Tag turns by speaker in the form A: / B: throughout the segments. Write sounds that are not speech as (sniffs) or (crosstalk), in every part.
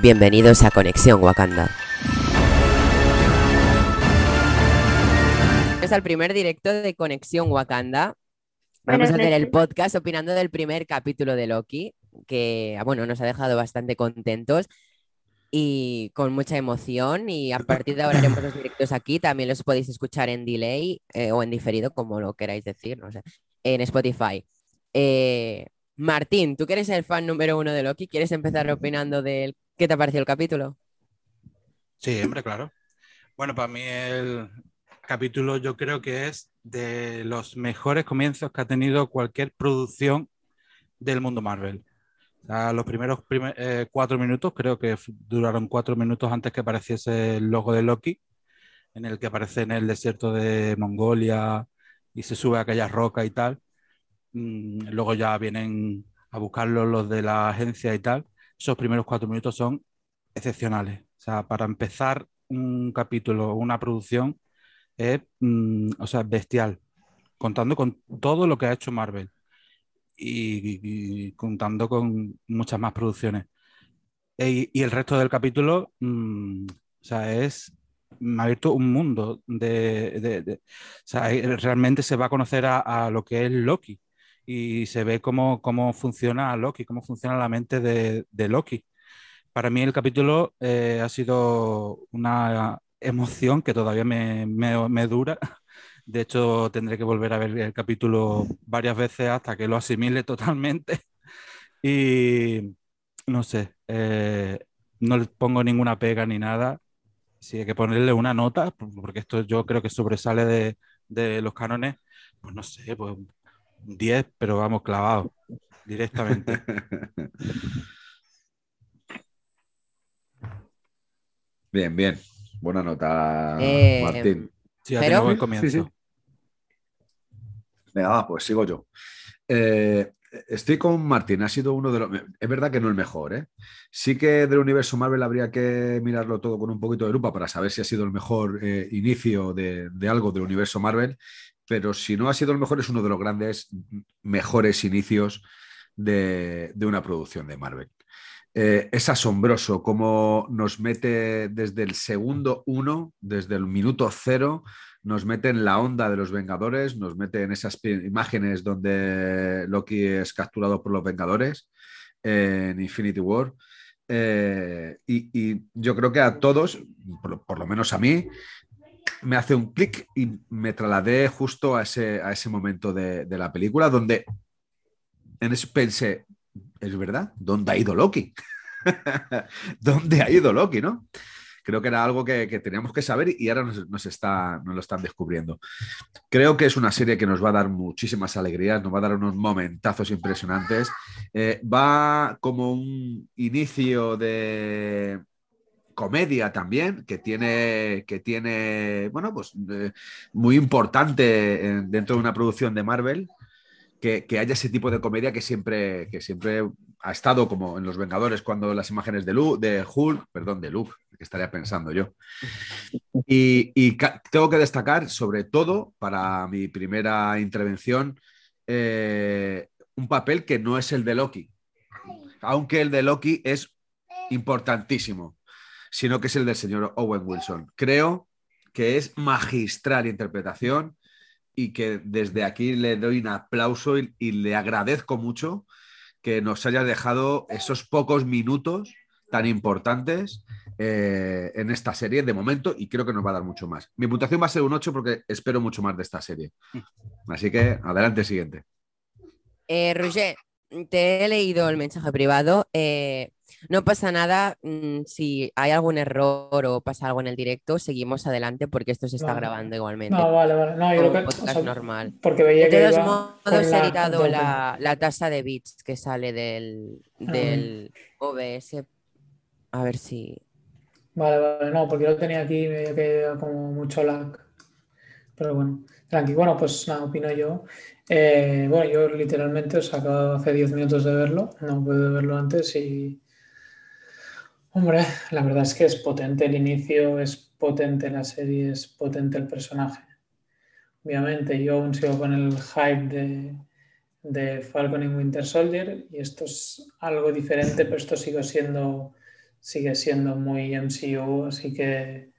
A: Bienvenidos a Conexión Wakanda. Es al primer directo de Conexión Wakanda. Vamos
B: Buenas
A: a hacer el
B: noches.
A: podcast opinando del primer capítulo de Loki, que ah, bueno, nos ha dejado bastante contentos y con mucha emoción. Y a partir de ahora haremos los directos aquí. También los podéis escuchar en delay eh, o en diferido, como lo queráis decir, no sé, en Spotify. Eh, Martín, tú que eres el fan número uno de Loki, ¿quieres empezar opinando del qué te ha parecido el capítulo?
C: Sí, hombre, claro. Bueno, para mí el capítulo yo creo que es de los mejores comienzos que ha tenido cualquier producción del mundo Marvel. O sea, los primeros prime- eh, cuatro minutos, creo que f- duraron cuatro minutos antes que apareciese el logo de Loki, en el que aparece en el desierto de Mongolia y se sube a aquella roca y tal. Mm, luego ya vienen a buscarlo los de la agencia y tal. Esos primeros cuatro minutos son excepcionales. O sea, para empezar un capítulo o una producción es, mm, o sea, bestial, contando con todo lo que ha hecho Marvel y, y- y contando con muchas más producciones. E- y- y el resto del capítulo, mm, o sea, es, me ha abierto un mundo de, de- de- o sea, eh, realmente se va a conocer a, a lo que es Loki y se ve cómo, cómo funciona Loki, cómo funciona la mente de- de Loki para mí el capítulo eh, ha sido una emoción que todavía me, me- me dura. (laughs) De hecho, tendré que volver a ver el capítulo varias veces hasta que lo asimile (laughs) totalmente. Y no sé, eh, no le pongo ninguna pega ni nada. Si hay que ponerle una nota, porque esto yo creo que sobresale de, de los cánones, pues no sé, pues un 10, pero vamos, clavado
B: (laughs)
C: directamente.
B: (laughs) Bien, bien. Buena nota,
A: Eh,
B: Martín.
C: Sí, ha
A: Pero-
C: tenido buen
B: Sí,
C: comienzo.
B: sí. Venga, va, pues sigo yo. Eh, estoy con Martín, ha sido uno de los... Es verdad que no el mejor, ¿eh? Sí que del universo Marvel habría que mirarlo todo con un poquito de lupa para saber si ha sido el mejor eh, inicio de, de algo del universo Marvel, pero si no ha sido el mejor es uno de los grandes, m- mejores inicios de, de una producción de Marvel. Eh, es asombroso cómo nos mete desde el segundo uno, desde el minuto cero, nos mete en la onda de los Vengadores, nos mete en esas pi- imágenes donde Loki es capturado por los Vengadores eh, en Infinity War. Eh, y, y yo creo que a todos, por, lo- por lo menos a mí, me hace un clic y me trasladé justo a ese, a ese momento de, de la película donde en ese pensé, ¿es verdad? ¿Dónde ha ido Loki? (laughs) ¿Dónde ha ido Loki, no? creo que era algo que, que teníamos que saber y ahora nos, nos está, nos lo están descubriendo. Creo que es una serie que nos va a dar muchísimas alegrías, nos va a dar unos momentazos impresionantes. Eh, va como un inicio de comedia también, que tiene, que tiene bueno, pues eh, muy importante eh, dentro de una producción de Marvel. Que, que haya ese tipo de comedia que siempre, que siempre ha estado como en Los Vengadores cuando las imágenes de, Lu, de Hulk, perdón, de Luke, que estaría pensando yo. Y, y ca- tengo que destacar, sobre todo, para mi primera intervención, eh, un papel que no es el de Loki, aunque el de Loki es importantísimo, sino que es el del señor Owen Wilson. Creo que es magistral interpretación y que desde aquí le doy un aplauso y- y le agradezco mucho que nos haya dejado esos pocos minutos tan importantes eh, en esta serie de momento y creo que nos va a dar mucho más. Mi puntuación va a ser un 8 porque espero mucho más de esta serie.
D: Mm.
B: Así que adelante, siguiente.
A: Eh, Roger, te he leído el mensaje privado. eh, no pasa nada mm, si hay algún error o pasa algo en el directo, seguimos adelante porque esto se está
E: Vale.
A: grabando igualmente.
E: No, vale, vale. No,
A: como
E: yo creo
A: un
E: que.
A: podcast
E: o sea,
A: normal.
E: Porque veía
A: De
E: que.
A: todos
E: iba con
A: modos, he
E: la-
A: editado la, la tasa de bits que sale del,
E: Ah.
A: del OBS. A ver si.
E: Vale, vale. No, porque yo lo tenía aquí y veía que iba como mucho lag. Pero bueno, tranqui. Bueno, pues nada, opino yo. Eh, bueno, yo literalmente os acabo hace 10 minutos de verlo. No pude verlo antes y. Hombre, la verdad es que es potente el inicio, es potente la serie, es potente el personaje. Obviamente, yo aún sigo con el hype de, de Falcon y Winter Soldier y esto es algo diferente, pero esto sigue siendo sigue siendo muy MCU, así que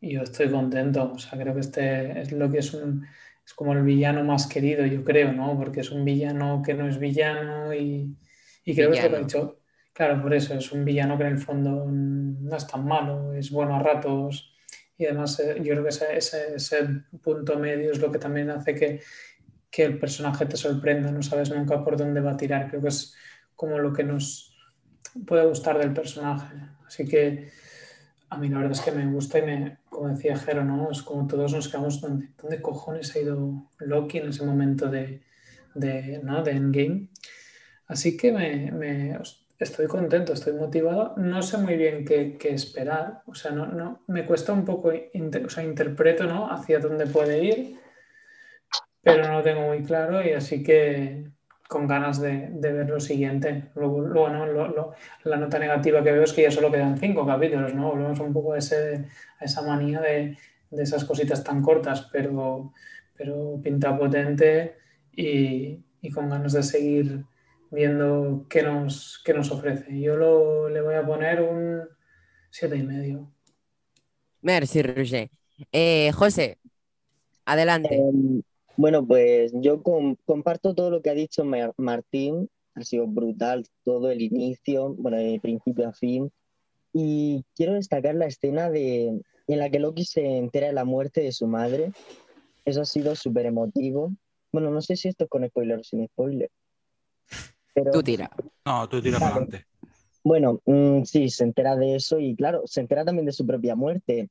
E: yo estoy contento. O sea, creo que este es lo que es un es como el villano más querido, yo creo, ¿no? Porque es un villano que no es villano y, y creo que es lo que ha hecho. Claro, por eso es un villano que en el fondo no es tan malo, es bueno a ratos y además eh, yo creo que ese, ese, ese, punto medio es lo que también hace que, que el personaje te sorprenda, no sabes nunca por dónde va a tirar, creo que es como lo que nos puede gustar del personaje. Así que a mí la verdad es que me gusta y me, como decía Jero, ¿no? Es como todos nos quedamos donde, ¿dónde cojones ha ido Loki en ese momento de, de, ¿no? de Endgame. Así que me, me, estoy contento, estoy motivado. No sé muy bien qué, qué esperar. O sea, no, no, me cuesta un poco, inter, o sea, interpreto, ¿no? Hacia dónde puede ir, pero no lo tengo muy claro y así que con ganas de, de, ver lo siguiente. Luego, luego ¿no? Lo, lo, la nota negativa que veo es que ya solo quedan cinco capítulos, ¿no? Volvemos un poco a, ese, a esa manía de, de, esas cositas tan cortas, pero, pero pinta potente y, y, con ganas de seguir viendo qué nos, qué nos ofrece. Yo lo, le voy a poner un siete y medio.
A: Merci, Roger. Eh, José, adelante.
F: Eh... Bueno, pues yo com comparto todo lo que ha dicho Mar Martín. Ha sido brutal todo el inicio, bueno, de principio a fin. Y quiero destacar la escena de, en la que Loki se entera de la muerte de su madre. Eso ha sido súper emotivo. Bueno, no sé si esto es con spoiler o sin spoiler.
E: Eh,
F: Pero,
A: tú tira.
C: No, tú tira claro. para adelante.
F: Bueno, mmm, sí, se entera de eso y claro, se entera también de su propia muerte.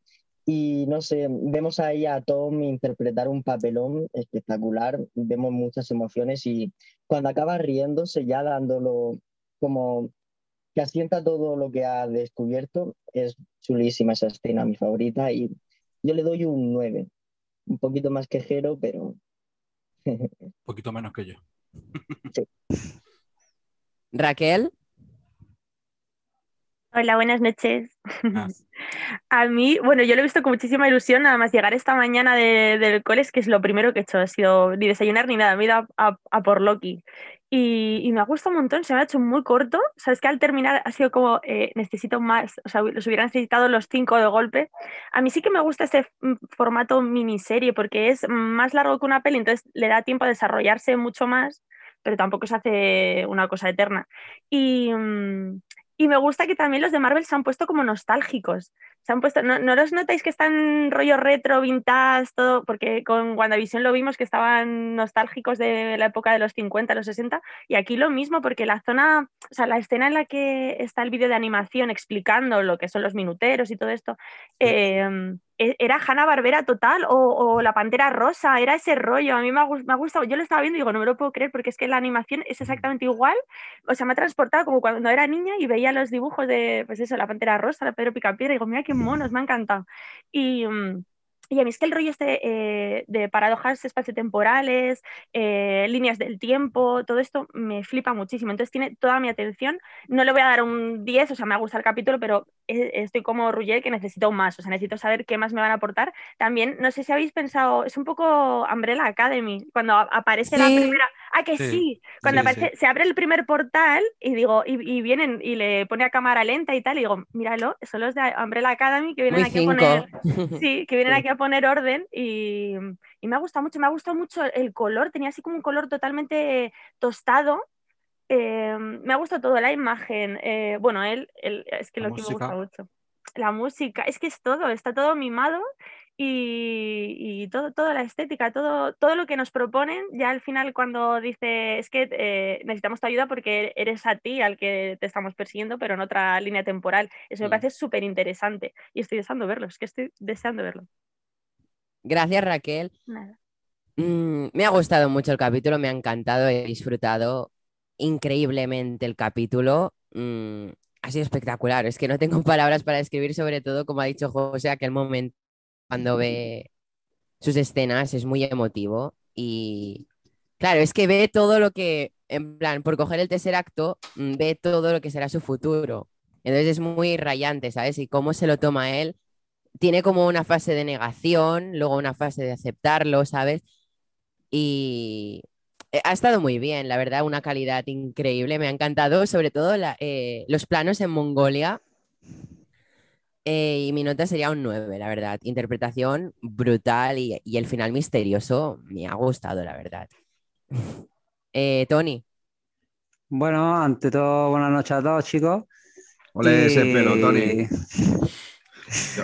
F: Y no sé, vemos ahí a Tom interpretar un papelón espectacular, vemos muchas emociones y cuando acaba riéndose ya dándolo como que asienta todo lo que ha descubierto, es chulísima esa escena, mi favorita, y yo le doy un 9, un poquito más quejero, pero...
C: un poquito menos que yo.
F: sí.
A: Raquel.
G: Hola, buenas noches. Ah. (laughs) A mí, bueno, yo lo he visto con muchísima ilusión, nada más llegar esta mañana de, del cole, es que es lo primero que he hecho, ha sido ni desayunar ni nada, me he ido a, a, a por Loki. Y, y, me ha gustado un montón, se me ha hecho muy corto, o sea, es que al terminar ha sido como, eh, necesito más, o sea, los hubiera necesitado los cinco de golpe. A mí sí que me gusta este formato miniserie porque es más largo que una peli, entonces le da tiempo a desarrollarse mucho más, pero tampoco se hace una cosa eterna. Y... Mmm, y me gusta que también los de Marvel se han puesto como nostálgicos. Se han puesto, ¿no, ¿no los notáis que están rollo retro, vintage, todo? Porque con WandaVision lo vimos que estaban nostálgicos de la época de los 50, los 60. Y aquí lo mismo, porque la zona, o sea, la escena en la que está el vídeo de animación explicando lo que son los minuteros y todo esto, eh, era Hanna Barbera total o, o, la Pantera Rosa, era ese rollo. A mí me ha, me ha, gustado, yo lo estaba viendo y digo, no me lo puedo creer porque es que la animación es exactamente igual. O sea, me ha transportado como cuando era niña y veía los dibujos de, pues eso, la Pantera Rosa, la Pedro Picapiedra y digo, mira qué monos, me ha encantado. Y. Um... Y a mí es que el rollo este eh, de paradojas espaciotemporales, eh, líneas del tiempo, todo esto me flipa muchísimo. Entonces tiene toda mi atención. No le voy a dar un 10, o sea, me ha gustado el capítulo, pero e, estoy como Rugger que necesito más, o sea, necesito saber qué más me van a aportar. También, no sé si habéis pensado, es un poco Umbrella Academy, cuando aparece sí. la primera... Ah, que sí, sí. cuando sí, aparece, se abre el primer portal y digo, y, y, vienen y le pone a cámara lenta y tal, y digo, míralo, son los de Umbrella Academy que vienen Muy aquí cinco. a poner... (laughs) Sí, que vienen aquí a poner orden y, y, me ha gustado mucho, me ha gustado mucho el color, tenía así como un color totalmente tostado. Eh, me ha gustado todo, la imagen, eh, bueno, él, él, es que la lo música. que me gusta mucho. La música, es que es todo, está todo mimado y, y, todo, toda la estética, todo, todo lo que nos proponen, ya al final cuando dice, es que eh, necesitamos tu ayuda porque eres a ti al que te estamos persiguiendo, pero en otra línea temporal. Eso sí. me parece súper interesante y estoy deseando verlo, es que estoy deseando verlo.
A: Gracias, Raquel. Nada. Mm, me ha gustado mucho el capítulo, me ha encantado, he disfrutado increíblemente el capítulo. Mm, ha sido espectacular, es que no tengo (laughs) palabras para describir, sobre todo, como ha dicho José, aquel momento cuando ve sus escenas, es muy emotivo. Y claro, es que ve todo lo que, en plan, por coger el tercer acto, mm, ve todo lo que será su futuro. Entonces es muy rayante, ¿sabes? Y cómo se lo toma él tiene como una fase de negación, luego una fase de aceptarlo, ¿sabes? Y eh, ha estado muy bien, la verdad, una calidad increíble, me ha encantado, sobre todo la, eh, los planos en Mongolia, Eh, y mi nota sería un 9, la verdad. Interpretación brutal y, y el final misterioso me ha gustado, la verdad. (laughs) Eh, Tony,
D: Bueno, ante todo, buenas noches a todos, chicos.
B: Ole ese
D: Y-
B: pelo, Tony.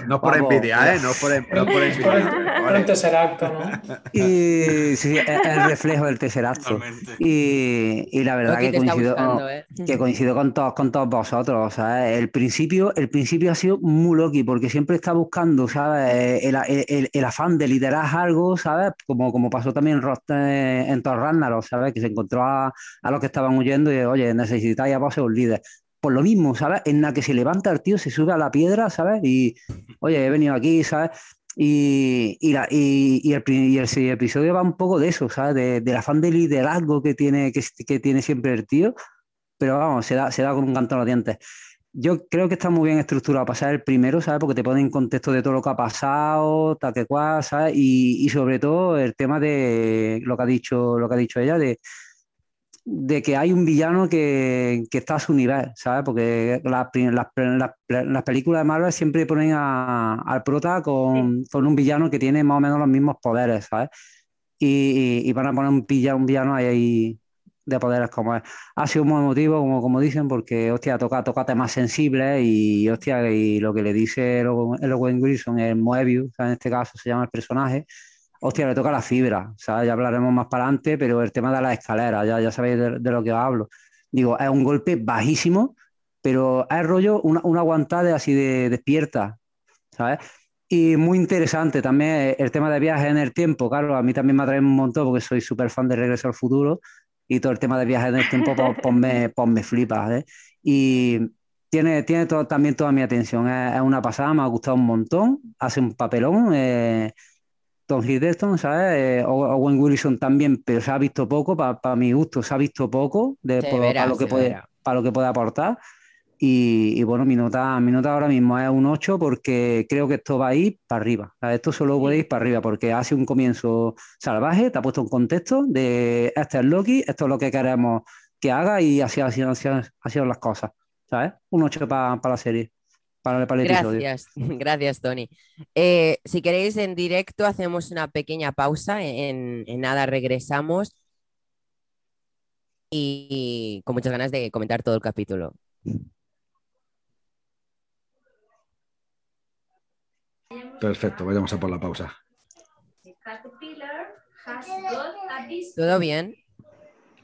B: No es por
D: Vamos,
B: envidia, ¿eh?
D: mira.
B: No es por, en- no es por
E: Es por el,
B: envidia.
E: por el
B: Ole.
E: tercer acto, ¿no?
D: (laughs) Y sí, sí, es el reflejo del tercer acto.
C: Totalmente.
D: Y, y la verdad
A: Loki
D: que
A: te está
D: coincido,
A: buscando, ¿eh?
D: que coincido con todos, con todos vosotros. ¿sabes? El principio, el principio ha sido muy Loki, porque siempre está buscando, ¿sabes? Eh, El, el- el afán de liderar algo, ¿sabes? Como, como pasó también en Rost- eh, en Thor Ragnarok, ¿sabes? Que se encontró a, a los que estaban huyendo y, oye, necesitáis a vos ser un líder. Por lo mismo, ¿sabes? En la que se levanta el tío, se sube a la piedra, ¿sabes? Y, oye, he venido aquí, ¿sabes? Y, y, la- y- y el, pri- y el siguiente episodio va un poco de eso, ¿sabes? De- del afán de liderazgo que tiene, que, que tiene siempre el tío, pero vamos, se da, se da con un canto en los dientes. Yo creo que está muy bien estructurado para ser el primero, ¿sabes? Porque te pone en contexto de todo lo que ha pasado, tal que cual, ¿sabes? Y, y sobre todo el tema de lo que ha dicho, lo que ha dicho ella, de, de que hay un villano que, que está a su nivel, ¿sabes? Porque las, pri- las, las- las películas de Marvel siempre ponen a- al prota con, con un villano que tiene más o menos los mismos poderes, ¿sabes? Y, y- y van a poner un, pilla, un villano ahí, ahí de poderes como es. Ha sido un buen motivo, como, como dicen, porque, hostia, toca, toca temas sensibles y, hostia, y lo que le dice el, el Owen Wilson, el Moebius, en este caso se llama el personaje, Hostia, le toca la fibra, ¿sabes? Ya hablaremos más para adelante, pero el tema de las escaleras, ya, ya sabéis de, de lo que os hablo. Digo, es un golpe bajísimo, pero es rollo una, una aguantada así de despierta, ¿sabes? Y muy interesante también el tema de viajes en el tiempo, claro, a mí también me atrae un montón porque soy súper fan de Regreso al Futuro y todo el tema de viajes en el tiempo, pues, pues me, pues me flipas, ¿eh? Y tiene, tiene todo- también toda mi atención, es, es una pasada, me ha gustado un montón, hace un papelón. eh, Tom Hiddleston, ¿sabes? Eh, Ow- Owen Wilson también, pero se ha visto poco, para mi gusto, se ha visto poco de,
A: Se
D: por-
A: verá,
D: para, lo que
A: se
D: puede,
A: verá.
D: para lo que puede aportar. Y, y bueno, mi nota, mi nota ahora mismo es un 8 porque creo que esto va a ir para arriba. O sea, Esto solo puede ir para arriba porque hace un comienzo salvaje, te ha puesto un contexto de este es Loki, esto es lo que queremos que haga y así han sido, así han- así son las cosas. ¿Sabes? Un 8 para la serie, para, para el episodio.
A: Gracias, (laughs) gracias, Tony. Eh, si queréis, en directo hacemos una pequeña pausa. En, en nada regresamos. Y, y con muchas ganas de comentar todo el capítulo.
B: Perfecto, vayamos a por la pausa.
H: caterpillar has got a dis-
A: ¿Todo bien?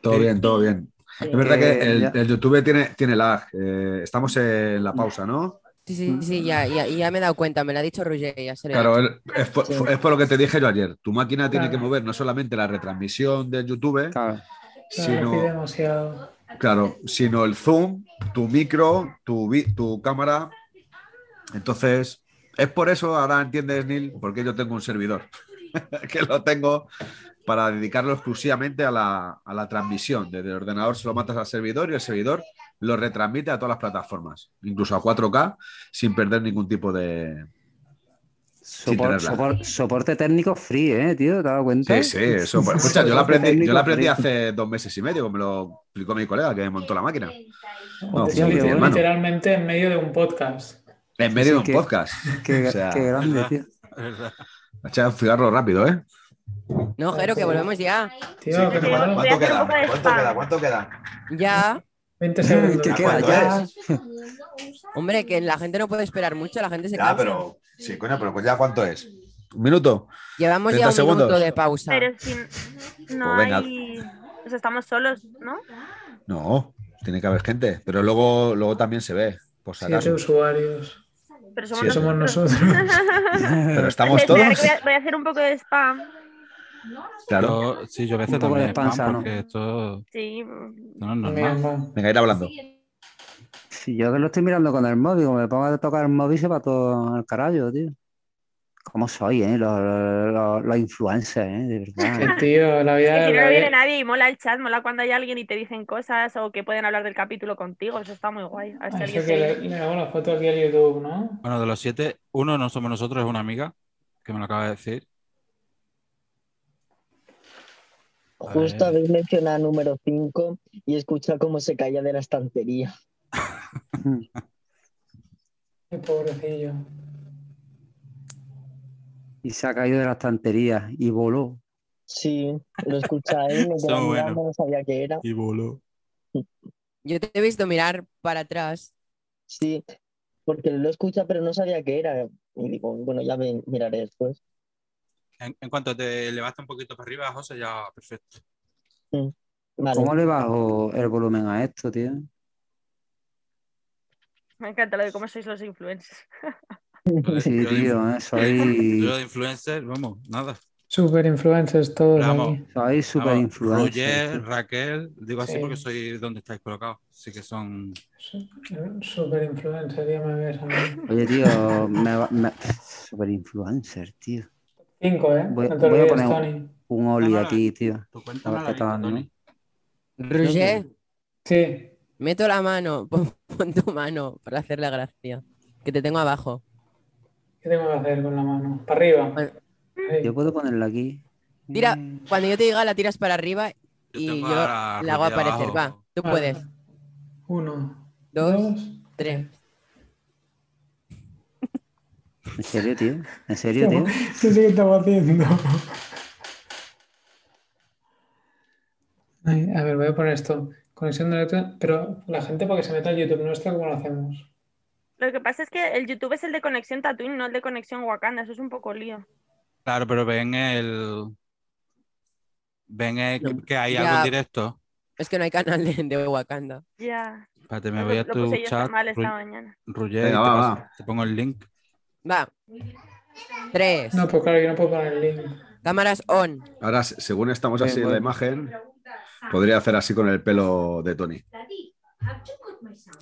B: Todo
C: Sí.
B: bien, todo bien. Es verdad
D: Eh,
B: que el,
D: ya. Mm.
B: el YouTube tiene, tiene lag. Eh, estamos en la pausa, ¿no?
A: Sí, sí, sí, ya, ya, ya me he dado cuenta. Me lo ha dicho Roger, ya se lo he
B: Claro,
A: dicho.
B: el- es por,
F: Sí.
B: es por lo que te dije yo ayer. Tu máquina tiene
E: Claro.
B: que mover no solamente la retransmisión del YouTube,
D: Claro.
E: Claro,
B: sino,
E: pide demasiado.
B: claro, sino el zoom, tu micro, tu, vi- tu cámara. Entonces, es por eso, ahora entiendes, Neil, porque yo tengo un servidor (laughs) que lo tengo para dedicarlo exclusivamente a la, a la transmisión. Desde el ordenador se lo matas al servidor y el servidor lo retransmite a todas las plataformas, incluso a 4K, sin perder ningún tipo de...
D: Sopor-
B: tenerla.
D: sopor- soporte técnico free, ¿eh, tío? ¿Te has dado cuenta?
B: Sí, sí, eso.
D: (laughs)
B: pues, escucha, yo lo
D: Soporte
B: aprendí, yo lo
D: técnico
B: aprendí
D: free.
B: hace dos meses y medio, que me lo explicó mi colega que me montó la máquina. No,
D: Hostia,
B: sí,
D: qué bueno.
B: hermano.
E: Literalmente en medio de un podcast.
B: En medio de un
D: que-
B: podcast.
D: (laughs) Qué,
B: O sea,
D: qué grande,
B: (laughs)
D: tío.
C: ¿Verdad?
B: Echa un cigarro rápido, ¿eh?
A: No, Jero, que volvemos ya.
E: Tío,
H: Sí,
E: que
H: que
E: te
H: bueno,
E: van
H: voy a hacer un poco de spam.
B: ¿Cuánto queda?
A: Ya.
E: 20
D: (laughs)
E: segundos.
D: ¿Qué queda?
B: ¿Cuánto
D: Ya.
A: Hombre, que la gente no puede esperar mucho, la gente se cansa.
B: Sí, coño, Ah, pero pues ya cuánto es. Un minuto.
A: Llevamos
B: 30
A: ya un
B: segundos.
A: minuto de pausa.
G: Pero si no
B: Pues venga.
G: hay. O sea, estamos solos, ¿no?
B: No, tiene que haber gente, pero luego, luego también se ve, por si
E: Siete
B: acaso.
E: usuarios.
G: Pero
B: Sí,
G: somos
B: eso.
E: Somos
G: nosotros.
E: nosotros.
G: (laughs)
B: Pero estamos
G: Espera,
B: todos.
G: que Voy a, voy a hacer un poco de spam.
B: Claro.
C: Yo- sí, yo a veces
D: Un poco de
C: también spam,
D: panza, ¿no?
C: porque esto
G: Sí. mm,
C: no es
E: Mira,
C: normal.
E: no.
B: Venga, ir hablando.
D: Si yo que lo estoy mirando con el móvil, como me pongo a tocar el móvil, se va todo al carajo, tío. ¿Cómo soy, eh? Los, los- los influencers, eh, de
B: (laughs)
E: Que,
D: verdad.
E: tío, la
G: Que
E: vida
G: si no,
E: la
G: no viene
E: vida-
G: nadie y mola el chat, mola cuando hay alguien y te dicen cosas o que pueden hablar del capítulo contigo. Eso está muy guay. A ver si
E: Eso
G: alguien
E: que
G: se-
E: le, le hago la foto aquí al YouTube, ¿no?
C: Bueno, de los siete, uno no somos nosotros, es una amiga que me lo acaba de decir. A
F: Justo
C: ver.
F: habéis mencionado número 5 y he escuchado cómo se caía de la estantería.
E: Qué pobrecillo.
D: Y se ha caído de la estantería y voló.
C: (laughs)
F: Sí, lo escucha él, me quedé
C: Está bueno.
F: mirando, no sabía qué era.
C: Y voló.
A: Yo te he visto mirar para atrás.
F: Sí, porque lo escucha, pero no sabía qué era. Y digo, bueno, ya me miraré después.
C: En, en cuanto te levantas un poquito para arriba, José, ya perfecto.
F: Vale.
D: ¿Cómo le bajo el volumen a esto, tío?
G: Me encanta lo de cómo sois los influencers.
D: Sí,
C: Pues Yo de-
D: tío, eh,
C: (laughs) Yo
D: soy,
C: de influencer, vamos, nada.
E: Super influencers todos
C: Vamos.
E: aquí.
D: soy super
C: Vamos,
D: influencer.
C: Roger, Raquel, digo así
E: Sí.
C: porque soy donde estáis colocados. Así que son.
E: Super influencer, ya me ves a
D: (laughs)
E: mí.
D: Oye, tío, me, va- me- (laughs) super influencer, tío.
E: Cinco, ¿eh?
D: Voy-
E: no te
D: voy a
E: olvides,
D: poner un-
E: Tony.
D: Un Oli
C: no,
D: aquí, tío.
C: Tu cuenta no
D: Ah,
C: la he
D: ¿qué tal,
C: visto,
D: no?
C: Tony.
A: Roger,
E: Sí,
A: meto la mano, (laughs) pon, pon tu mano para hacer la gracia. Que te tengo abajo.
E: ¿qué tengo que hacer con la mano? ¿Para arriba?
A: Bueno.
E: Ahí.
D: Yo puedo ponerla aquí.
A: Tira,
D: Mm.
A: cuando yo te diga, la tiras para arriba y
C: tengo
A: yo
C: a
A: la hago
C: Rubia
A: aparecer.
C: abajo.
A: Va, tú
E: Vale.
A: puedes.
E: Uno,
A: Dos,
E: dos.
A: tres.
D: ¿En serio, tío? ¿En
C: (laughs)
D: serio, tío?
E: ¿Qué sí que estaba haciendo? Ay, a ver, voy a poner esto. Conexión directa, pero la gente para que se meta en YouTube nuestra, ¿cómo lo hacemos?
G: Lo que pasa es que el YouTube es el de conexión Tatooine, no el de conexión Wakanda. Eso es un poco lío.
C: Claro, pero ven el. Ven el-
A: No.
C: que hay
A: Ya.
C: algo en directo.
A: Es que no hay canal de, de Wakanda.
G: Ya.
C: Espérate, me
G: Lo-
C: voy a
G: lo
C: tu
G: puse yo
C: chat.
G: mal esta
C: Ru-
G: mañana.
C: Roger,
B: Venga,
C: te,
B: va,
C: paso-
B: va.
C: te pongo el link.
A: Va. Tres.
E: No, pues claro, yo no puedo poner el link.
A: Cámaras on.
B: Ahora, se- según estamos
D: Bien,
B: así en la
D: bueno.
B: imagen, podría hacer así con el pelo de Tony.
H: Daddy, have you got my sound?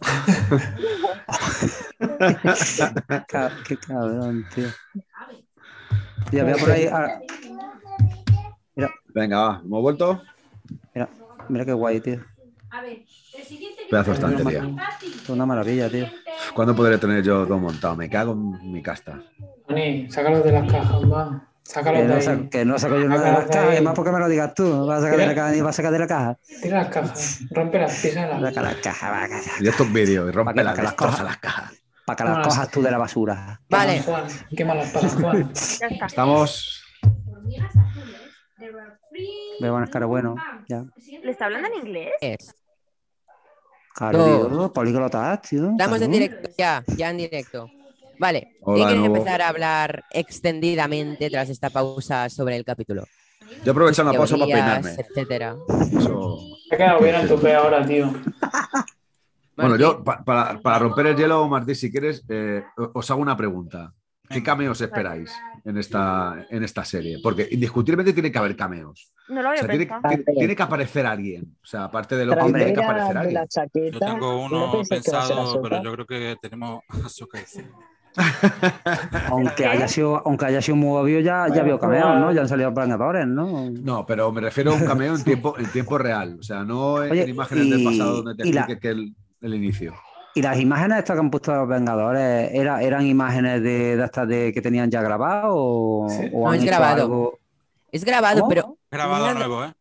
D: Ah.
H: (laughs)
D: Ca- Qué cabrón, tío. Ya veo por ahí. ah,
B: Venga, va, hemos vuelto.
D: mira qué guay, tío.
H: A ver, el siguiente
B: Pedazo de
H: video.
B: estantería.
H: Papi,
D: Es una maravilla, tío.
B: ¿Cuándo podré tener yo todo montado? Me cago en mi casta.
E: Tony, sácalos de las cajas, va.
D: Que
E: Sácalos de
D: no, saco,
E: ahí.
D: que no saco yo nada de
E: Sácalo
D: las
E: de
D: cajas,
E: ahí.
D: y más porque me lo digas tú. No vas a sacar de la caja ni vas a sacar de la caja.
E: Tira las cajas, rómpelas, písalas.
D: Saca las cajas, va, que-
B: Y estos vídeos, y rompe
D: Para
B: las
D: que las
B: destroza
D: coja.
B: las cajas.
D: para que
A: Ah,
D: las
E: Vámonos.
D: cojas tú de la basura.
A: Vale.
E: Juan, qué malas para Juan.
G: Ya está.
B: Estamos.
H: hormigas azules, there were three
D: Me van a estar bueno.
H: pumps.
D: Ya.
G: ¿Le está hablando en inglés?
A: Es.
D: Claro,
A: Dos.
D: tío. Políglota, tío.
A: Estamos en
D: claro.
A: directo, ya, ya en directo. Vale,
B: Hola
A: ¿quién
B: de
A: quiere
B: nuevo.
A: empezar a hablar extendidamente tras esta pausa sobre el capítulo?
B: Yo aprovecho la pausa para
A: Teorías,
B: peinarme.
A: etcétera.
B: Eso-
E: Te ha quedado bien el tope ahora, tío.
B: Bueno,
A: Martín,
B: yo, pa- para, para romper el hielo, Martí, si quieres, eh, o- os hago una pregunta. ¿Qué cameos esperáis en esta, en esta serie? Porque indiscutiblemente tiene que haber cameos.
G: No lo
B: O
G: había
B: sea, tiene,
G: pensado.
B: tiene- tiene que aparecer alguien. O sea, aparte de lo que
D: Hombre.
B: tiene que
F: Trasera
B: aparecer
F: de la
B: alguien.
F: chaqueta.
C: Yo tengo
F: no
C: uno
F: pensé que va a ser
C: pensado,
F: Ahsoka.
C: pero yo creo que tenemos a Soca
D: Aunque haya sido, aunque haya sido muy obvio, ya, ya veo cameos, ¿no? Ya han salido planeadores, ¿no?
B: No, pero me refiero a un cameo
D: (laughs)
B: en tiempo, en tiempo real. O sea, no en,
D: Oye,
B: en imágenes
D: y-
B: del pasado donde te
D: y la-
B: explique que el, el inicio.
D: Y las imágenes estas que han puesto los Vengadores, era- ¿eran imágenes de, de estas de, que tenían ya grabado o,
E: Sí.
D: o
A: No,
D: han
A: es
D: hecho
A: grabado.
D: algo?
A: es grabado,
D: ¿Cómo?
A: pero
C: Grabado
A: Nada.
C: nuevo, ¿eh?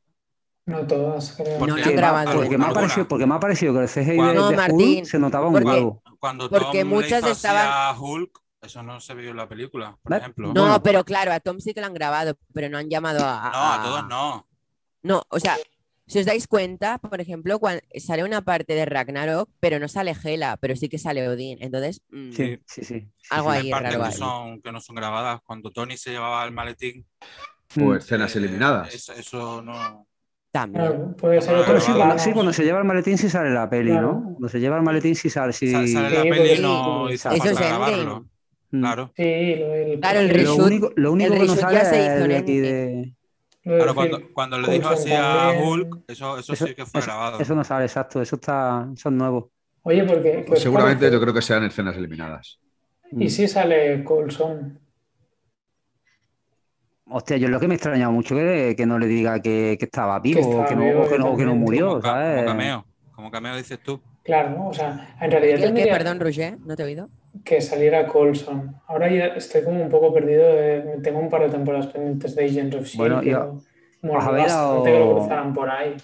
E: No todas, creo.
A: No,
C: Porque-
A: no han grabado.
D: Porque me, ha
C: Alguna.
D: parecido, porque me ha parecido que el CGI de,
C: No,
D: de Hulk
A: Martín,
D: se notaba un
A: porque-
D: huevo.
C: Cuando
A: Porque
C: Tom le
A: muchas
C: hizo así
A: estaban-
C: a Hulk, eso no se vio en la película, por
D: Ve-
C: ejemplo.
A: no,
D: Bueno.
A: pero claro, a Tom sí que lo han grabado, pero no han llamado a.
C: No, a todos
A: Ah.
C: no.
A: No, o sea, si os dais cuenta, por ejemplo, cuando sale una parte de Ragnarok, pero no sale Hela, pero sí que sale Odín. Entonces, mm,
D: Sí, sí, sí.
A: algo
C: Hay
A: ahí
C: partes
A: raro
C: que,
A: ahí.
C: son, que no son grabadas. Cuando Tony se llevaba el maletín.
B: O
D: Mm.
B: escenas
C: eh,
B: eliminadas.
C: Eso, eso no.
A: También.
E: Claro, puede ser
D: Pero
E: otro
D: sí,
C: Grabado.
D: cuando, sí, cuando se lleva el maletín sí sale la peli,
E: Claro.
D: ¿no? Cuando se lleva el maletín sí sale. Sí.
C: Sa- sale la peli
E: Sí,
C: y
E: porque-
C: no hizo
D: Eso
C: falta
D: es
A: Endgame.
C: grabarlo.
D: Mm.
C: Claro.
E: Sí, lo del.
A: Claro, el
D: Lo
A: reshoot.
D: único, lo único
A: el
D: que no
A: reshoot ya
D: sale
A: se hizo
D: es el de
A: en
D: aquí de...
E: lo del
C: Claro,
E: film.
C: cuando, cuando le dijo
E: Coulson
C: así a
E: también.
C: Hulk, eso, eso,
D: Eso-
C: sí que fue grabado.
D: Eso no sale, exacto. Eso está, eso es nuevo.
E: Oye, porque.
B: Pues
E: pues,
B: seguramente
E: parece-
B: yo creo que sean escenas eliminadas.
D: Mm.
E: Y sí sale Coulson.
D: Hostia, yo es lo que me extrañaba mucho que, que no le diga que, que estaba vivo,
E: estaba
D: o que no,
E: vivo,
D: o que no, o que no
E: exactamente.
D: murió,
C: Como, ca- como
D: ¿sabes?
C: cameo. Como cameo dices tú.
E: Claro, ¿no? o sea,
A: ¿Qué,
E: en realidad
A: qué?
E: tendría
A: perdón, Roger, no te he oído.
E: que saliera Coulson. Ahora ya estoy como un poco perdido. de- tengo un par de temporadas pendientes de Agents of S.H.I.E.L.D.
D: Bueno,
E: pero
D: yo-
E: mola
D: os habéis
E: bastante
D: dado-
E: que lo cruzaran por ahí.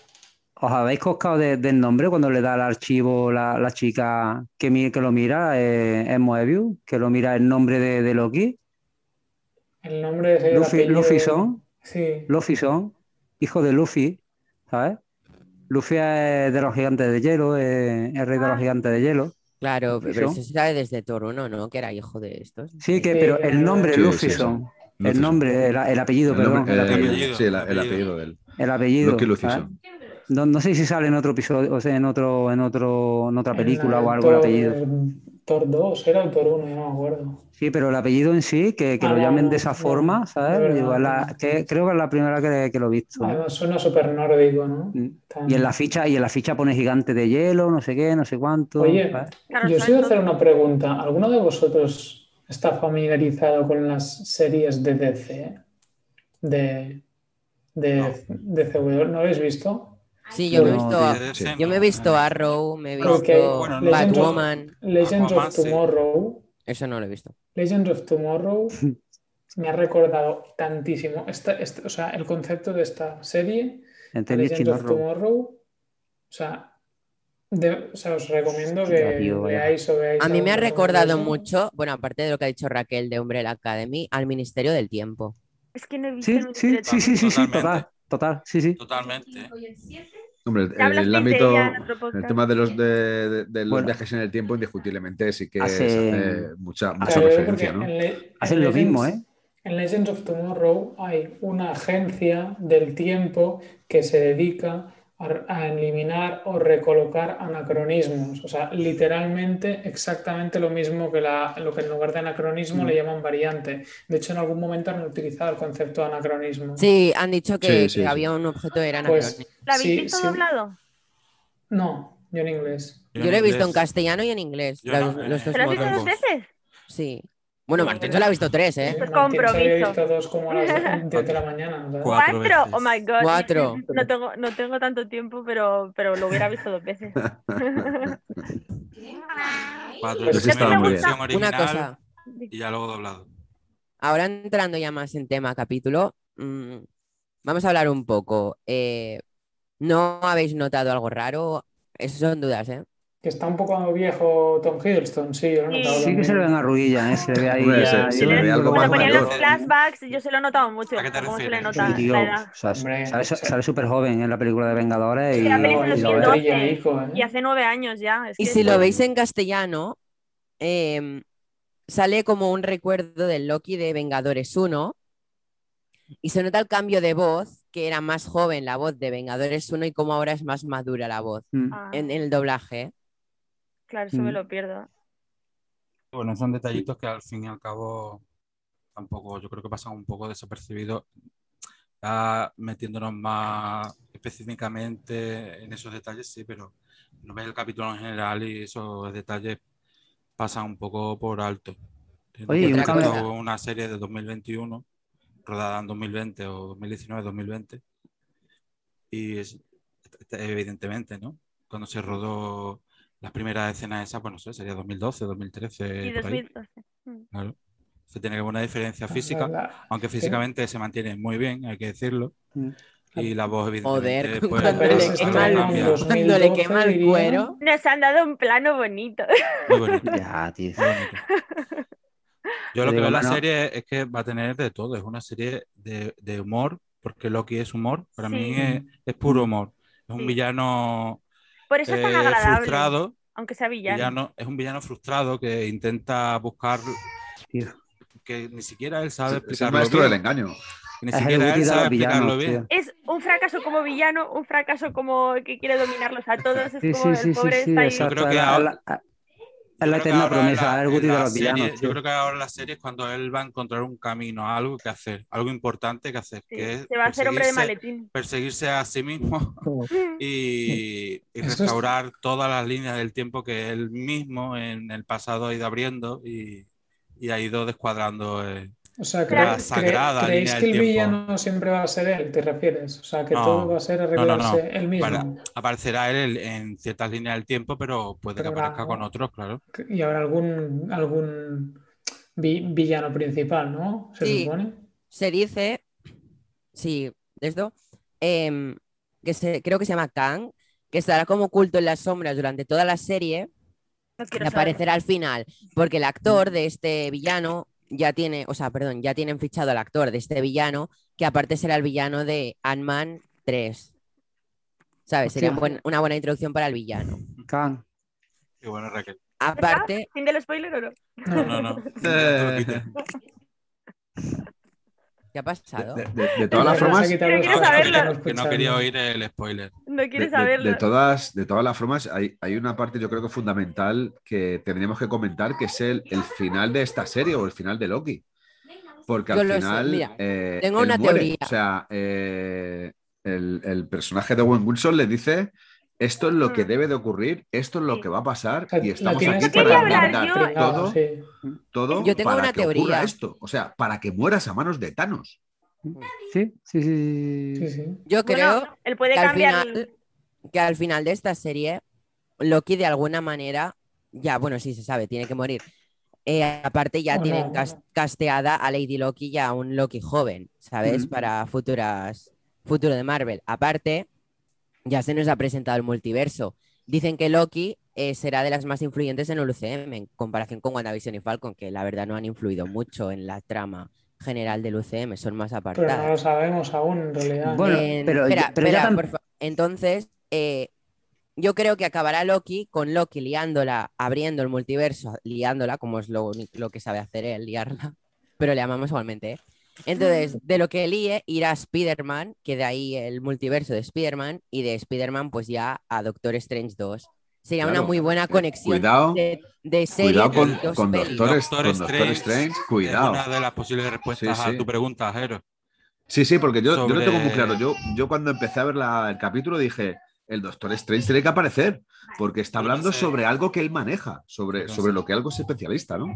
D: ¿Os habéis coscado de- del nombre cuando le da al archivo la, la chica que, mi- que lo mira eh, en Moebius? Que lo mira el nombre de, de Loki.
E: El nombre es el
D: Luffy,
E: apellido-
D: Luffy Son.
E: Sí,
D: Luffy Son, hijo de Luffy, ¿sabes? Luffy es de los gigantes de hielo, eh, el rey de los gigantes de hielo.
A: Claro,
D: Luffy
A: pero
D: Son.
A: eso se sabe desde Thor 1, ¿no? Que era hijo de estos.
D: Sí, que,
E: Sí,
D: pero el nombre
B: sí,
D: Luffy
B: sí, sí.
D: Son.
B: Luffy
D: El
B: Son.
D: nombre, el, el apellido,
B: El
D: perdón.
B: nombre-
D: el
B: eh,
D: apellido.
C: apellido.
B: sí, el, el
C: Apellido.
B: apellido de él.
D: el apellido,
B: Loki Luffy
D: ¿sabes?
B: Son.
D: No, no sé si sale en otro episodio, o sea, en otro, en otro, en otra
E: en la
D: película o
E: de
D: algo el
E: Thor-
D: apellido.
E: Thor 2, era el Thor 1, ya no me acuerdo.
D: Sí, pero el apellido en sí, que, que
E: Ah,
D: lo
E: no,
D: llamen de
E: no,
D: esa
E: no,
D: forma, ¿sabes?
E: de verdad,
D: Digo, la-
E: no. Ah,
D: que- creo que es la primera que, que lo he visto. ¿eh?
E: Además, suena súper nórdico, ¿no?
D: Y
E: Tan-
D: en la ficha, y en la ficha pone gigante de hielo, no sé qué, no sé cuánto.
E: Oye,
D: ¿sabes? (laughs)
G: Claro,
E: Yo os
G: sobre
E: iba a
G: todo-
E: hacer una pregunta. ¿Alguno de vosotros está familiarizado con las series de DC? De, de, de CW, ¿no habéis visto?
A: Sí, yo me he
D: No,
A: visto,
D: tío,
A: a-
C: De
B: sí.
C: DC,
A: yo me he
C: no,
A: visto
C: eh.
A: Arrow, me he
E: Creo
A: visto
E: que-
C: bueno, no.
A: Batwoman.
E: Legends
C: Aquaman,
E: of
C: sí.
E: Tomorrow.
A: Eso no lo he visto.
E: Legends of Tomorrow me ha recordado tantísimo. Esta, esta- o sea, el concepto de esta serie,
D: Entendí
E: Legends of
D: chilorro.
E: Tomorrow. O sea, de- o sea, os recomiendo
D: Hostia,
E: que
D: tío, vaya.
E: veáis o veáis
A: A mí me ha
E: alguna cosa de
A: recordado
E: eso.
A: mucho, bueno, aparte de lo que ha dicho Raquel de Umbrella Academy, al Ministerio del Tiempo.
G: Es que no he visto
D: Sí,
G: el
D: sí,
G: Ministerio
D: sí, sí, sí, sí,
C: Totalmente.
D: total, total, sí, sí.
C: Totalmente.
H: Hoy el 7.
B: Hombre,
G: Ya
B: el,
G: hablasteis de
B: ámbito,
G: ella en otro podcast.
B: el tema de los, de, de- de los
D: Bueno.
B: viajes en el tiempo, indiscutiblemente sí que
D: Hace-
B: se hace mucha, mucha
E: Claro, yo creo
B: referencia,
E: porque
B: ¿no?
E: en Le-
D: Hacen
E: en
D: lo mismo,
E: Legends-
D: ¿eh?
E: En Legends of Tomorrow hay una agencia del tiempo que se dedica a, a eliminar o recolocar anacronismos. O sea, literalmente exactamente lo mismo que la- lo que en lugar de anacronismo
D: Mm.
E: le llaman variante. De hecho, en algún momento han utilizado el concepto de anacronismo.
A: Sí, han dicho que,
B: Sí,
A: que
B: sí,
A: había un objeto era
E: Ah. Pues,
A: anacrónico.
G: ¿La habéis
E: sí,
G: visto
E: sí.
G: doblado?
E: No, yo en inglés.
A: Yo lo he visto en
C: inglés.
A: castellano y en inglés.
C: Yo
A: los,
C: no, eh,
A: los dos
G: ¿Te lo has visto
A: modos.
G: dos veces?
A: Sí. Bueno, Martín se lo ha visto tres, ¿eh?
G: Pues
E: Martín se había
G: compromiso.
E: visto dos como a
G: (laughs)
E: las 10 de la mañana. o sea.
C: Cuatro veces.
G: Oh my god.
A: Cuatro.
G: No tengo, no tengo tanto tiempo, pero, pero lo hubiera visto dos veces.
C: Cuatro.
B: Pues
C: Primero
B: sí estaba
C: la
B: muy bien.
C: versión
A: Una
C: original
A: cosa,
C: Y ya luego doblado.
A: ahora entrando ya más en tema capítulo, mm, vamos a hablar un poco. Eh, ¿no habéis notado algo raro? Esas son dudas, ¿eh?
E: Que está un poco viejo Tom Hiddleston, sí, yo lo he
G: Sí.
E: notado
D: Sí que se le
E: también.
D: ven arruguillas, ¿eh? Se le ve ahí
B: Hombre,
D: ya-
B: (laughs) se-
D: yo
B: se le ve
D: no
B: algo
D: lo
B: más
G: Cuando ponían
D: veo.
B: mayor.
G: los flashbacks, yo se lo he notado mucho.
C: ¿A qué te
G: cómo se le
C: refieres?
G: nota
D: Y
G: la edad.
D: Dios, o sea,
E: Hombre.
D: sale, sale súper joven en la película de Vengadores y,
G: Sí, la película
D: y
G: es
D: lo
G: bien
D: ves.
G: doble.
E: Trillerico, ¿eh?
G: Y hace nueve años ya. es
A: Y
G: que-
A: si lo veis en castellano, em, sale como un recuerdo del Loki de Vengadores 1 y se nota el cambio de voz, que era más joven la voz de Vengadores 1 y como ahora es más madura la voz
D: Mm.
G: Ah,
A: en, en el doblaje.
G: claro, eso me
D: Mm.
G: lo pierdo.
C: Bueno, son detallitos que al fin y al cabo tampoco, yo creo que pasan un poco desapercibidos. Ya metiéndonos más específicamente en esos detalles, sí, pero no ves el capítulo en general y esos detalles pasan un poco por alto. Teniendo
D: Oye,
C: en
A: y
C: cuenta
A: una
C: que
A: cosa.
C: esto es una serie de 2021, rodada en 2020 o 2019-2020, y es- evidentemente, ¿no? Cuando se rodó las primeras escenas esas, pues no sé, sería 2012, 2013.
G: Y
C: Eh, por ahí.
G: 2012.
C: Claro. Se tiene que ver una diferencia física,
E: La-
C: aunque físicamente se mantiene muy bien, hay que decirlo.
D: Mm.
C: Y la voz,
A: Joder,
C: evidentemente, pues,
A: cuando,
E: pero
A: le
E: eso está
A: quema el,
E: mal,
C: cambia.
E: los-
A: cuando le quema el
E: 2012
A: cuero.
G: Nos han dado un plano bonito. (laughs)
C: Muy bonito,
D: Ya, tío.
C: muy bonito. Yo
D: Yo
C: lo que
D: digo,
C: veo en la
D: bueno.
C: serie es que va a tener de todo. Es una serie de, de humor, porque Loki es humor. Para
G: Sí.
C: mí es, es puro humor. Es un
G: Sí.
C: villano
G: Por eso es tan
C: eh,
G: agradable.
C: frustrado.
G: Aunque sea villano.
C: villano- es un villano frustrado que intenta buscar que ni siquiera él sabe
B: Es el
C: explicarlo
B: maestro
C: bien,
B: del engaño.
C: ni
D: Es el
C: siquiera él
D: Woody
C: sabe
D: de los
C: explicarlo
D: villanos,
C: bien.
D: tío.
G: Es un fracaso como villano, un fracaso como que quiere dominarlos a todos. Es
D: Sí,
G: como
D: sí,
G: el
D: sí, sí,
G: pobre
D: sí,
G: está ahí.
D: exacto.
C: creo que
D: es la-
C: ahora-
D: la-
C: Yo
D: es la
C: creo que
D: eterna
C: ahora en
D: promesa,
C: la-
D: es el
C: en
D: Guti de
C: la
D: los
C: serie-
D: villanos,
C: Yo
D: tío.
C: creo que ahora la serie es cuando él va a encontrar un camino, algo que hacer, algo importante que hacer,
G: Sí,
C: que pues es
G: se va a hacer hombre de
C: perseguirse-
G: maletín. (laughs)
C: perseguirse a sí mismo (laughs) y, y
E: Eso es-
C: restaurar todas las líneas del tiempo que él mismo en el pasado ha ido abriendo y, y ha ido descuadrando. eh.
E: O sea,
G: Claro.
E: cre-
G: La
C: sagrada
E: cre- ¿creéis
C: línea
E: que el
C: del tiempo.
E: villano siempre va a ser él? ¿Te refieres? O sea, que
C: No,
E: todo va a ser
C: no, no.
E: arreglarse él mismo.
C: Bueno, aparecerá él en ciertas líneas del tiempo, pero puede que
E: Pero
C: aparezca
E: la-
C: con otros, claro.
E: Y habrá algún, algún vi- villano principal, ¿no? Se
A: Sí.
E: supone.
A: se dice, sí, de esto, em, que se, creo que se llama Kang, que estará como oculto en las sombras durante toda la serie
G: No quiero
A: y
G: saber.
A: aparecerá al final, porque el actor de este villano ya tiene, o sea, perdón, ya tienen fichado al actor de este villano, que aparte será el villano de Ant-Man 3. ¿Sabes? Sería un
D: Hostia.
A: buen- una buena introducción para el villano.
D: Can.
C: Qué
G: (laughs)
C: bueno, Raquel.
A: Aparte,
G: ¿Fin del spoiler o no?
C: No,
E: (laughs)
C: no, no.
G: (laughs)
A: ¿qué ha pasado?
B: De, de- de todas las
E: Pero
B: formas,
E: se ha quitado los
G: Quiero
E: cascos
G: saberlo.
E: para
C: Que no
E: escucharlo.
C: quería oír el spoiler.
G: No
B: de,
G: quieres
B: de-
G: saberlo.
B: de todas, de todas las formas, hay, hay una parte yo creo que fundamental que tendríamos que comentar, que es el, el final de esta serie o el final de Loki. Porque
A: Yo
B: al
A: lo sé,
B: final.
A: mira,
B: eh,
A: tengo
B: él
A: una
B: muere.
A: teoría.
B: O sea, eh, el, el personaje de Owen Wilson le dice: Esto es lo que
C: Hmm.
G: Mm.
B: debe de ocurrir, esto es lo
G: Sí.
B: que va a pasar,
E: O sea,
B: y
E: la
B: estamos aquí
E: tienes
G: Yo quería
B: para
G: hablar
B: blindar
G: yo.
E: Claro,
B: todo,
E: sí.
B: todo
A: Yo tengo
B: para
A: una
B: que ocurra
A: teoría.
B: esto. O sea, para que mueras a manos de Thanos.
D: Sí, sí, sí.
E: Sí,
D: sí.
E: sí.
A: Yo creo
G: Bueno, él puede
A: que al,
G: cambiar.
A: final, que al final de esta serie, Loki de alguna manera, ya, bueno, sí se sabe, tiene que morir. Eh, aparte ya
E: Bueno,
A: tienen
E: bueno.
A: cas- casteada a Lady Loki y a un Loki joven, ¿sabes?
D: Ujú.
A: Para futuras, futuro de Marvel. Aparte, ya se nos ha presentado el multiverso. Dicen que Loki eh, será de las más influyentes en el UCM en comparación con WandaVision y Falcon, que la verdad no han influido mucho en la trama general del UCM, son más
E: Pero
A: apartadas.
E: no lo sabemos aún, en realidad.
D: Bueno,
A: Eh,
D: pero
A: espera,
D: ya- pero ya
A: espera,
D: tam-
A: por fa- Entonces, eh, yo creo que acabará Loki con Loki liándola, abriendo el multiverso, liándola, como es lo, uni- lo que sabe hacer él, liarla. (laughs) Pero le amamos igualmente. ¿eh?
D: Mm.
A: Entonces, de lo que líe, irá Spider-Man, que de ahí el multiverso de Spider-Man, y de Spider-Man, pues ya a Doctor Strange 2. Sería una
B: Claro. eh,
A: muy buena conexión
B: Cuidado.
A: de, de serie
B: Cuidado
A: de
B: con,
A: dos
B: con
A: pelis.
B: Doctor,
C: Doctor
B: con Doctor
C: Strange
B: Strange,
C: Es
B: cuidado.
C: una de las posibles respuestas
B: Sí, sí.
C: a tu pregunta, Jero.
B: Sí, sí, porque yo, yo lo tengo muy
C: Sobre-
B: claro. Yo, yo cuando empecé a ver la- el capítulo dije, el Doctor Strange tiene que aparecer, porque está
C: Yo no
B: hablando
C: sé.
B: sobre algo que él maneja, sobre,
C: Yo no
B: sobre
C: sé.
B: lo que algo es especialista, ¿no?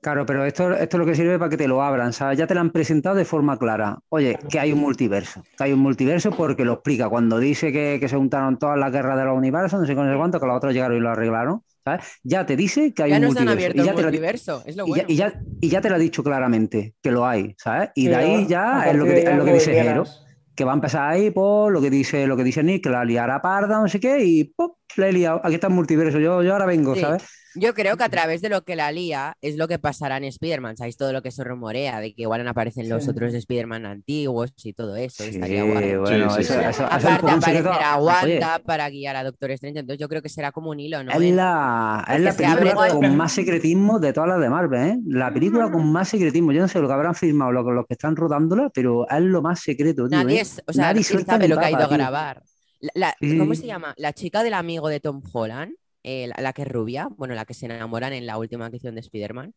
D: Claro, pero esto, esto es lo que sirve para que te lo abran, ¿sabes? Ya te lo han presentado de forma clara. Oye, que hay un multiverso. Que hay un multiverso porque lo explica. Cuando dice que, que se juntaron todas las guerras de los universos, no sé con el cuánto, que los otros llegaron y lo arreglaron, ¿sabes? Ya te dice que hay
A: Ya
D: un
A: nos han
D: multiverso.
A: abierto
D: Y
A: el
D: ya, te lo,
A: multiverso, es lo
D: y ya-
A: bueno.
D: y ya- y ya te lo ha dicho claramente, que lo hay, ¿sabes? Y de
E: Sí,
D: ahí
E: a
D: ya es lo
E: partir
D: que,
E: de
D: es
E: ya
D: lo que
E: no
D: dice Jero.
E: volverás.
D: que va a empezar ahí por lo que dice lo que dice Nick, que la liará parda, no sé qué, y ¡pop! le he liado. Aquí está el multiverso, yo, yo ahora vengo,
A: Sí.
D: ¿sabes?
A: Yo creo que a través de lo que la lía es lo que pasará en Spider-Man. ¿Sabéis todo lo que se rumorea? De que igual aparecen los
E: Sí.
A: otros Spider-Man antiguos y todo eso.
D: Sí,
A: Estaría guay.
D: bueno,
B: Sí, sí,
D: eso-
B: sí.
D: eso- eso es
A: Aparte
D: como un secreto.
A: aparecerá Wanda pues,
D: Oye,
A: para guiar a Doctor Strange. Entonces yo creo que será como un hilo, ¿no?
D: es la, es la
A: Porque se abre Mm.
D: película
A: todo.
D: con más secretismo de todas las de Marvel, ¿eh? La película con más secretismo. Yo no sé lo que habrán firmado los, los que están rodándola, pero es lo más secreto, tío.
A: Nadie,
D: ¿eh?
A: es- o sea,
D: Nadie
A: nadie
D: suelta
A: sabe
D: ni
A: lo que ha ido
D: papa,
A: a
D: tío.
A: grabar. La- la-
D: Sí.
A: ¿Cómo se llama? La chica del amigo de Tom Holland, eh, la, la que es rubia, bueno, la que se enamoran en la última edición de Spider-man.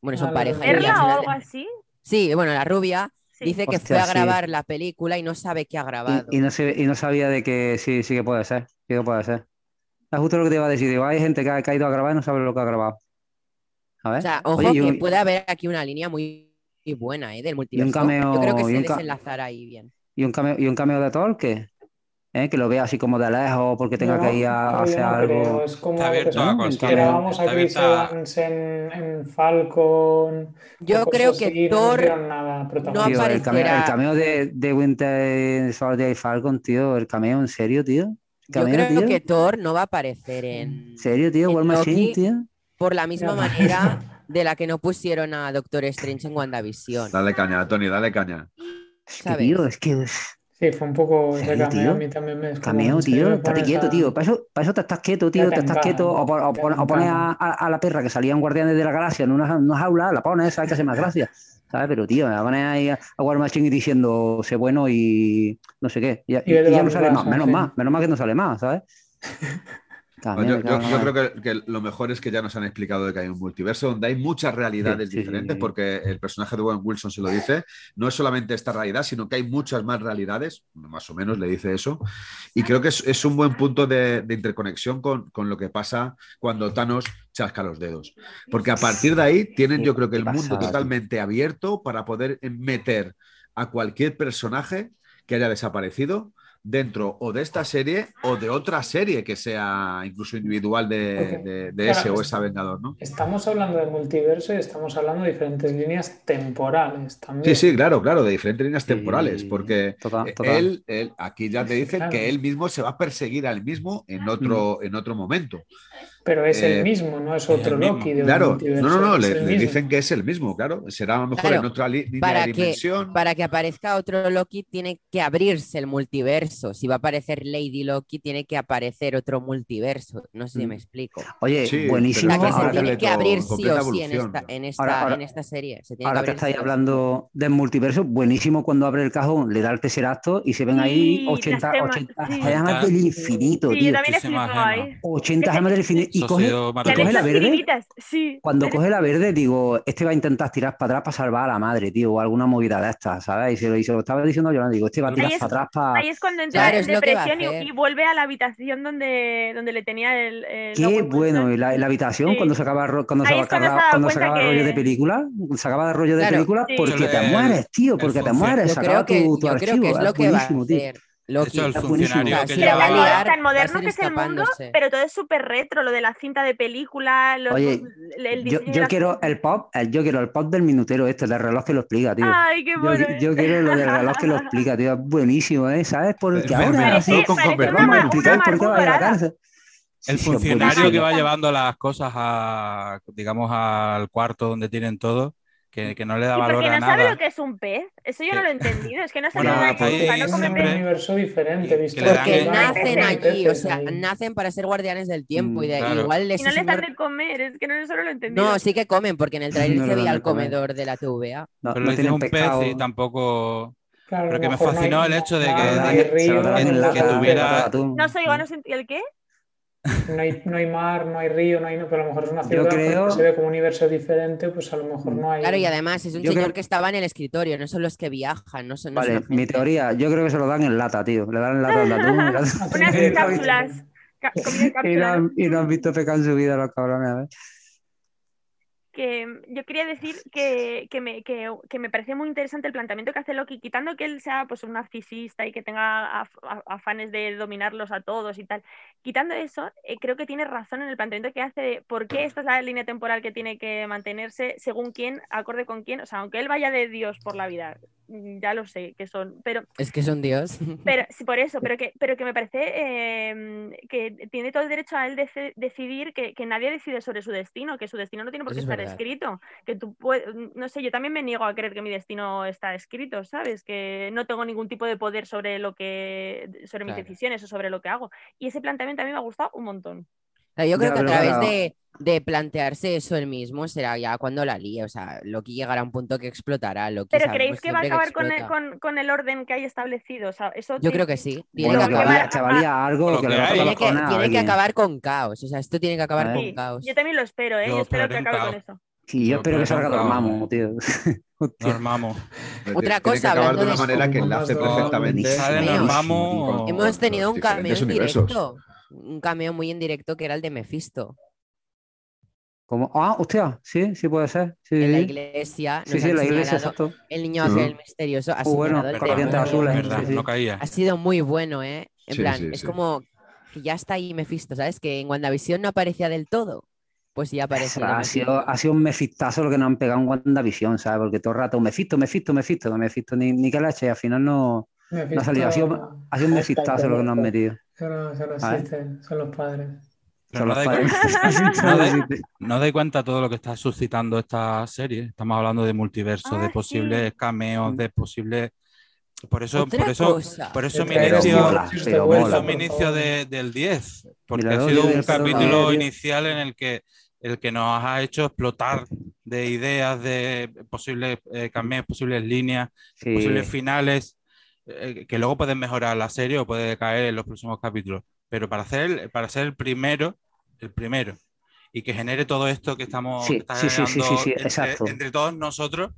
A: Bueno, son
E: Ah, la
A: pareja. y
E: rubia.
A: al
G: ¿Perla o
A: final-
G: algo así?
A: Sí, bueno, la rubia
G: Sí.
A: dice que
D: Hostia,
A: fue a
D: sí.
A: grabar la película y no sabe qué ha grabado.
D: Y, y no sé- y no sabía de que sí, sí que puede ser, sí que puede ser. Es justo lo que te iba a decir, digo, hay gente que ha, que ha ido a grabar y no sabe lo que ha grabado. A ver.
A: O sea, ojo
D: ¿Eh? Oye, y un-
A: que puede haber aquí una línea muy, muy buena ¿eh? del multiverso.
D: cameo-
A: Yo creo que
D: y
A: se
D: un ca-
A: desenlazará ahí bien.
D: ¿Y un cameo, y un cameo de Thor que, ¿eh? que lo vea así como de lejos porque tenga
E: No,
D: que ir a
E: pero yo
D: hacer
E: no creo,
D: algo.
E: Es como
C: Está
E: lo que
C: abierto
D: ¿no?
C: a
D: En
C: cualquiera.
D: cambio,
E: esperábamos
C: Está
E: a Chris
C: abierto a-
E: Evans en, en Falcon.
A: Yo
E: o cosas
A: creo que
E: así, no nos
A: Thor
E: dieron nada protagonista.
D: Tío, el cameo,
A: aparecerá.
D: el cameo de, de Winter Soldier y Falcon, tío, el cameo, en serio, tío.
A: Yo
D: Cameo,
A: creo
D: tío.
A: que Thor no va a aparecer en
D: En serio, tío,
A: en
D: War Machine,
A: Loki-
D: tío.
A: por la misma
E: No. (laughs)
A: manera de la que no pusieron a Doctor Strange en WandaVision.
B: Dale caña, Tony, dale caña.
D: Es que,
A: ¿Sabes?
D: tío, es que es
E: Sí, fue un poco ese
D: Serio,
E: cameo,
D: tío.
E: a mí también me es como,
D: cameo,
E: ¿en serio
D: tío.
E: me
D: Estate
E: pones
D: quieto,
E: a-
D: tío. Para eso, para eso te estás quieto, tío.
E: Ya
D: Te
E: te
D: estás quieto. O, pon- o pon- o pones a, a- a la perra que salía en Guardianes de la Galaxia en una, en una jaula, la pones, sabes que hace más gracia. ¿Sabes? Pero, tío, me la pones ahí a, a War Machine diciendo, sé bueno y no sé qué. Y,
E: Y vete
D: y ya
E: para
D: no
E: tu
D: sale más.
E: casa,
D: Menos
E: sí.
D: más, menos mal que no sale
E: (laughs)
D: más, ¿sabes? Cameo,
B: Yo, yo-
D: cabrón.
B: yo creo que, que lo mejor es que ya nos han explicado de que hay un multiverso donde hay muchas realidades
D: Sí, sí,
B: diferentes,
D: sí.
B: porque el personaje de Owen Wilson se lo dice, no es solamente esta realidad, sino que hay muchas más realidades, más o menos le dice eso, y creo que es, es un buen punto de, de interconexión con, con lo que pasa cuando Thanos chasca los dedos, porque a partir de ahí tienen
D: Qué-
B: yo creo que el
D: qué
B: mundo
D: pasada, tío.
B: totalmente abierto para poder meter a cualquier personaje que haya desaparecido dentro o de esta serie o de otra serie que sea incluso individual de,
E: Ok.
B: de- de
E: Claro,
B: ese o
E: pues-
B: esa Vengador, ¿no?
E: Estamos hablando del multiverso y estamos hablando de diferentes líneas temporales también.
B: Sí, sí, claro, claro, de diferentes líneas
D: Sí.
B: temporales, porque
C: Ah,
D: Total,
B: eh,
D: total.
B: Él, él- aquí ya te dicen
E: Claro.
B: que él mismo se va a perseguir al mismo en otro, en otro momento.
E: Pero es el
B: Eh,
E: mismo, no es
C: el
E: otro
C: mismo.
E: Loki del
B: Claro,
E: multiverso,
B: no, no, no,
E: es
B: le,
E: el
B: le
E: mismo.
B: dicen que es el mismo, claro. Será a lo mejor
A: Claro,
B: en otra li- línea
A: para
B: de
A: que-
B: dimensión.
A: Para que aparezca otro Loki tiene que abrirse el multiverso. Si va a aparecer Lady Loki, tiene que aparecer otro multiverso. No sé si me
D: Mm.
A: explico.
D: Oye,
B: Sí,
A: O
D: buenísimo.
A: sea,
B: pero
A: que
B: no,
A: se
D: Ahora que,
A: tiene
B: completo-
A: que abrir sí
B: completa
A: o sí en
B: evolución.
A: esta, en esta,
D: Ahora- ahora-
A: en esta serie. Se tiene
D: ahora
A: que
D: que
A: abrir sí
D: estáis
A: o sí.
D: hablando del multiverso, buenísimo cuando abre el cajón, le da el tercer acto y se ven ahí
G: Sí,
D: 80,
G: las gemas,
D: 80
G: sí.
D: gemas del infinito,
G: Sí, yo
D: tío.
G: también le
C: muchísimas
G: flipo ahí.
C: gemas.
D: 80 gemas del infinito. Y
C: Eso ha
D: coge,
C: sido
D: y
G: Se han
C: maravilloso.
D: Ah, coge la
G: hecho
D: verde.
G: tiritas, sí. Se
D: Cuando
G: han
D: coge la verde, digo, este va a intentar tirar para atrás para salvar a la madre, tío, o alguna movida de estas, ¿sabes? Y se lo, y se lo estaba diciendo yo, digo, este va a tirar
G: Ahí es-
D: para atrás para.
G: Ahí es cuando entra
A: Claro,
G: en
A: es lo que va a
G: depresión y,
A: hacer.
G: y vuelve a la habitación donde, donde le tenía el. el
D: Qué
G: Lockwood
D: bueno,
G: Mansion.
D: y la, y la habitación,
G: Sí.
D: cuando se acaba, el ro- cuando se
G: Ahí
D: acaba,
G: es cuando se da
D: cuando se
G: cuenta
D: acaba el rollo
G: que-
D: de película, se acaba el rollo de
A: Claro.
D: película,
G: Sí.
D: porque te
C: El-
D: mueres, tío,
C: el
D: porque te
C: funcio-
D: mueres,
A: Yo
D: se
A: creo
D: acaba
A: que,
D: tu, tu
A: yo creo
D: archivo,
A: que es lo que va a
D: buenísimo, tío.
A: hacer Loki.
C: De hecho, el
D: Está
C: funcionario
A: buenísimo.
C: que
A: Sí,
G: Pero
A: va a
G: tan,
C: llevaba...
A: liar.
G: mo- tan moderno
A: ir
G: que es el mundo,
A: escapándose.
G: pero todo es súper retro, lo de la cinta de película, los-
D: Oye,
G: el
D: Yo,
G: diseño de
D: yo
G: las-
D: pliega, el pop, el- yo quiero el pop del minutero este, del reloj que lo explica, tío.
G: Ay, qué
D: Yo,
G: bueno.
D: yo
G: ¿eh?
D: quiero lo del reloj
G: (laughs)
D: que lo explica, tío. Es buenísimo, ¿eh? ¿Sabes? Porque
B: Eh, me- me
D: ahora
B: lanzó
D: sí
G: Parece-
B: con
G: parece
D: te
G: una
D: vamos
G: ma-
D: a
G: una
D: explicar por qué
G: marcu
D: va a ir a la
G: dorada.
D: cárcel.
C: El
D: Sí, sí, es
C: funcionario que
D: buenísimo.
C: va llevando las cosas a, digamos, al cuarto donde tienen todo, que, que no le da
G: Y
C: valor
G: porque
C: a
G: no sabe lo
C: nada.
G: que es un pez. Eso yo
C: Sí.
G: no lo he entendido. Es que no se
C: Bueno,
G: nada de
C: hasta ahí
G: cabeza, no come
E: Es
C: siempre-
E: un
G: pez.
E: universo diferente,
C: Que- que
E: visto
C: le dan
A: Porque
C: el-
A: nacen
G: Peces,
A: allí, o sea,
E: Peces,
A: nacen para ser guardianes del tiempo y de,
C: Mm, claro.
A: igual
G: Y
A: ese
G: no les dan
A: señor-
G: de comer. Es que no, eso no lo he entendido.
A: No, sí que comen, porque en el trailer
D: No le
A: se
D: dan
A: veía
D: de
A: el
D: comer.
A: comedor de la TVA.
C: Pero
D: No, no
C: le tiene
D: tienen
C: un pez
D: pescado.
C: y tampoco...
E: Claro, a
C: Pero
E: lo
C: que me
E: mejor no hay
C: fascinó el hecho de que-
E: nada,
D: Se
E: ni
D: lo traen- se lo
E: río,
D: traen
E: ni
D: en
C: que
D: lata,
C: tuviera-
D: lata de atún.
G: No soy no sentí el qué.
E: No hay, no hay mar, no hay río, no hay, pero a lo mejor es una
D: Yo
E: ciudad pero
D: creo-
E: que se ve como un universo diferente, pues a lo mejor no hay.
A: Claro, y además es un
D: Yo
A: señor
D: creo-
A: que estaba en el escritorio, no son los que viajan, no son. no
D: Vale,
A: son la
D: mi
A: gente.
D: teoría, yo creo que se lo dan en lata, tío. Le dan en lata de atún. (laughs) y
G: Unas
E: Ah,
D: lata- Y no han visto-
G: cápsulas. Ca- comida en
D: Y no,
G: cápsulas.
D: han, y no han visto pescado en su vida los cabrones, a ver.
G: que mm, yo quería decir que, que me, que- que me parece muy interesante el planteamiento que hace Loki, quitando que él sea pues, un narcisista y que tenga af- a- afanes de dominarlos a todos y tal, quitando eso, eh, creo que tiene razón en el planteamiento que hace de por qué esta es la línea temporal que tiene que mantenerse según quién, acorde con quién, o sea, aunque él vaya de Dios por la vida, mm, ya lo sé que son, pero
A: Es que son Dios. (laughs)
G: pero, sí, por eso, pero que, pero que me parece eh, que tiene todo el derecho a él deci- decidir que, que nadie decide sobre su destino, que su destino no tiene por
A: Eso
G: qué
A: es
G: estar
A: verdad.
G: escrito. Que tú puedes, no sé, yo también me niego a creer que mi destino está escrito, ¿sabes? Que no tengo ningún tipo de poder sobre lo que, sobre mis
A: Claro.
G: decisiones o sobre lo que hago. Y ese planteamiento a mí me ha gustado un montón.
A: O sea, yo creo
D: Ya,
A: que a
D: pero
A: través
D: claro.
A: de, de plantearse eso él mismo será ya cuando la líe. O sea, Loki llegará a un punto que explotará. Loki
G: Pero
A: sabemos
G: ¿creéis que va a
A: siempre
G: acabar con el,
A: pues explota.
G: con- con el orden que hay establecido? O sea, eso
A: Yo
G: te-
A: creo que sí. Tiene,
D: Bueno,
A: que,
D: que
A: acabar,
D: valía, que valía algo
C: Lo
D: que le
C: que
D: va a
C: hay.
A: tiene
D: tocar los
A: que-
D: cojones a
A: tiene que
D: alguien.
A: acabar con caos. O sea, esto tiene que acabar
D: Sí,
A: con
G: Sí,
A: caos.
G: yo también lo espero, ¿eh?
C: Yo
G: Yo espero que
C: esperaré un
G: acabe con
C: caos.
G: eso.
D: Sí, yo
C: Yo
D: espero
C: creo
D: que
C: que
D: salga
C: nunca
D: Dormamo, tío. Hostia.
C: Dormamos.
B: eh, Tiene
A: Otra
B: que
A: cosa,
B: acabar
A: hablando
B: de una
A: de
B: manera que
E: eso,
B: enlace
E: con-
B: perfectamente.
A: Sale
B: con-
C: Dormammu
B: con-
C: o-
B: con
A: Hemos tenido
B: los
A: un cameo
B: diferentes
A: en
B: universos.
A: directo. Un cameo muy en directo que era el de Mephisto.
D: Como, ah, hostia, sí, sí puede ser. Sí,
A: En la
D: sí.
A: iglesia.
D: Sí,
A: nos
D: sí,
A: han
D: la iglesia,
A: señalado
D: exacto.
A: El niño
B: Ujú.
A: aquel misterioso ha
D: Muy bueno,
A: señalado el
D: con los dientes
A: demonio.
D: azules,
C: Verdad,
D: sí, sí.
C: no caía.
A: Ha sido muy bueno, ¿eh? En
B: Sí,
A: plan,
B: sí,
A: es
B: sí.
A: como que ya está ahí Mephisto, ¿sabes? Que en WandaVision no aparecía del todo. Pues ya aparece.
D: O sea,
A: lo
D: ha,
A: Mephisto.
D: sido, ha sido un mefistazo lo que nos han pegado en WandaVision, ¿sabes? Porque todo el rato, mefisto, mefisto, mefisto, mefisto, ni, ni que la eche, y al final no.
E: Mephisto-
D: no ha salido, ha sido- Ha sido un
F: Hashtag
D: mefistazo lo que nos han metido.
E: eso no- eso no
D: Ah, ¿eh?
E: existe, son los padres.
C: Pero
D: Son
C: no
D: los
C: da
D: padres.
C: (laughs)
D: (laughs)
C: No doy, no doy cuenta todo lo que está suscitando esta serie. Estamos hablando de multiverso,
G: Ah,
C: de
G: sí.
C: posibles cameos, de posibles. Por eso,
A: Otra
C: por eso,
A: cosa.
C: por eso mi
E: Pero
C: inicio,
D: mola,
E: Mephisto
D: pero
C: por
E: vuelta,
C: eso
E: por
D: mola.
C: mi inicio
E: favor.
C: de- del 10, porque
D: Mira,
C: ha
D: no,
C: sido
D: tío,
C: un
D: eso no
C: capítulo
D: vale, tío.
C: inicial en el que el que nos ha hecho explotar de ideas, de posibles eh, cameos, posibles líneas,
D: Sí.
C: posibles finales, eh, que luego pueden mejorar la serie o puede caer en los próximos capítulos. Pero para hacer el- para ser el primero, el primero, y que genere todo esto que estamos
D: Sí,
C: que está
D: sí, sí, sí,
C: generando
D: sí, sí,
C: entre,
D: exacto.
C: entre todos nosotros,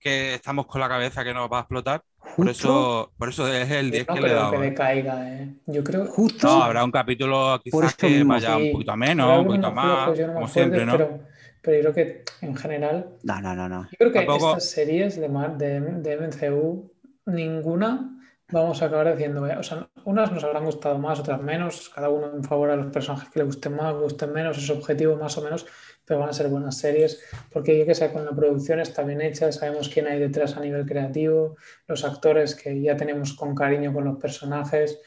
C: que estamos con la cabeza que nos va a explotar. Por
D: Justo,
C: eso, por eso es el 10
E: Yo
C: que
E: no
C: le he
E: creo
C: dado.
E: que decaiga, ¿eh? Yo creo.
D: justo.
C: No, habrá un capítulo
D: Por
C: quizás
D: eso
C: que
D: mismo.
C: vaya un
E: Sí,
C: poquito
E: habrá
C: menos, un poquito
E: algunos
C: más,
E: flojos y unos
C: como
E: más
C: siempre,
E: fuertes,
C: ¿no?
E: Pero, pero yo creo que en general,
D: No, no, no, no.
E: yo creo que
C: Tampoco-
E: estas series de, Mar- de, de MCU, ninguna vamos a acabar diciendo, eh, o sea, unas nos habrán gustado más, otras menos, cada uno en favor a los personajes que le gusten más, gusten menos, es objetivo más o menos, pero van a ser buenas series, porque yo que sé, con la producción está bien hecha, sabemos quién hay detrás a nivel creativo, los actores que ya tenemos con cariño con los personajes,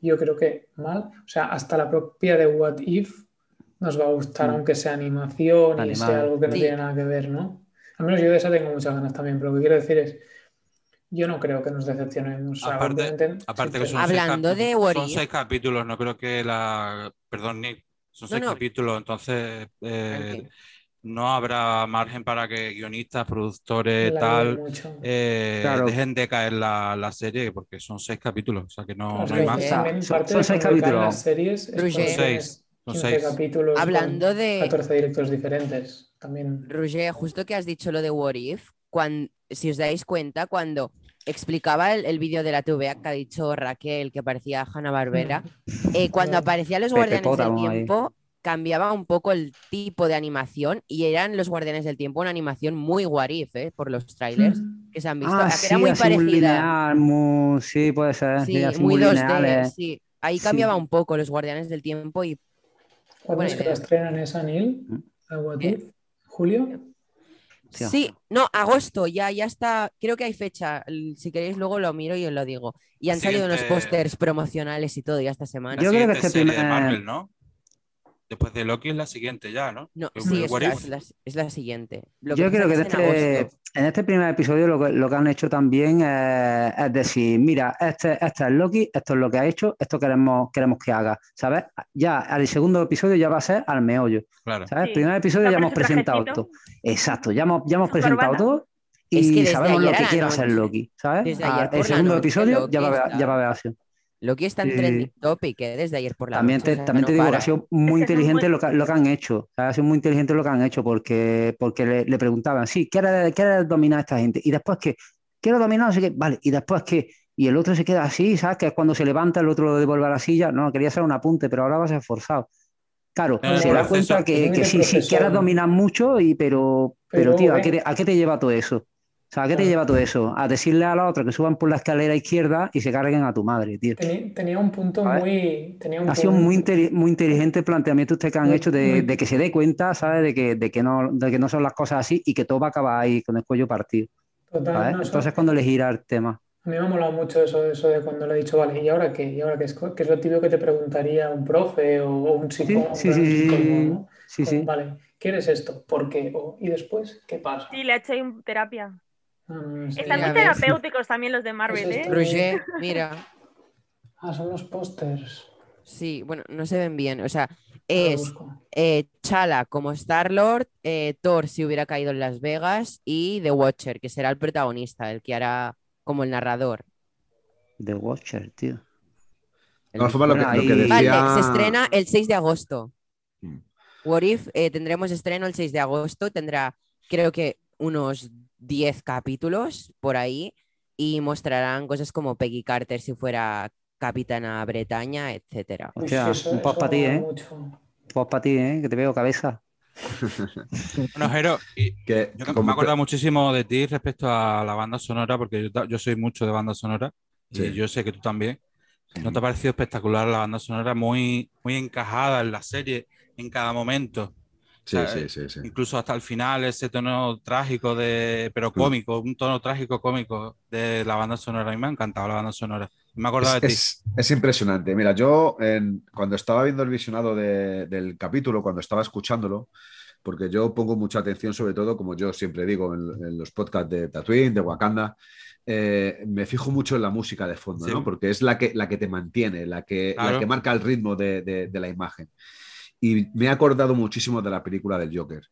E: yo creo que mal, o sea, hasta la propia de What If nos va a gustar,
D: Mm.
E: aunque sea animación y
D: Animada.
E: sea algo que no
A: Sí.
E: tiene nada que ver, ¿no? Al menos yo de esa tengo muchas ganas también, pero lo que quiero decir es, yo no creo que nos decepcionemos. o sea,
C: Aparte-
E: obviamente,
C: Aparte
E: sí,
C: que
E: pero-
C: son,
A: Hablando
C: seis, cap-
A: de What
C: son
A: If.
C: seis capítulos, no creo que la... Perdón, Nick, son
A: No,
C: seis
A: no.
C: capítulos, entonces eh,
A: Tranqui.
C: no habrá margen para que guionistas, productores,
E: la
C: tal,
E: dudo mucho.
C: eh,
D: Claro.
C: dejen de caer la, la serie, porque son seis capítulos, o sea que no,
E: Claro,
C: no
E: es
C: hay
E: que
C: más.
A: sí.
E: también
D: Son-
E: parte
D: son
E: de
D: seis
E: cuando caen
D: capítulos.
E: las series es cuando
A: Son
E: tienes
C: seis, son
E: 15
C: seis.
E: capítulos con
A: Hablando de,
E: 14 directores diferentes. También
A: Roger, justo que has dicho lo de What If, cuan- si os dais cuenta, cuando explicaba el, el vídeo de la TVA que ha dicho Raquel, que parecía
E: Mm.
A: Hanna-Barbera, eh, cuando
E: Claro.
A: aparecían los
D: Pepe
A: Guardianes del
D: Pótamo ahí.
A: Tiempo, cambiaba un poco el tipo de animación y eran los Guardianes del Tiempo una animación muy What If, eh, por los trailers que se han visto.
D: Ah,
A: a que
D: sí,
A: era muy
D: así muy
A: parecida.
D: lineal, muy- sí, puede ser.
A: Sí,
D: sí, así eh.
A: muy
D: muy
A: 2D,
D: lineales.
A: sí. Ahí
D: Sí.
A: cambiaba un poco los Guardianes del Tiempo y
E: ¿Cuándo
A: Buena
D: eh,
E: es que
A: idea.
E: la estrenan esa, Neil?
D: Mm.
E: ¿A What If? ¿Julio?
D: Sí.
A: Sí, no, agosto, ya, ya está, creo que hay fecha. el- Si queréis, luego lo miro y os lo digo. Y han salido unos
C: Siguiente.
A: pósters promocionales y todo ya esta
C: La
A: semana.
D: Yo creo que
C: siguiente
D: este
C: serie de
D: primer-
C: Marvel, ¿no? Después de Loki es la siguiente ya, ¿no?
A: No,
C: Yo
A: sí,
C: creo
A: es
C: What
A: la,
C: If.
A: es la- es la siguiente. Lo
D: Yo
A: pasa
D: creo que
A: es
D: de
A: en
D: este,
A: agosto.
D: en este primer episodio lo que, lo que han hecho también eh, es decir, mira, este, este es Loki, esto es lo que ha hecho, esto queremos, queremos que haga, ¿sabes? Ya al segundo episodio ya va a ser al meollo,
C: Claro.
D: ¿sabes?
G: Sí.
D: primer episodio
G: Va
D: ya
G: con
D: hemos
G: su
D: presentado
G: trajecito.
D: todo. Exacto, ya hemos, ya hemos
G: Su
D: presentado
G: corbata.
D: todo y
A: Es que desde
D: sabemos lo
A: ayer
D: que
A: a la
D: quiere hacer
A: noche,
D: Loki, ¿sabes?
A: desde
D: Ah,
A: ayer por
D: el
A: la
D: segundo
A: noche
D: episodio
A: Loki
D: ya va, a ver-
A: está.
D: ya va a haber acción.
A: Loki está en
D: Sí.
A: trending topic eh, desde ayer por la
D: También
A: noche,
D: te,
A: o sea,
D: también
A: no
D: te digo que
A: para. (laughs)
D: ha sido muy
G: Es que son
D: inteligente
G: muy-
D: lo que, lo que han hecho. o sea, ha sido muy inteligente lo que han hecho porque, porque le, le preguntaban, sí, ¿quieres, quieres dominar a esta gente? Y después que, quiero dominar, no sé qué, vale, y después que, y el otro se queda así, ¿sabes? Que es cuando se levanta, el otro lo devuelve a la silla. No, quería hacer un apunte, pero ahora vas a ser forzado. Claro,
C: En el
D: se da
C: proceso.
D: cuenta que,
E: En
D: que
E: el
D: sí, sí,
E: proceso.
D: quieres dominar mucho, y, pero, pero,
E: Pero,
D: tío, ¿a
E: eh.
D: qué, te- ¿a qué te lleva todo eso? O sea, ¿a qué te
E: Claro.
D: lleva todo eso? A decirle a la otra que suban por la escalera izquierda y se carguen a tu madre, tío.
E: Teni- Tenía un punto
D: A ver.
E: muy. Tenía un
D: Ha sido
E: punto-
D: muy, inteli- muy inteligente el planteamiento usted que han
E: Muy-
D: hecho de,
E: muy-
D: de que se dé cuenta, ¿sabes? De que, de, que no, de que no son las cosas así y que todo va a acabar ahí con el cuello partido,
E: total,
D: ¿sabes?
E: no, eso-
D: Entonces cuando le gira el tema.
E: A mí me ha molado mucho eso, eso de cuando le he dicho, vale, ¿y ahora qué? ¿Y ahora qué es, co- que es lo típico que te preguntaría un profe o, o un psicólogo?
D: sí, sí, sí, sí.
E: ¿no?
D: Sí,
E: Como,
D: sí.
E: Vale, ¿quieres esto? ¿Por qué? O, ¿y después? ¿Qué pasa? Ah,
G: Sí, le ha hecho ahí un- terapia.
E: No, no, este no sé.
G: Están
A: ya
G: muy
A: ves.
G: terapéuticos también los de Marvel,
E: Eso
G: ¿eh?
E: está-
A: Roger, mira,
E: Ah, son los pósters.
A: sí, bueno, no se ven bien. O sea,
E: Ahora lo
A: es
E: busco.
A: eh, Chala como Star-Lord, eh, Thor si hubiera caído en Las Vegas y The Watcher, que será el protagonista, el que hará como el narrador.
D: The Watcher, tío.
B: De
A: el
B: todas formas, lo que,
D: Bueno,
B: lo que
D: ahí-
A: Vale,
B: decía.
A: se estrena el 6 de agosto.
B: Mm.
A: What If eh, tendremos estreno el 6 de agosto, tendrá creo que unos 10 capítulos por ahí y mostrarán cosas como Peggy Carter si fuera capitana Bretaña, etcétera.
E: Uy,
D: Hostia,
E: eso-
D: un post
E: eso
D: para ti,
E: mola
D: ¿eh?
E: mucho.
D: Pues para ti, ¿eh? Que te veo cabeza.
C: Bueno, Jero, y
B: que,
C: yo
B: que
C: me
B: como-
C: he acordado muchísimo de ti respecto a la banda sonora, porque yo, ta- yo soy mucho de banda sonora y
B: Sí.
C: yo sé que tú también. ¿No te ha parecido espectacular la banda sonora? Muy, muy encajada en la serie, en cada momento.
B: Sí, sí, sí, sí.
C: Incluso hasta el final, ese tono trágico, de, pero
B: Sí.
C: cómico, un tono trágico cómico de la banda sonora. A mí me ha encantado la banda sonora. Me he acordado
B: Es,
C: de ti.
B: es- es impresionante. Mira, yo en- cuando estaba viendo el visionado de- del capítulo, cuando estaba escuchándolo, porque yo pongo mucha atención, sobre todo, como yo siempre digo en, en los podcasts de Tatooine, de Wakanda, eh, me fijo mucho en la música de fondo,
C: Sí.
B: ¿no? Porque es la que, la que te mantiene, la que, la
C: Claro.
B: que marca el ritmo de, de- de la imagen. Y me he acordado muchísimo de la película del Joker.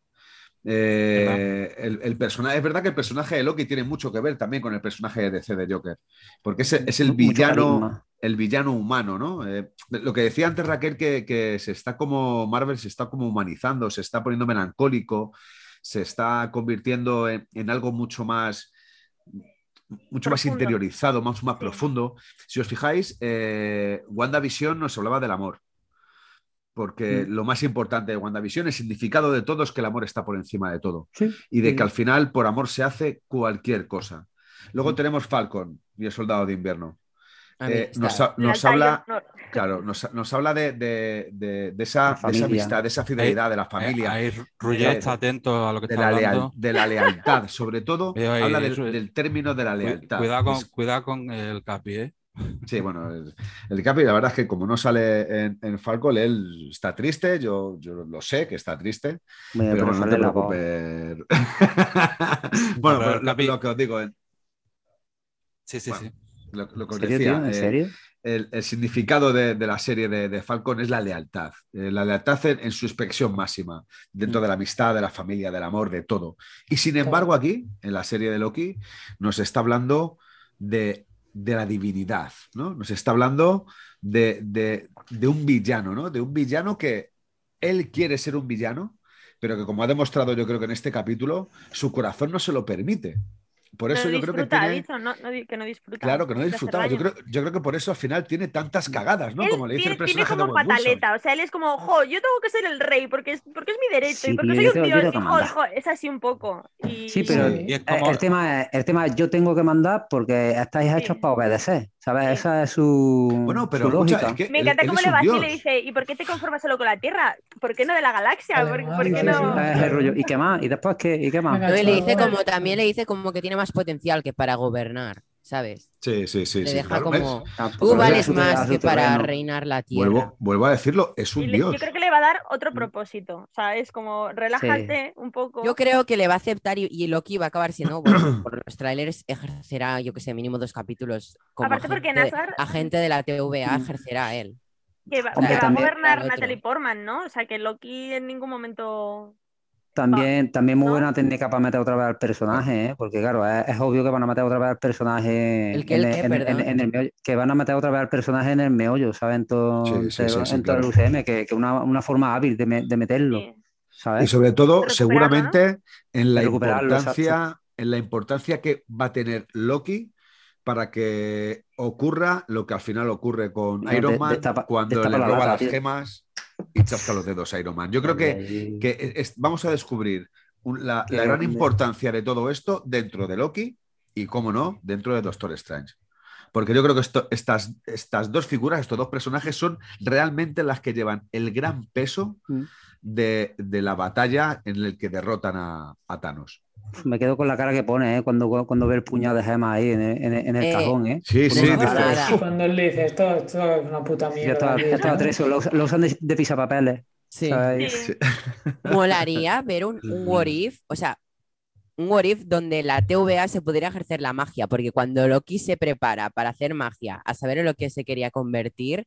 B: Eh, el, el personaje, es verdad que el personaje de Loki tiene mucho que ver también con el personaje de DC de Joker, porque es, es el
D: Mucho
B: villano
D: carisma.
B: el villano humano, ¿no? Eh, lo que decía antes Raquel, que, que se está como, Marvel se está como humanizando, se está poniendo melancólico, se está convirtiendo en, en algo mucho más, mucho más
G: Profundo.
B: interiorizado, más, más
G: Sí.
B: profundo. Si os fijáis, eh, WandaVision nos hablaba del amor, porque
G: Mm.
B: lo más importante de WandaVision, el significado de todo es que el amor está por encima de todo
D: Sí,
B: y de
D: sí.
B: que al final por amor se hace cualquier cosa. Luego tenemos Falcon y el Soldado de Invierno.
A: A mí
B: Eh,
A: está.
B: nos, ha- nos
A: (laughs)
G: Altair,
B: habla,
G: no.
B: claro, nos, nos habla de, de- de- de esa,
D: La
B: de esa
D: familia.
B: amistad, de esa fidelidad, de la familia.
C: Ahí Rugger
B: Eh,
C: está atento a lo que
B: de
C: está
B: la, leal-
C: hablando.
B: de la lealtad, sobre todo
C: Veo ahí,
B: habla del,
C: eso es.
B: del término de la
C: Cu-
B: lealtad.
C: Cuidado con,
B: Es-
C: cuidado con el capi, ¿eh?
B: sí, bueno, el, el Capi, la verdad es que como no sale en, en Falcon, él está triste, yo, yo lo sé que está triste, pero,
D: Me- pero
B: bueno, no
D: sale
B: te
D: la voz.
B: (laughs) preocupes.
C: No,
B: bueno, pero
C: pero Capi-
B: lo que os digo, eh,
C: Sí, sí,
B: Bueno,
C: sí.
B: lo, lo que
D: ¿En
B: os
D: serio,
B: decía,
D: tío? ¿En
B: eh,
D: serio?
B: el, el significado de, de la serie de, de Falcon es la lealtad. Eh, la lealtad en, en su expresión máxima, dentro de la amistad, de la familia, del amor, de todo. Y sin embargo, aquí, en la serie de Loki, nos está hablando de, de la divinidad, ¿no? Nos está hablando de, de- de un villano, ¿no? De un villano que él quiere ser un villano, pero que como ha demostrado yo creo que en este capítulo, su corazón no se lo permite. Por eso
G: no
B: yo creo que
G: disfruta, ha
B: tiene...
G: dicho, no, no di- que no disfruta.
B: Claro, que no
G: de hacer
B: disfrutaba. Yo
G: daño.
B: creo, yo creo que por eso al final tiene tantas cagadas, ¿no?
G: Él
B: Como le dice
G: tiene,
B: el personaje
G: tiene como
B: de Owen Wilson.
G: pataleta, o sea, él es como, jo, yo tengo que ser el rey porque es, porque es mi derecho
D: Sí,
G: y porque
D: yo
G: soy un
D: tengo- yo
G: dios,
D: tengo
G: y
D: que
G: jo,
D: mandar.
G: jo, es así un poco. Y-
D: Sí, pero-
E: Sí.
C: Y es
D: Eh,
C: como,
D: El tema, es- el tema es yo tengo que mandar porque estáis
G: Sí.
D: hechos para obedecer, ¿sabes?
G: Sí.
D: Esa es su,
B: Bueno, pero
D: su
B: escucha,
D: lógica.
B: es que
G: Me
B: él-
G: encanta
B: él
G: cómo
B: es
G: le
B: un
G: va así y
B: dios.
G: le dice, ¿y por qué te conformas solo con la Tierra? ¿Por qué no de la galaxia? ¿Por,
E: Además,
G: por qué
E: sí,
G: no?
E: sí,
D: Ese es el rollo. ¿Y qué más? ¿Y después qué? ¿Y qué más?
E: Venga,
A: No, y le dice
E: chaval.
A: como, también le dice como que tiene más potencial que para gobernar, ¿sabes?
B: Sí, sí, sí.
A: Le
B: sí,
A: deja
B: claro,
A: como,
B: ¿ves?
A: tú
D: Tampoco
B: Vuelve a
A: vales
D: su- a
A: más
D: su
A: que para
D: terreno.
A: reinar la tierra.
B: Vuelvo, vuelvo a decirlo, es
G: Y
B: un
G: le-
B: dios. Mm.
G: yo creo que le va a dar otro propósito, o sea, es como, relájate un poco.
A: Yo creo que le va a aceptar y, y Loki va a acabar siendo,
D: (clears throat)
A: bueno, pues por los trailers, ejercerá, yo que sé, mínimo dos capítulos como
G: Aparte porque
A: agente,
G: Nazar-
A: agente de la TVA
D: Mm.
A: ejercerá él.
G: que va,
D: Hombre,
G: que va a
D: también-
G: gobernar
A: Otro.
G: Natalie Portman, ¿no? O sea, que Loki en ningún momento...
D: También, también muy
G: ¿no?
D: buena técnica para meter otra vez al personaje, ¿eh? porque claro, es, es obvio que van a meter otra vez al personaje
A: ¿El qué,
D: en
A: el qué,
D: en- en-
A: perdón?
D: en el meollo, que van a meter otra vez al personaje en el meollo, ¿sabes? En todo,
B: Sí, sí,
D: en
B: sí,
D: todo-
B: sí,
D: en todo
B: claro.
D: el UCM, que, que una, una forma hábil de, me- de meterlo,
G: sí.
D: ¿sabes?
B: Y sobre todo,
G: Recuperarlo,
B: seguramente, en la
D: Recuperarlo,
B: importancia, en la importancia que va a tener Loki para que ocurra lo que al final ocurre con
D: No,
B: Iron
D: de-
B: Man
D: destapa-
B: cuando
D: destapa
B: le
D: la
B: roba
D: lata,
B: las
D: tío.
B: gemas y chasca los dedos a Iron Man. Yo creo que
D: Ahí-
B: que e, es- es- vamos a descubrir un- la,
D: Que
B: la gran
D: le-
B: importancia de todo esto dentro de Loki y, cómo no, dentro de Doctor Strange. Porque yo creo que esto- estas, estas dos figuras, estos dos personajes son realmente las que llevan el gran peso
D: Mm.
B: de, de la batalla en el que derrotan a, a Thanos.
D: me quedo con la cara que pone ¿eh? cuando, cuando ve el puñado de gemas ahí en el, en el- en el
A: Eh,
D: cajón. ¿eh?
B: Sí,
A: sí,
B: sí,
A: dice- nada.
E: Cuando él le dice, esto, esto es una puta mierda.
D: Ya estaba,
E: tío,
D: ya estaba
E: ¿no?
D: tres, lo, usan- lo usan de, de pisapapeles.
A: Sí.
D: (laughs) ¿sabes?
G: Sí.
A: Molaría ver un,
D: Mm.
A: un what if, o sea, un what if donde la TVA se pudiera ejercer la magia, porque cuando Loki se prepara para hacer magia, a saber en lo que se quería convertir,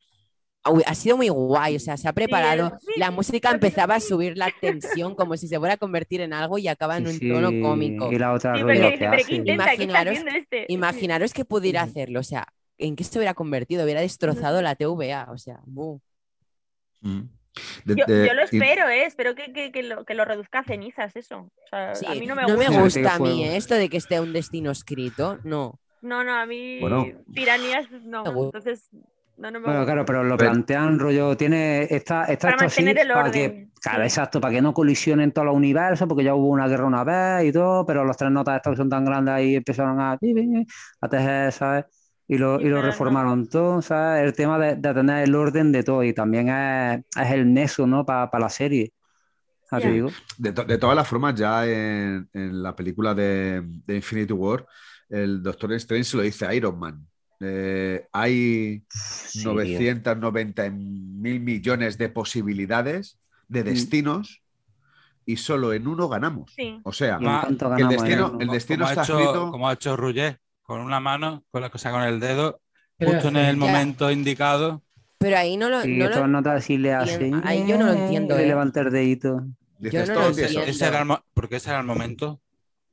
A: au- ha sido muy guay, o sea, se ha preparado,
G: Sí,
A: la
G: sí,
A: música
G: porque-
A: empezaba a subir la tensión como si se fuera a convertir en algo y acaba en
D: Sí,
A: un
D: sí.
A: tono cómico.
D: Y la otra
G: Sí,
D: rollo,
G: porque
D: ¿qué
G: dice, pero
D: hace?
G: ¿qué intenta? ¿Qué está
A: Imaginaros-
G: haciendo este? Sí.
A: Imaginaros que pudiera
D: Ujú.
A: hacerlo, o sea, ¿en qué se hubiera convertido? Hubiera destrozado la TVA, o sea, buh.
B: Mm. De-
G: Yo,
B: de-
G: yo lo
B: y-
G: espero, ¿eh? Espero que, que- que lo, que lo reduzca a cenizas, eso. O sea,
A: Sí,
G: a mí no me
A: no
G: gusta.
A: me
D: Sí,
A: gusta a
D: fuego.
A: mí eh, esto de que esté un destino escrito, no.
G: No, no, a mí
B: Bueno.
G: tiranías no.
A: Me gusta.
G: Entonces, no, no me
D: Bueno,
G: gusta.
D: claro, pero lo
B: Pero-
D: plantean rollo, tiene, está, está
G: Para
D: esto así
G: mantener el
D: para
G: orden,
D: que, claro,
G: sí.
D: exacto, para que no colisionen todos los universos, porque ya hubo una guerra una vez y todo, pero las tres notas estas que son tan grandes ahí empezaron a, a tejer, ¿sabes? Y lo,
G: Sí,
D: y
G: pero
D: lo
G: no.
D: reformaron todo, ¿sabes? El tema de, de tener el orden de todo y también es, es el nexo, ¿no? Para la serie, ya te
G: Ya.
D: digo.
B: De, to- de todas las formas, ya en, en la película de, de Infinity War, el Doctor Strange se lo dice a Iron Man. Eh, hay
D: Sí, tío.
B: 990 mil millones de posibilidades, de destinos, y solo en uno ganamos.
G: Sí.
B: O sea,
D: Y en
C: Ah,
D: cuanto
B: que el
D: ganamos en
B: destino,
D: uno.
B: el destino
C: como, ha
B: está
C: hecho,
B: escrito.
C: como ha hecho Rugger, con una mano, con la cosa con el dedo,
E: ¿Qué le
C: justo en
E: hace?
A: Ya.
C: el momento indicado.
A: Pero ahí no lo,
D: Y
A: no lo-
D: otras notas así le
A: entiendo.
D: hacen,
A: Ahí yo no lo entiendo,
D: le
A: ¿eh?
D: levanta el dedito.
B: Dices
A: no lo
B: todo
A: entiendo.
B: tieso.
C: Ese- ese era el mo- porque ese era el momento.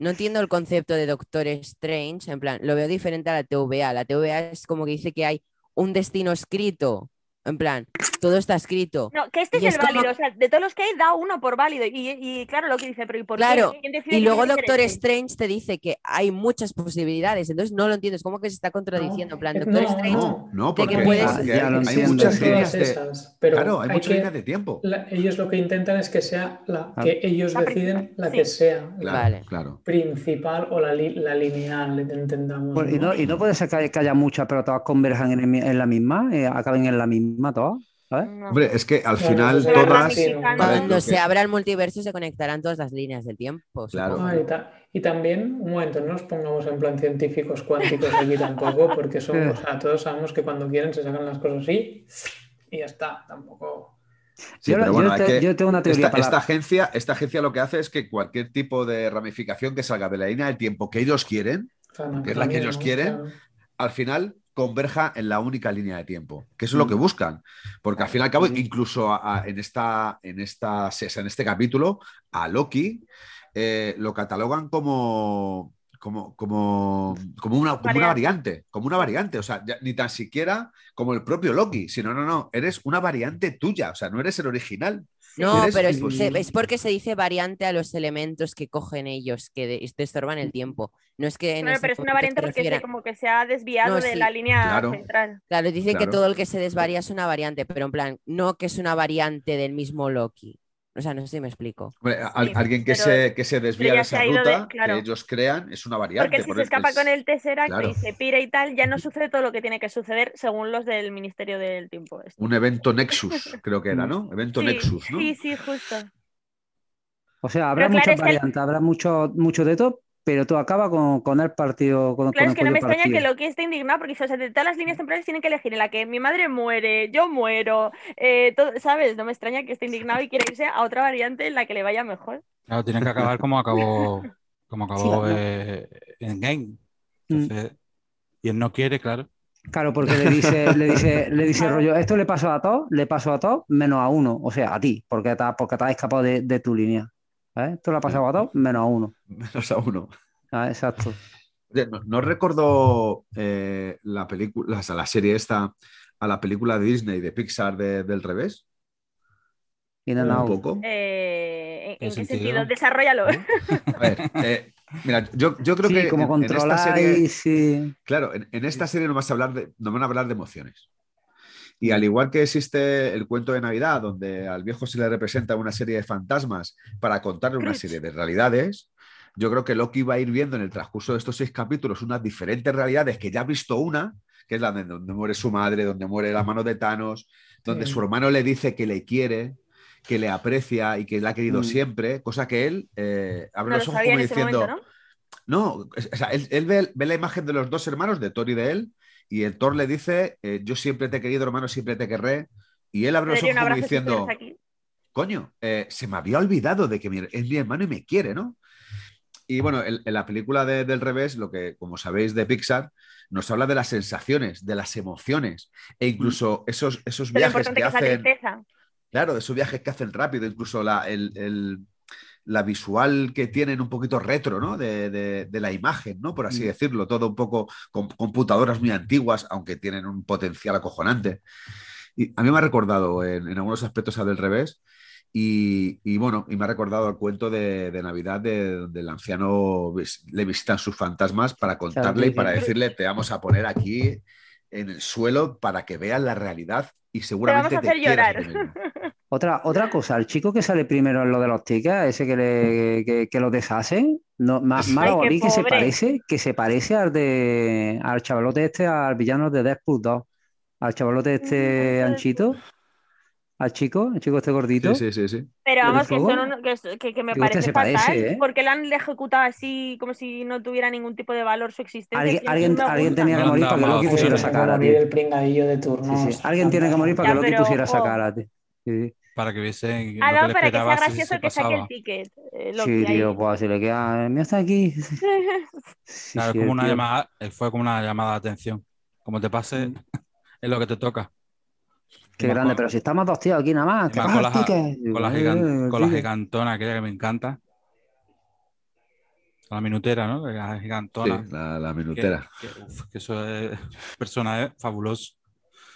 A: no entiendo el concepto de Doctor Strange, en plan, lo veo diferente a la TVA. La TVA es como que dice que hay un destino escrito, En plan, todo está escrito.
G: No, que este
A: Y
G: es
A: es
G: el
A: como-
G: válido. O sea, de todos los que hay, da uno por válido. Y, y claro, lo que dice, pero ¿y por
A: Claro,
G: qué? ¿Quién decide
A: Y
G: que
A: luego
G: tiene que ser
A: Doctor
G: este?
A: Strange te dice que hay muchas posibilidades, entonces no lo entiendes. ¿Cómo que se está contradiciendo? En plan,
E: No,
A: Doctor
E: no,
A: Strange.
B: No, no,
A: De que
B: porque
A: puedes-
B: porque
D: Ya
B: hay,
D: lo
B: hay
D: entiendo,
B: muchas
D: sí.
B: líneas
E: todas
B: de.
E: esas, pero
B: claro, hay
E: hay
B: muchas
E: que-
B: líneas de tiempo.
E: la- ellos lo que intentan es que sea la
D: Ah.
E: que ellos
G: La
E: deciden
G: principal,
E: la
G: sí.
E: que sea la
B: Claro,
A: Vale.
B: claro.
E: principal o la, li- la lineal, entendamos.
D: Pues, y,
E: ¿no?
D: no, y no puede ser que, haya- que haya muchas, pero todas converjan en, el mi- en la misma, eh, acaben en la misma todas. ¿sabes?
G: No.
B: Hombre, es que al
E: Bueno,
B: final
E: eso
G: es la
B: todas.
G: ramificación.
B: Vale,
A: Cuando
B: lo
A: se
B: que-
A: abra el multiverso se conectarán todas las líneas del tiempo.
B: Claro.
A: supongo.
E: Ah, y, ta- y también, un momento, no nos pongamos en plan científicos cuánticos aquí tampoco,
B: (laughs)
E: porque son,
D: Eh.
E: o sea, todos sabemos que cuando quieren se sacan las cosas así y ya está, tampoco.
B: Sí,
D: yo,
B: pero
D: yo
B: bueno, hay
D: te-
B: que.
D: yo tengo una teoría
B: Esta,
D: para
B: esta agencia, esta agencia lo que hace es que cualquier tipo de ramificación que salga de la línea del tiempo que ellos quieren,
E: o sea, no,
B: Que es la que
E: también,
B: ellos
E: ¿no?
B: quieren.
E: Claro.
B: al final converja en la única línea de tiempo, que eso es lo que buscan. Porque al fin y al cabo, incluso a- a- en, esta, en, esta, o sea, en este capítulo, a Loki eh, lo catalogan como, como, como, como una, como una variante, como una variante, o sea, ya ni tan siquiera como el propio Loki, sino, no, no, eres una variante tuya, o sea, no eres el original.
A: No,
B: Eres
A: pero es,
B: imposible.
A: se- es porque se dice variante a los elementos que cogen ellos, que de- estorban el tiempo. No es que. en
G: Claro,
A: ese
G: pero es una
A: momento
G: variante
A: se
G: porque
A: refiera-
G: se- como que se ha desviado
A: No,
G: de
A: sí.
G: la línea
B: Claro.
G: central.
A: Claro, dicen
B: Claro.
A: que todo el que se desvaría es una variante, pero en plan, no que es una variante del mismo Loki. O sea, no sé si me explico.
B: Hombre, a- al-
G: Sí,
B: alguien que
G: pero-
B: se, que se
G: pero
B: desvía de
G: ya se
B: esa
G: ha ido de-
B: ruta
G: claro.
B: que ellos crean es una variante.
G: Porque si
B: por
G: se escapa con el Tesseract
B: claro.
G: y se pira y tal, ya no sucede todo lo que tiene que suceder según los del Ministerio del Tiempo. Esto.
B: Un evento Nexus, creo que era,
G: (laughs)
B: ¿no? Evento
G: Sí,
B: Nexus, ¿no?
G: sí,
B: (laughs)
G: sí, justo.
D: O sea, habrá
G: Pero claro,
D: muchas
G: es que el-
D: variantes, habrá mucho, mucho de todo, pero todo acaba con, con el partido, con, con
G: Claro,
D: el
G: es que no
D: cuello
G: me extraña que
D: partido.
G: Loki esté indignado porque o sea, de todas las líneas temporales tienen que elegir en la que mi madre muere, yo muero, eh, todo- ¿sabes? No me extraña que esté indignado y quiera irse a otra variante en la que le vaya mejor.
C: Claro, tienen que acabar como acabó, como acabó
D: Sí, la-
C: eh, en Game.
D: Mm.
C: Entonces, y él no quiere, claro.
D: Claro, porque le dice, le dice, le
G: (laughs)
D: dice rollo, esto le pasó a todos, le pasó a todos, menos a uno, o sea, a ti, porque te, ha- porque te has escapado de, de tu línea. ¿sabes? Esto le ha pasado a todos, menos a uno.
B: Menos a uno.
D: Ah, Exacto.
B: Oye, No, no recuerdo eh, la película, o sea, la serie esta, a la película de Disney, de Pixar, de- del revés,
D: Y no,
E: Un
B: un
D: no.
B: poco.
G: Eh, ¿En,
C: ¿Qué
G: en qué
C: sentido?
G: sentido? Desarrollalo.
B: ¿Eh?
G: (laughs)
B: A ver, eh, mira, yo, yo creo
D: Sí,
B: que
D: como
B: en- en, esta
D: controlar
B: serie,
D: y sí.
B: claro, en, en esta serie no vas a hablar de, no van a hablar de emociones.
G: Mm.
B: Y al igual que existe el cuento de Navidad, donde al viejo se le representa una serie de fantasmas para contarle una
G: Scrooge.
B: serie de realidades, yo creo que Loki va a ir viendo en el transcurso de estos seis capítulos unas diferentes realidades que ya ha visto una, que es la de donde muere su madre, donde muere la mano de Thanos, donde
E: Sí.
B: su hermano le dice que le quiere, que le aprecia y que le ha querido
D: Mm.
B: siempre, cosa que él eh, abre
G: No lo
B: los ojos
G: sabía
B: como
G: en ese
B: diciendo,
G: momento, ¿no?
B: no, es- o sea, él, él ve, ve la imagen de los dos hermanos, de Thor y de él, y el Thor le dice, eh, yo siempre te he querido, hermano, siempre te querré. Y él
G: Te
B: abre los
G: daría
B: ojos
G: un
B: como
G: abrazo si
B: diciendo,
G: estuvieras aquí.
B: coño, eh, se me había olvidado de que mi- es mi hermano y me quiere, ¿no? Y bueno, en, en la película de- del revés, lo que, como sabéis, de Pixar, nos habla de las sensaciones, de las emociones, e incluso esos, esos
G: De lo
B: viajes
G: importante
B: que
G: que es la
B: hacen...
G: tristeza.
B: Claro, de esos viajes que hacen rápido, incluso la, el- el- la visual que tienen un poquito retro, ¿no? De, de- de la imagen, ¿no? Por así
D: Mm.
B: decirlo, todo un poco con computadoras muy antiguas, aunque tienen un potencial acojonante. Y a mí me ha recordado en, en algunos aspectos a del revés. Y, y bueno, y me ha recordado el cuento de, de Navidad de donde el anciano vis- le visitan sus fantasmas para contarle y
D: sí,
B: para
D: sí.
B: decirle, te vamos a poner aquí en el suelo para que veas la realidad y seguramente
G: hacer
B: quieras a ti
G: llorar.
B: mismo".
D: Otra, otra cosa, el chico que sale primero en lo de los tickets, ese que, le, que, que lo deshacen, no, ma-
B: Sí.
D: mala
G: Ay, qué
D: olí que se
G: pobre.
D: parece, que se parece al de al chavalote este, al villano de Deadpool 2, al chavalote este
G: Mm,
D: anchito, al chico, el chico este gordito.
B: Sí, sí, sí, sí.
G: Pero
D: ¿Lo de
G: vamos, que,
D: fuego?
G: son uno- que, es- que- que me
D: Digo,
G: parece
D: hostia, se
G: fatal,
D: parece, ¿eh?
G: porque la han ejecutado así, como si no tuviera ningún tipo de valor su existencia.
D: Alguien,
G: y no
D: alguien,
G: me
D: alguien
G: gusta.
D: tenía que
C: No
D: morir
C: han
D: para que
C: dado
B: Ah,
D: Loki
C: más
D: pusiera
C: opciones.
D: esa
E: Tiene que
D: cara,
E: morir
D: tío.
E: el pringadillo de turno.
D: Sí, sí. Alguien tiene que morir para
G: Ya,
D: que Loki
G: pero,
D: pusiera esa
G: jo.
D: cara, tío. Sí,
C: Para que viesen
G: Ah,
C: lo que
G: no,
C: le
G: para que sea
C: esperaba si
G: gracioso
C: se
G: que saque el
C: pasaba.
G: ticket. eh,
D: Sí,
G: Loki, ahí. (laughs)
D: tío, pues si le queda, eh, mira, está aquí. Sí, sí,
C: Claro, es
D: sí,
C: como una
D: tío.
C: llamada, eh, fue como una llamada de atención. Como te pase, (laughs) es lo que te toca.
D: Qué
C: Y más
D: grande,
C: con-
D: pero si estamos dos tíos aquí nada más,
C: y
D: que
C: más
D: coja
C: con
D: el
C: la,
D: ticket. Digo,
C: con la
D: eh,
C: gigan-
D: el
C: con la
D: ticket.
C: gigantona, aquella que me encanta. Con La minutera, ¿no? La
B: Sí,
C: gigantona.
B: la, la
C: que-
B: minutera.
C: que, uf, que eso es personaje fabuloso.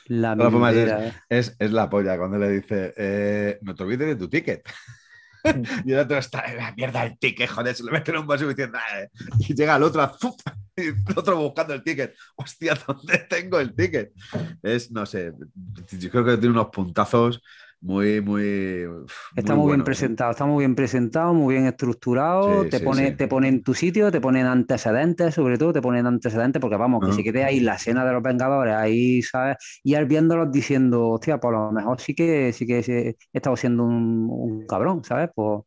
D: La
B: Todas las formas
D: mierdera, eh.
B: Es, es la polla cuando le dice, eh, no te olvides de tu ticket. (laughs) y el otro está en la mierda el ticket, joder, se le meten un vaso y diciendo, "Ah, eh". y llega el otro, (laughs) ¡zup! y el otro buscando el ticket. Hostia, (laughs) ¿dónde tengo el ticket? Es, no sé, yo creo que tiene unos puntazos muy, muy. uf,
D: Está muy, bien
B: buenos. ¿eh?
D: presentado, está muy bien presentado, muy bien estructurado,
B: Sí,
D: te,
B: sí,
D: pone,
B: sí.
D: te pone en tu sitio, te ponen antecedentes, sobre todo te ponen antecedentes, porque vamos, que
B: Ajá.
D: se quede ahí la escena de los Vengadores, ahí, ¿sabes? Y al viéndolos diciendo, hostia, pues a lo mejor sí que, sí que he estado siendo un, un cabrón, ¿sabes? Pues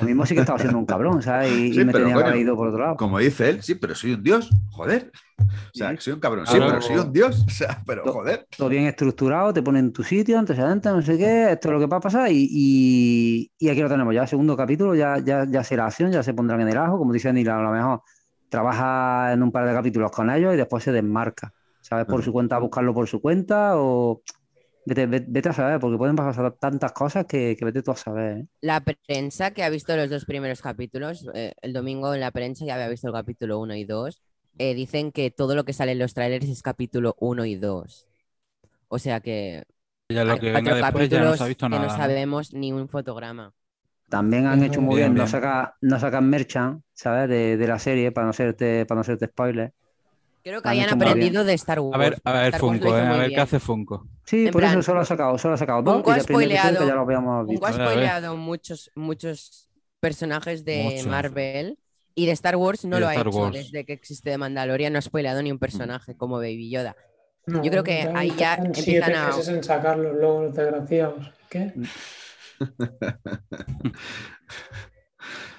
D: lo mismo sí que he estado siendo un cabrón, ¿sabes? Y, y
B: Sí,
D: me
B: pero
D: tenía que haber
B: coño,
D: ido por otro lado.
B: Como dice él, sí, pero soy un dios, joder. O sea, que soy un cabrón, sí,
C: Ahora-
B: pero soy un dios. (laughs) O sea, pero joder.
D: todo bien estructurado, te ponen en tu sitio, antecedentes, no sé qué, esto es lo que va a pasar y, y- y aquí lo tenemos ya, segundo capítulo, ya, ya, ya será acción, ya se pondrán en el ajo, como dice Anila, a lo mejor trabaja en un par de capítulos con ellos y después se desmarca, ¿sabes? Por
B: Ajá.
D: su cuenta, a buscarlo por su cuenta o vete, ve- vete a saber, porque pueden pasar tantas cosas que, que vete tú a saber. ¿eh?
A: La prensa que ha visto los dos primeros capítulos, eh, el domingo en la prensa ya había visto el capítulo 1 y 2, eh, dicen que todo lo que sale en los trailers es capítulo 1 y 2. O sea que
C: Ya lo
A: hay
C: que
A: cuatro
C: venga después ya no
A: capítulos
C: se ha visto
A: que
C: nada.
A: no
C: ¿no?
A: sabemos ni un fotograma.
D: También han
E: Bien,
D: hecho muy
C: bien,
D: bien, no
C: bien.
D: sacan no sacan merchan, ¿sabes? De, de la serie para no hacerte, para no hacerte spoiler.
A: Creo que
D: Han
A: habían
D: hecho muy bien.
A: aprendido de Star Wars.
C: A ver, a ver
A: Star Wars lo
C: Funko,
A: hizo
C: eh, a
A: muy
C: ver qué
A: bien.
C: hace Funko.
D: Sí,
A: En
D: por
A: plan,
D: eso solo ha sacado, solo ha sacado dos.
A: Funko
D: y
A: ha
D: del primer episodio
A: spoileado-
D: ya lo habíamos
A: Funko
D: visto.
A: ha
C: A ver, a ver.
A: spoileado muchos, muchos personajes de
C: Muchos.
A: Marvel y de Star Wars no
C: Y de
A: lo ha
C: Star
A: hecho
C: Wars.
A: desde que existe de Mandalorian, no ha spoileado ni un personaje como Baby Yoda.
E: No,
A: Yo creo que
E: tardan-
A: ahí ya
E: tardan
A: empiezan
E: siete
A: a-
E: meses en sacarlos luego los desgraciados. ¿Qué?
B: Mm.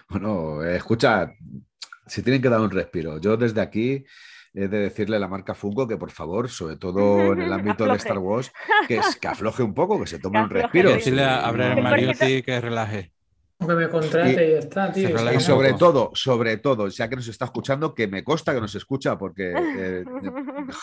B: Bueno, eh, escucha, si tienen que dar un respiro. Yo desde aquí he de decirle a la marca Funko que por favor, sobre
G: (laughs)
B: todo en el ámbito de
G: Afloje.
B: Star Wars, que, es- que afloje un poco, que se tome
G: Que
B: un
G: afloje,
B: respiro.
G: sí.
C: Decirle a Abraham
G: Porque (laughs)
C: Mariotti que relaje.
E: O que me contrate y, ya está, tío.
C: se
E: Es que
C: relaja
B: Y
E: no-
B: sobre
C: Tampoco.
B: todo, sobre todo, ya que nos está escuchando, que me consta que nos escucha, porque eh,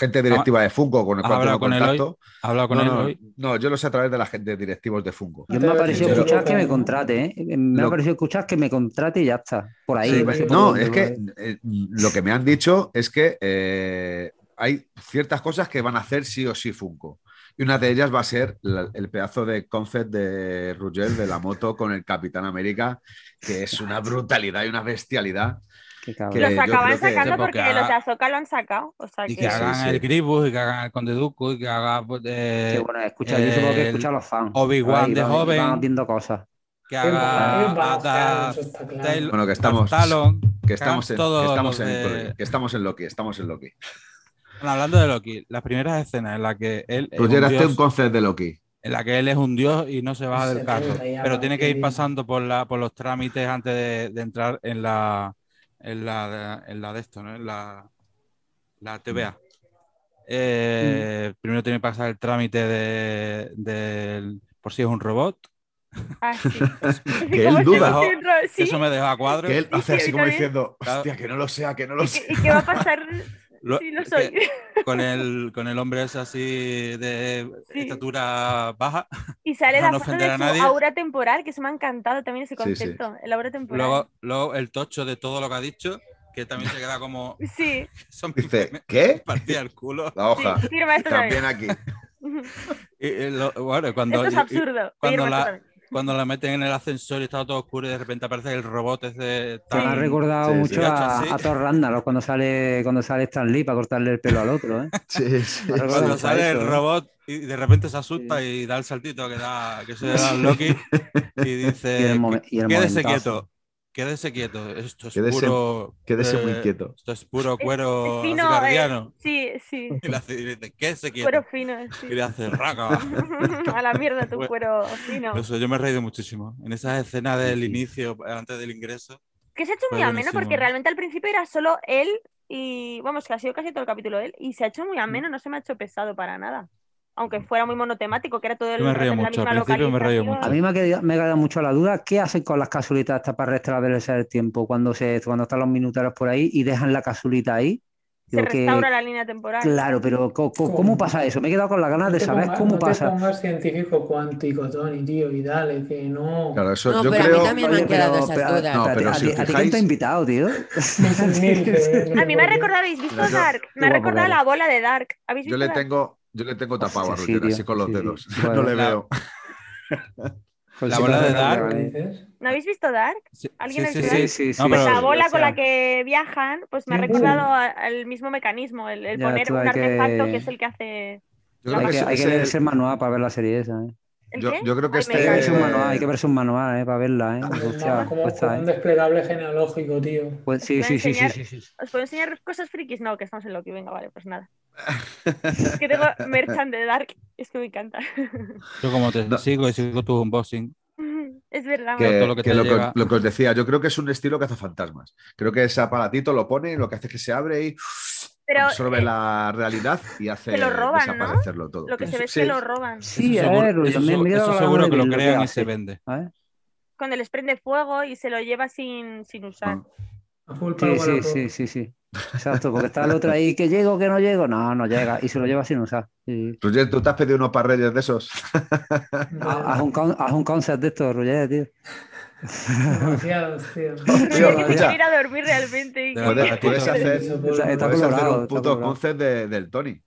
B: gente directiva de Funko con el
C: ¿Has
B: cual
C: Ah, hablado
B: tengo
C: con él hoy?
B: contacto.
C: ¿Ha hablado con
B: No,
C: él
B: no,
C: hoy?
B: no, yo lo sé a través de la gente de directivos de Funko.
D: Yo me ha
E: Yo-
D: parecido
B: yo-
D: escuchar que me
E: yo-
D: contrate, ¿eh? Me
B: Lo-
D: ha parecido escuchar que me contrate y ya está. Por ahí.
E: Sí,
D: me
E: pues,
D: sé por
B: No,
D: dónde
B: es
D: lo
B: que
D: ve.
B: eh, lo que me han dicho es que eh, hay ciertas cosas que van a hacer sí o sí Funko. Y una de ellas va a ser la- el pedazo de concept de Rugel de la moto con el Capitán América, que es una brutalidad y una bestialidad.
D: Qué cabrón.
B: que
G: Los
B: yo
G: acaban
B: creo que-
G: sacando
C: Sí,
G: porque
C: porque
G: de los de
C: ha-
G: Azoka lo han sacado. O sea
C: Y
G: que.
C: que hagan
B: sí.
C: el Gribus, y que hagan el Conde Duco, y que hagan pues, eh,
D: Qué bueno, escucha, yo supongo que
C: el
D: escuchar a los fans.
C: Obi-Wan
D: Ahí
C: de
D: van- Van
C: joven,
D: viendo cosas.
C: que
E: Bien,
C: haga
E: bien, vamos, claro,
C: Ada
E: eso está claro.
C: Taylor-
B: Bueno, que estamos-
C: Talon,
B: Que estamos en,
C: Todos
B: que estamos
C: los
B: en-
C: de- Eh,
B: que estamos en Loki, estamos en Loki.
C: Bueno, hablando de Loki, las primeras escenas en las que él es un
B: Rugger hace
C: dios-
B: este un concept
C: (laughs)
B: de Loki.
C: en la que él es un dios y no se baja
E: Se
C: del carro,
E: monta ya,
C: pero tiene que ir
E: sí.
C: pasando por la por los trámites antes de, de entrar en la en la en la de esto, ¿no? En la la
E: Mm.
C: TVA. Eh, Primero tiene que pasar el trámite de, del- por si es un robot.
G: Ah,
C: (laughs)
G: sí.
B: Que él
G: ¿Cómo se
B: duda.
G: dice un ro- sí,
C: Eso me deja a cuadro.
B: Que él
G: sí,
B: hace así
G: yo
B: como
G: también.
B: diciendo,
C: Claro.
B: hostia, que no lo sea, que no
C: (laughs)
B: lo
G: ¿Y qué-
B: sea.
G: ¿Y qué va a pasar
C: Lo-
G: si no
C: que-
G: soy? (laughs)
C: con el con el hombre ese así de
G: Sí.
C: estatura baja.
G: Y sale
C: Para
G: la
C: no
G: foto
C: ofender
G: de
C: a
G: su
C: nadie.
G: aura temporal, que eso me ha encantado también ese
B: Sí, sí.
G: concepto, el aura temporal.
C: Luego, luego el tocho de todo lo que ha dicho, que también se queda como
G: Sí,
C: Eso me- (laughs) me
B: Dice, ¿qué?
C: partía el culo.
B: La hoja.
G: sí, firma esto
C: (laughs)
B: También aquí.
G: también.
C: Y- y lo- bueno, cuando,
G: Esto es
C: y- y
G: absurdo.
C: cuando
G: firma
C: la-
G: esto también.
C: cuando la meten en el ascensor y está todo oscuro y de repente aparece el robot ese
D: Te me ha
C: tan-
D: recordado
B: Sí,
D: mucho
C: sí.
D: a,
C: Sí.
D: a Thor Ragnarok cuando sale, cuando sale Stan Lee para cortarle el pelo al otro. ¿eh?
B: Sí, sí,
D: Me ha recordado
C: Cuando
D: mucho a
C: sale el
D: eso, ¿eh?
C: robot y de repente se asusta y da el saltito que, da, que se le da al Loki
D: (laughs)
C: y
D: Y el
C: dice,
D: momen- y el
C: Eh, quédese
D: momentazo".
C: quieto, quédese quieto, esto es
B: Quédese-
C: puro...
B: Quédese
C: eh,
B: muy quieto.
C: Esto es puro cuero
G: fino,
C: asgardiano".
G: Sí, sí.
C: (laughs) Y le hace- y le dice, quédese quieto.
G: eh. Cuero fino.
C: (laughs)
G: sí.
C: Y le hace raca.
G: (laughs) A la mierda tu
C: Bueno.
G: cuero fino.
C: Eso, yo me he reído muchísimo. En esas escenas del inicio, antes del ingreso.
G: Que se ha hecho
C: Fue
G: muy ameno porque
C: buenísimo.
G: realmente al principio era solo él y vamos, que ha sido casi todo el capítulo él y se ha
C: Mm.
G: hecho muy ameno, no se me ha hecho pesado para nada. Aunque fuera muy monotemático, que era todo el
C: Yo me
G: rato
C: reí
G: en la
C: mucho,
G: misma
C: al principio me reí
G: localización.
D: A mí me ha, quedado, me ha quedado mucho la duda, ¿qué hacen con las casulitas estas para restablecer el tiempo cuando, se, cuando están los minuteros por ahí y dejan la casulita ahí?
G: Se
D: Digo que-
G: restaura la línea temporal.
D: Claro, pero co- co- ¿cómo,
E: ¿Cómo?
D: pasa eso? Me he quedado con las ganas de
E: te
D: saber
E: ponga-
D: cómo
E: no te
D: pasa.
E: pongas científico cuántico, Tony, tío, y dale, que no.
B: Claro, eso
A: No,
B: yo
A: pero a mí
B: creo.
A: también me han quedado esas dudas.
B: No, pero
D: ¿a,
B: si
D: ti-
B: os
D: a ti quién
B: fijáis-
D: te ha invitado, tío?
E: (laughs) Mil, que-
D: (laughs)
G: A mí me ha
E: porque-
G: recordado, ¿habéis visto
B: Claro,
G: Dark? Me ha
D: guapo,
G: recordado
D: claro.
G: la bola de Dark. ¿Habéis
B: Yo
G: visto
B: le
G: Dark?
B: tengo, Yo le tengo tapado a
D: Hostia, sí,
B: Roger,
D: tío,
B: así con los
D: sí, sí.
B: dedos.
D: Bueno,
I: no le
C: la-
I: veo.
D: Pues
C: La
D: sí,
C: bola
D: no
C: de
D: sé qué
C: Dark.
E: ¿Qué
D: habrá, ¿eh?
E: dices?
G: ¿No habéis visto Dark?
C: Sí,
G: ¿Alguien
C: sí,
G: al
C: sí,
G: final?
C: sí.
D: Sí, sí,
C: No,
D: sí.
C: pero-
G: la bola
C: o
G: con
C: sea,
G: la que viajan, pues me ha
E: Sí,
G: recordado a- al mismo mecanismo, el, el
D: Ya,
G: poner
D: tú,
G: un
D: hay que-
G: artefacto que es el que hace.
B: Yo
D: Hay
B: creo
D: que,
B: que
D: hay que
B: ese-
D: leerse el manual para ver la serie esa. ¿eh?
G: ¿El
B: yo-
G: qué?
B: yo creo que
G: Ay, me
D: Hay que
B: Eh,
D: verse
G: encanta.
D: un
B: (laughs)
D: manual, hay que verse un manual ¿eh? para verla. ¿eh? Hostia,
E: Como- como
D: cuesta,
E: un
D: ¿eh?
E: desplegable genealógico, tío.
D: Pues sí,
G: Os
D: sí,
G: voy a
D: sí, sí,
G: enseñar-
D: sí, sí.
G: ¿Os puedo enseñar cosas frikis? No, que estamos en Loki, venga, vale, pues nada. Es que
B: (laughs)
G: tengo Merchant de Dark, es que me encanta. (laughs)
C: Yo como te
B: No.
C: sigo y sigo tu unboxing.
G: es verdad,
B: que,
C: todo lo que
B: que
C: te
B: lo, que,
C: llega.
B: lo que os decía, yo creo que es un estilo cazafantasmas. Creo que ese aparatito lo pone, lo que hace es que se abre y (sniffs)
G: pero
B: absorbe
G: eh,
B: la realidad y hace
G: se lo roban, ¿no?
B: desaparecerlo todo. Pues
G: lo que se ve es
B: Sí.
G: que lo roban.
D: Sí,
C: eso
D: a
C: seguro,
D: ver,
C: eso
D: también
C: seguro-
D: mira
C: eso
D: la bola
C: seguro
D: de
C: que lo
D: Bill,
C: crean y
D: hace,
C: se vende.
D: ¿eh?
G: Cuando les prende fuego y se lo lleva sin, sin usar.
B: Ah.
E: A full
D: Sí,
E: power, a
D: sí,
E: full.
D: sí, sí, sí. Exacto, porque está el otro ahí, que llego, que no llego. No, no llega. Y se lo lleva sin usar. Sí.
B: Roger, ¿tú te has pedido unos parreyes
C: (laughs)
B: de esos?
D: Haz un, con- haz un concept de esto, Roger, tío.
E: Demasiados,
D: (laughs)
E: tío.
G: Pero yo
B: Tío,
G: que se
B: escucha.
G: quiere ir a dormir realmente. y-
C: De verdad.
B: Puedes, puedes hacer,
E: Eso,
D: Está- está
B: puedes hacer
D: colorado,
B: un
D: está
B: puto
D: colorado.
B: concept de- del Tony.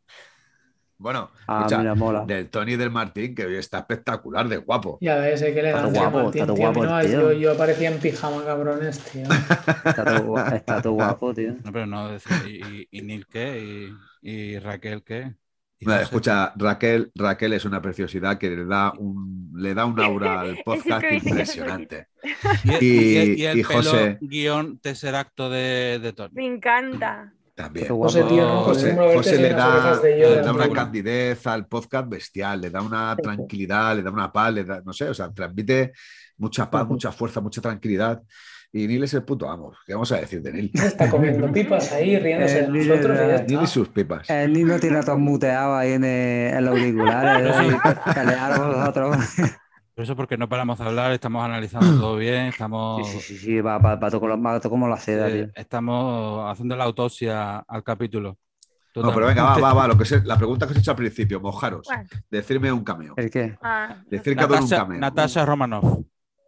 B: Bueno,
D: Ah,
B: escucha,
D: mira, mola.
B: del Tony y del Martín, que hoy está espectacular, de guapo.
E: Ya ves, eh, que le
D: Está
E: dan
D: guapo, está todo guapo el tío.
E: Yo, yo aparecía en pijama, cabrones, tío.
D: Está todo, gua- está todo guapo, (laughs) tío.
C: No, pero no, es decir, y, y- y Neil qué, y, y Raquel qué. Y
B: Vale,
C: Josep.
B: escucha, Raquel, Raquel es una preciosidad que le da un, le da
G: (laughs)
B: un aura al podcast
G: siempre dice que es
B: impresionante.
C: Y, el-
B: y-
C: el- el
B: y
C: pelo
B: José.
C: guión tercer acto de, de Tony.
G: Me encanta.
B: También.
D: Todo
E: José, tío, no
C: Guapo.
B: José,
E: acostumbro a verte
B: José
E: sin
B: le,
E: las
B: da,
E: orejas de
B: le
E: Yoda,
B: da una
E: tío.
B: candidez al podcast bestial, le da una tranquilidad, le da una paz, le da, no sé, o sea, transmite mucha paz, mucha fuerza, mucha tranquilidad. Y Neil es el puto amo. ¿Qué vamos a decir de Neil?
E: Está comiendo pipas ahí, riéndose
D: (laughs) Eh,
E: de nosotros y ya
D: mira,
B: Neil y
E: está.
B: sus pipas.
G: Eh,
D: Eh, El niño tiene todo muteado ahí en, el- en los
C: (laughs)
D: auriculares.
C: Sí.
D: ¿eh?
C: (laughs)
D: Pelear vosotros.
C: Pero eso porque no paramos de hablar, estamos
B: (clears throat)
C: analizando todo bien, estamos,
D: Sí, sí, sí, sí, va, va, va todo como, va todo como la seda,
C: eh,
D: tío.
C: estamos haciendo la autopsia al capítulo.
B: No, pero venga, va, va, va. Lo que se- la pregunta que os he hecho al principio, mojaros.
G: Bueno,
B: Decirme un cameo.
D: ¿El qué?
G: ah, no sé.
B: Decir que ha dado un
C: Natasha-
B: cameo.
C: Natasha Romanoff.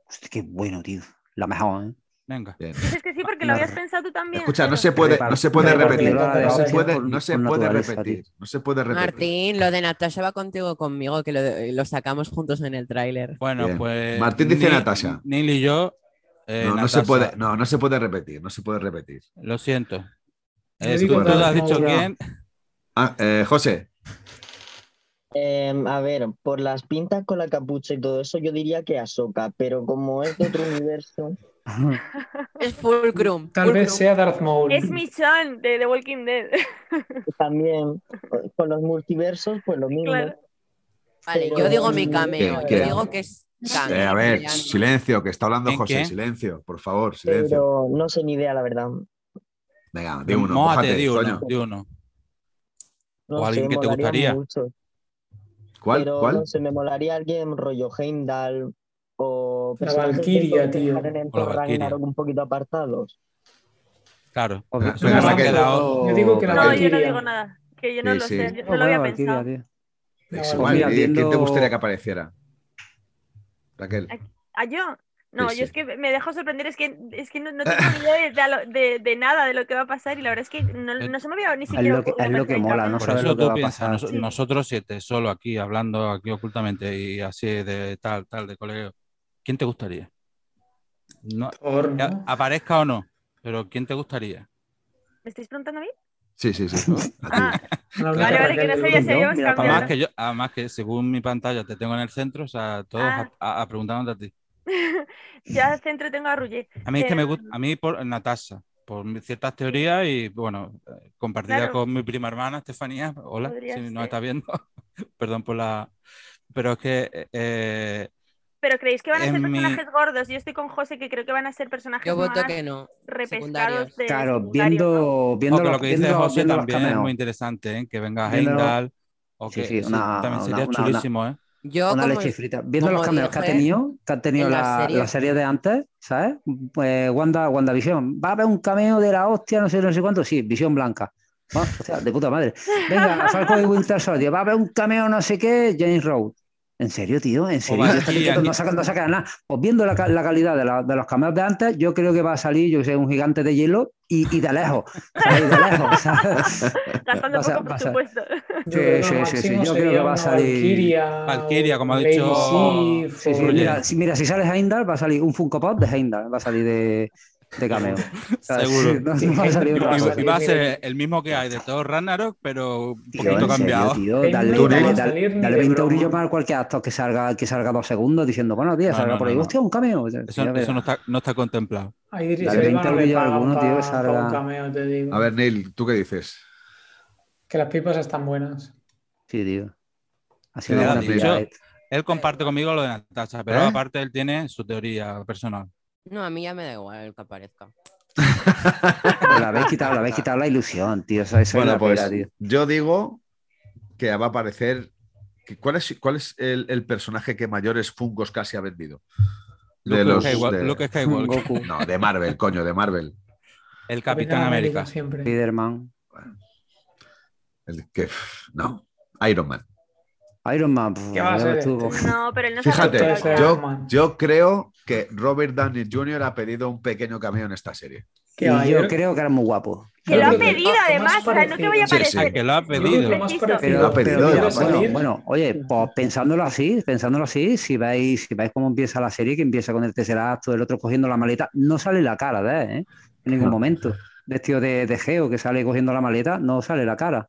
D: Hostia, qué bueno, tío. La mejor, (laughs) ¿eh?
C: Venga.
B: Bien.
G: Dices que sí porque lo
D: La-
G: habías pensado tú también.
B: Escucha, no
G: Jero.
B: se puede, no se puede
E: Pero porque
B: repetir.
E: le toca
B: No se
E: la
B: puede,
D: gracia
B: no se
D: por- por
B: puede
D: naturaleza,
B: repetir. No se puede repetir.
A: Martín, lo de Natasha va contigo o conmigo, que lo, lo sacamos juntos en el tráiler.
C: Bueno,
B: Bien.
C: pues.
B: Martín dice
C: Ni-
B: Natasha.
C: Neil y yo. eh,
B: No, no se
C: Natasha.
B: puede, no, no se puede repetir, no se puede repetir.
C: Lo siento.
E: Yo
C: Eh,
E: digo
C: tú,
B: que
C: tú lo has
E: no,
C: dicho
E: ya.
C: quién.
B: Ah, eh, José,
F: Em, a ver, por las pintas con la capucha y todo eso, yo diría que Ahsoka, pero como es de otro universo, (laughs)
A: Es Fulcrum.
E: Tal vez
A: Fulcrum.
E: sea Darth Maul.
G: Es Michonne de The Walking Dead.
F: también eh, con los multiversos, pues lo mismo.
G: Claro.
A: Vale, yo digo mi cameo.
B: ¿Qué?
A: Yo digo que es cameo.
B: eh, a ver,
A: ya no.
B: silencio, que está hablando
C: ¿En
B: José,
C: qué?
B: silencio, por favor, silencio.
F: Pero no sé ni idea, la verdad.
B: Venga, di uno,
C: Mójate,
B: mójate,
C: di uno,
B: coño.
C: di uno.
F: No
C: O
F: sé,
C: alguien que te
F: molaría
C: gustaría.
F: mucho.
B: ¿Cuál?
F: Pero
B: ¿Cuál? Pues
F: no sé, me molaría alguien rollo Heimdall o
E: La
F: personajes que
E: Valkyria,
F: solo
E: tío.
F: dejaron en
C: O la
F: Thor
C: Valkyria.
F: Ragnarok un poquito apartados.
C: Claro.
B: Venga,
D: Eso me ha
B: Raquel.
E: Yo digo que la
G: No, yo no
E: Valkyria.
G: digo nada. Que yo no
B: Sí,
G: lo
B: sí.
G: sé. yo No,
D: Oh,
G: lo
D: bueno,
G: había
D: Valkyria,
G: pensado.
D: tío.
B: Es
E: Pues
B: igual,
D: mira,
B: ¿y ¿Quién te
D: viendo-
B: gustaría que apareciera? Raquel.
G: ¿A Ah, yo? No,
B: Sí,
G: yo
B: sí.
G: es que me dejo sorprender. Es que, es que no,
D: (laughs)
G: no tengo ni idea de, de a lo- de- de nada de lo que va a pasar. Y la verdad es que no, no se me había ni
D: Es
G: siquiera.
D: Eh, lo que, es
G: ocurrido
D: lo que
G: pensar en
D: mola,
G: Gabriel.
D: no
C: Por
D: sabes
C: eso
D: lo que
C: tú
D: va a
C: piensas,
D: pasar.
C: nos-
G: Sí.
C: nosotros siete, solo aquí, hablando aquí ocultamente y así de tal, tal, de colegio. ¿Quién te gustaría? No,
E: Thor,
C: que
D: ah,
E: ¿no?
C: aparezca o no, pero ¿quién te gustaría?
G: ¿Me estáis preguntando a mí?
B: Sí, sí, sí. a ti.
G: Ah,
E: No hablé
G: vale,
E: de
G: vale, que no
E: Raquel
G: sabía
E: del
G: si
E: grupo.
G: habíamos
D: Mira, para
G: cambiado.
C: Además que yo, además que según mi pantalla te tengo en el centro, o sea, todos
G: Ah.
C: a, a- preguntándote a ti.
G: Ya centro tengo a Ruller.
C: A mí es que me
G: Eh,
C: gusta, a mí por Natasha, por mi- ciertas teorías y bueno, eh, compartida
G: Claro.
C: con mi prima hermana Estefanía, hola,
G: Podría
C: si
G: ser.
C: nos está viendo, (laughs) perdón por la... Pero es que eh,
G: Pero creéis que van a ser
C: en mi-
G: personajes gordos. Yo estoy con José, que creo que van a ser personajes
A: Yo voto
G: más
A: que no.
G: repescados
A: secundarios.
G: de.
D: Claro,
G: secundarios, ¿no?
D: viendo, viendo,
C: no, que
D: los-
C: lo que dice
D: viendo,
C: José
D: viendo los
C: también es
D: cameos.
C: muy interesante, ¿eh? que venga
D: Viendo los-
C: Heimdall, o
D: Sí,
C: que
D: sí,
C: eso
D: una-
C: también
D: una-
C: sería
D: una-
C: chulísimo, ¿eh?
A: Yo
D: Una
A: como
D: leche frita. Viendo
A: como
D: los cameos que ha
A: dije
D: tenido, que ha tenido
A: en la
D: la,
A: serie-
D: la serie de antes, ¿sabes? Pues Wanda, WandaVision. Va a haber un cameo de la hostia, no sé, no sé cuánto. Sí, Visión Blanca. Ah, o sea, de puta madre.
A: (laughs)
D: Venga, Falco y Winter Soldier. Va a haber un cameo, no sé qué, James Rhodes. ¿En serio, tío? ¿En serio?
C: Valkyria,
D: Estos tíos
C: ni-
D: no sacan, no sacan nada. Pues viendo la, ca- la calidad de, la- de los cameos de antes, yo creo que va a salir, yo qué sé, un gigante de hielo y, y de lejos. ¿sabes? Y de lejos, ¿sabes?
G: (laughs) Gastando
D: Vas a-
G: poco
D: vas a-
G: presupuesto. (laughs)
D: Sí, sí, sí, sí, yo creo que va a salir-
C: Valkyria, como ha dicho-
D: (laughs) Sí, sí,
C: Oye.
D: mira, si, mira, si sales Heimdall, va a salir un Funko Pop de Heimdall, va a salir de, de cameo. O sea,
C: Seguro.
D: (laughs) sí, no- no va a salir
C: Y,
D: otra
E: Vamos,
D: cosa.
C: y va a
E: tío,
C: ser el mismo que hay de todo Ragnarok, pero un
D: Tío,
C: poquito
D: en serio,
C: cambiado.
D: tío,
E: Heimdall
D: dale,
E: no
D: dale,
E: va a
D: dale-
E: salir ni
D: dale
E: de
D: 20
E: broma.
D: eurillos para cualquier actor que salga, que salga dos segundos diciendo, buenos días,
C: No,
D: salga
C: no,
D: por ahí,
C: no, no.
D: hostia, un cameo. Ya,
C: (laughs) Eso,
D: ya verás.
C: eso no, está, no está contemplado.
E: Ahí Idris
D: Dale,
E: Elba no le
D: 20 euros
E: pagan
D: alguno, tío,
E: pa-
D: esa
E: pa un
D: era-
E: cameo, te digo.
J: A ver, Neil, ¿tú qué dices?
E: Que las pipas están buenas.
D: Sí, tío. Ha
J: Sí,
D: sido una
J: ya,
D: buena
J: tío.
D: película. eh.
C: Él comparte conmigo lo de Natasha, pero
J: ¿Eh?
C: aparte él tiene su teoría personal.
A: No, a mí ya me da igual el que aparezca.
D: Pero Pues La habéis quitado, la habéis quitado la ilusión, tío. Eso, eso es
B: Bueno,
D: la
B: pues
D: pera, tío.
B: yo digo que va a aparecer. que- ¿Cuál es, cuál es el, el personaje que mayores fungos casi ha vendido?
C: Luke
B: De los.
C: Skywalker,
B: de-
C: Luke Skywalker,
D: Goku,
B: No, de Marvel, coño, de Marvel.
C: el Capitán América.
E: siempre.
D: Spiderman,
B: El que, no, Iron Man.
D: Iron Man. pf,
E: ¿Qué va a
D: ya
E: ser
D: ves tú,
E: este?
G: No, pero él no se
B: Fíjate,
G: apunta.
E: Iron
B: yo,
E: Man.
B: yo creo que Robert Downey Jr. ha pedido un pequeño cameo en esta serie.
E: Que
D: Y
E: va,
D: yo
E: creo-
D: creo que era muy guapo.
G: Que lo ha
B: Yo creo que-
G: pedido,
E: Ah,
G: además,
E: más
G: o sea, no que vaya a
B: parecido. Sí,
G: aparecer.
B: sí.
C: Ah, que lo ha
E: yo creo
C: pedido.
E: que lo más
G: Pero-
E: parecido
D: Pero,
B: ha pedido,
D: pero
B: ya,
D: mira,
E: puede
D: bueno,
E: salir-
D: bueno, oye, pues pensándolo así, pensándolo así, si veis, si veis cómo empieza la serie, que empieza con el tercer acto, el otro cogiendo la maleta, no sale la cara de él, ¿eh? En ningún
B: No.
D: momento. Vestido de, de geo que sale cogiendo la maleta, no sale la cara.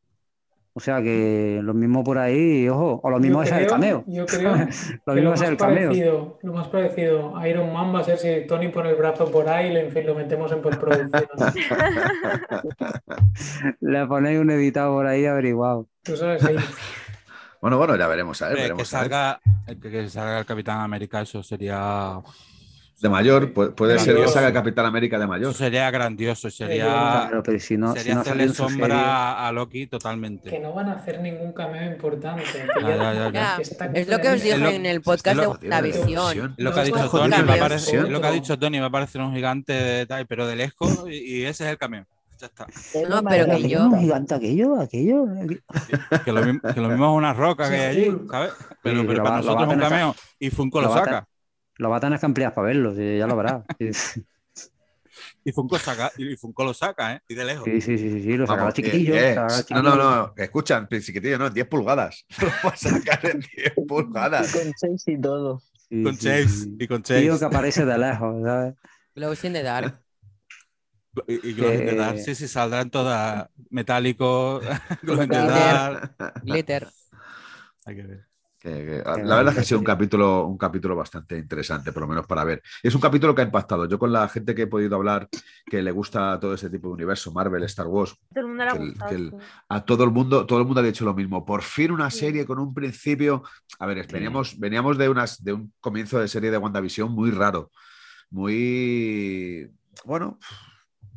D: O sea que lo mismo por ahí, ojo, o lo mismo
E: yo
D: es el
E: creo-
D: cameo.
E: Yo creo
D: (laughs) Lo
E: que
D: mismo
E: lo
D: es
E: más
D: el cameo.
E: parecido, lo más parecido a Iron Man va a ser si Tony pone el brazo por ahí y le- en fin, lo metemos en postproducción.
D: (laughs) Le ponéis un editado por ahí averiguado.
E: Tú sabes, ahí.
B: Bueno, bueno, ya veremos, a ver,
C: Hombre, que,
B: veremos, a ver.
C: salga, que, que salga el Capitán América, eso sería,
B: De mayor, pu- puede
E: Sí,
B: ser que
E: yo-
B: salga Capitán América de
C: eso
B: mayor.
C: sería grandioso, sería,
D: Claro, pero si no, si
C: Ah, sería
D: no sale
C: hacerle
D: en su serie-
C: sombra a Loki
E: que
C: totalmente.
E: no van a hacer ningún cameo importante. que
C: Ya, ya, ya, ya.
A: Ya,
E: que está
A: es lo que os
E: claramente-
A: dije
C: Es lo-
A: en el podcast
B: es
A: de
B: lo jodido de la
A: WandaVision.
C: Lo que, ha
E: No,
C: dicho
E: pues,
C: Tony,
A: joder,
C: me
A: cambios.
C: parece, lo que ha dicho Tony me parece un gigante de tal, pero de lejos, y, y ese es el cameo. Ya está.
A: No, pero que
D: Aquello
A: yo-
D: es un gigante aquello, aquello.
C: Que lo, mi- que lo mismo es una roca que hay allí, ¿sabes? Pero,
D: Sí,
C: pero para
D: lo va- lo va
C: nosotros
D: a
C: es un
D: tener-
C: cameo. Y Funko lo
D: lo va a tener-
C: saca.
D: Lo va a tener que ampliar para verlo, sí, ya
C: (laughs)
D: lo verás. Sí, sí,
C: Y Funko, saca, y Funko lo saca, ¿eh? Y de lejos.
D: sí, sí, sí, sí, lo
B: Vamos,
D: sacará chiquitillo.
B: eh, eh,
D: lo sacará
B: no,
D: chiquitillo.
B: no, no, escuchan, chiquitillo, no, 10 pulgadas. (laughs) Lo va a sacar en 10 pulgadas.
F: Con seis y todo.
D: Sí,
C: Con
D: sí,
C: Chase.
D: sí.
C: Y con Chase.
D: Tío que aparece de lejos, ¿sabes?
A: Glows in the
B: (laughs)
A: Dark.
C: Y, y Glow in the
D: Eh,
C: Dark, sí, sí, saldrán todas metálicos. (laughs) Glow in the
A: Glitter.
C: Dark.
A: Glitter.
C: Hay que ver.
B: Que- que- ah, la verdad es que ha sido un capítulo, un capítulo bastante interesante, por lo menos para ver. Es un capítulo que ha impactado. Yo con la gente que he podido hablar, que le gusta todo ese tipo de universo, Marvel, Star Wars,
G: Todo el mundo le ha
B: que el-
G: gustado.
B: que el-
G: sí.
B: a todo el mundo, todo el mundo ha dicho lo mismo. Por fin una serie con un principio. A ver, veníamos, veníamos de, unas, de un comienzo de serie de WandaVision muy raro. Muy. Bueno,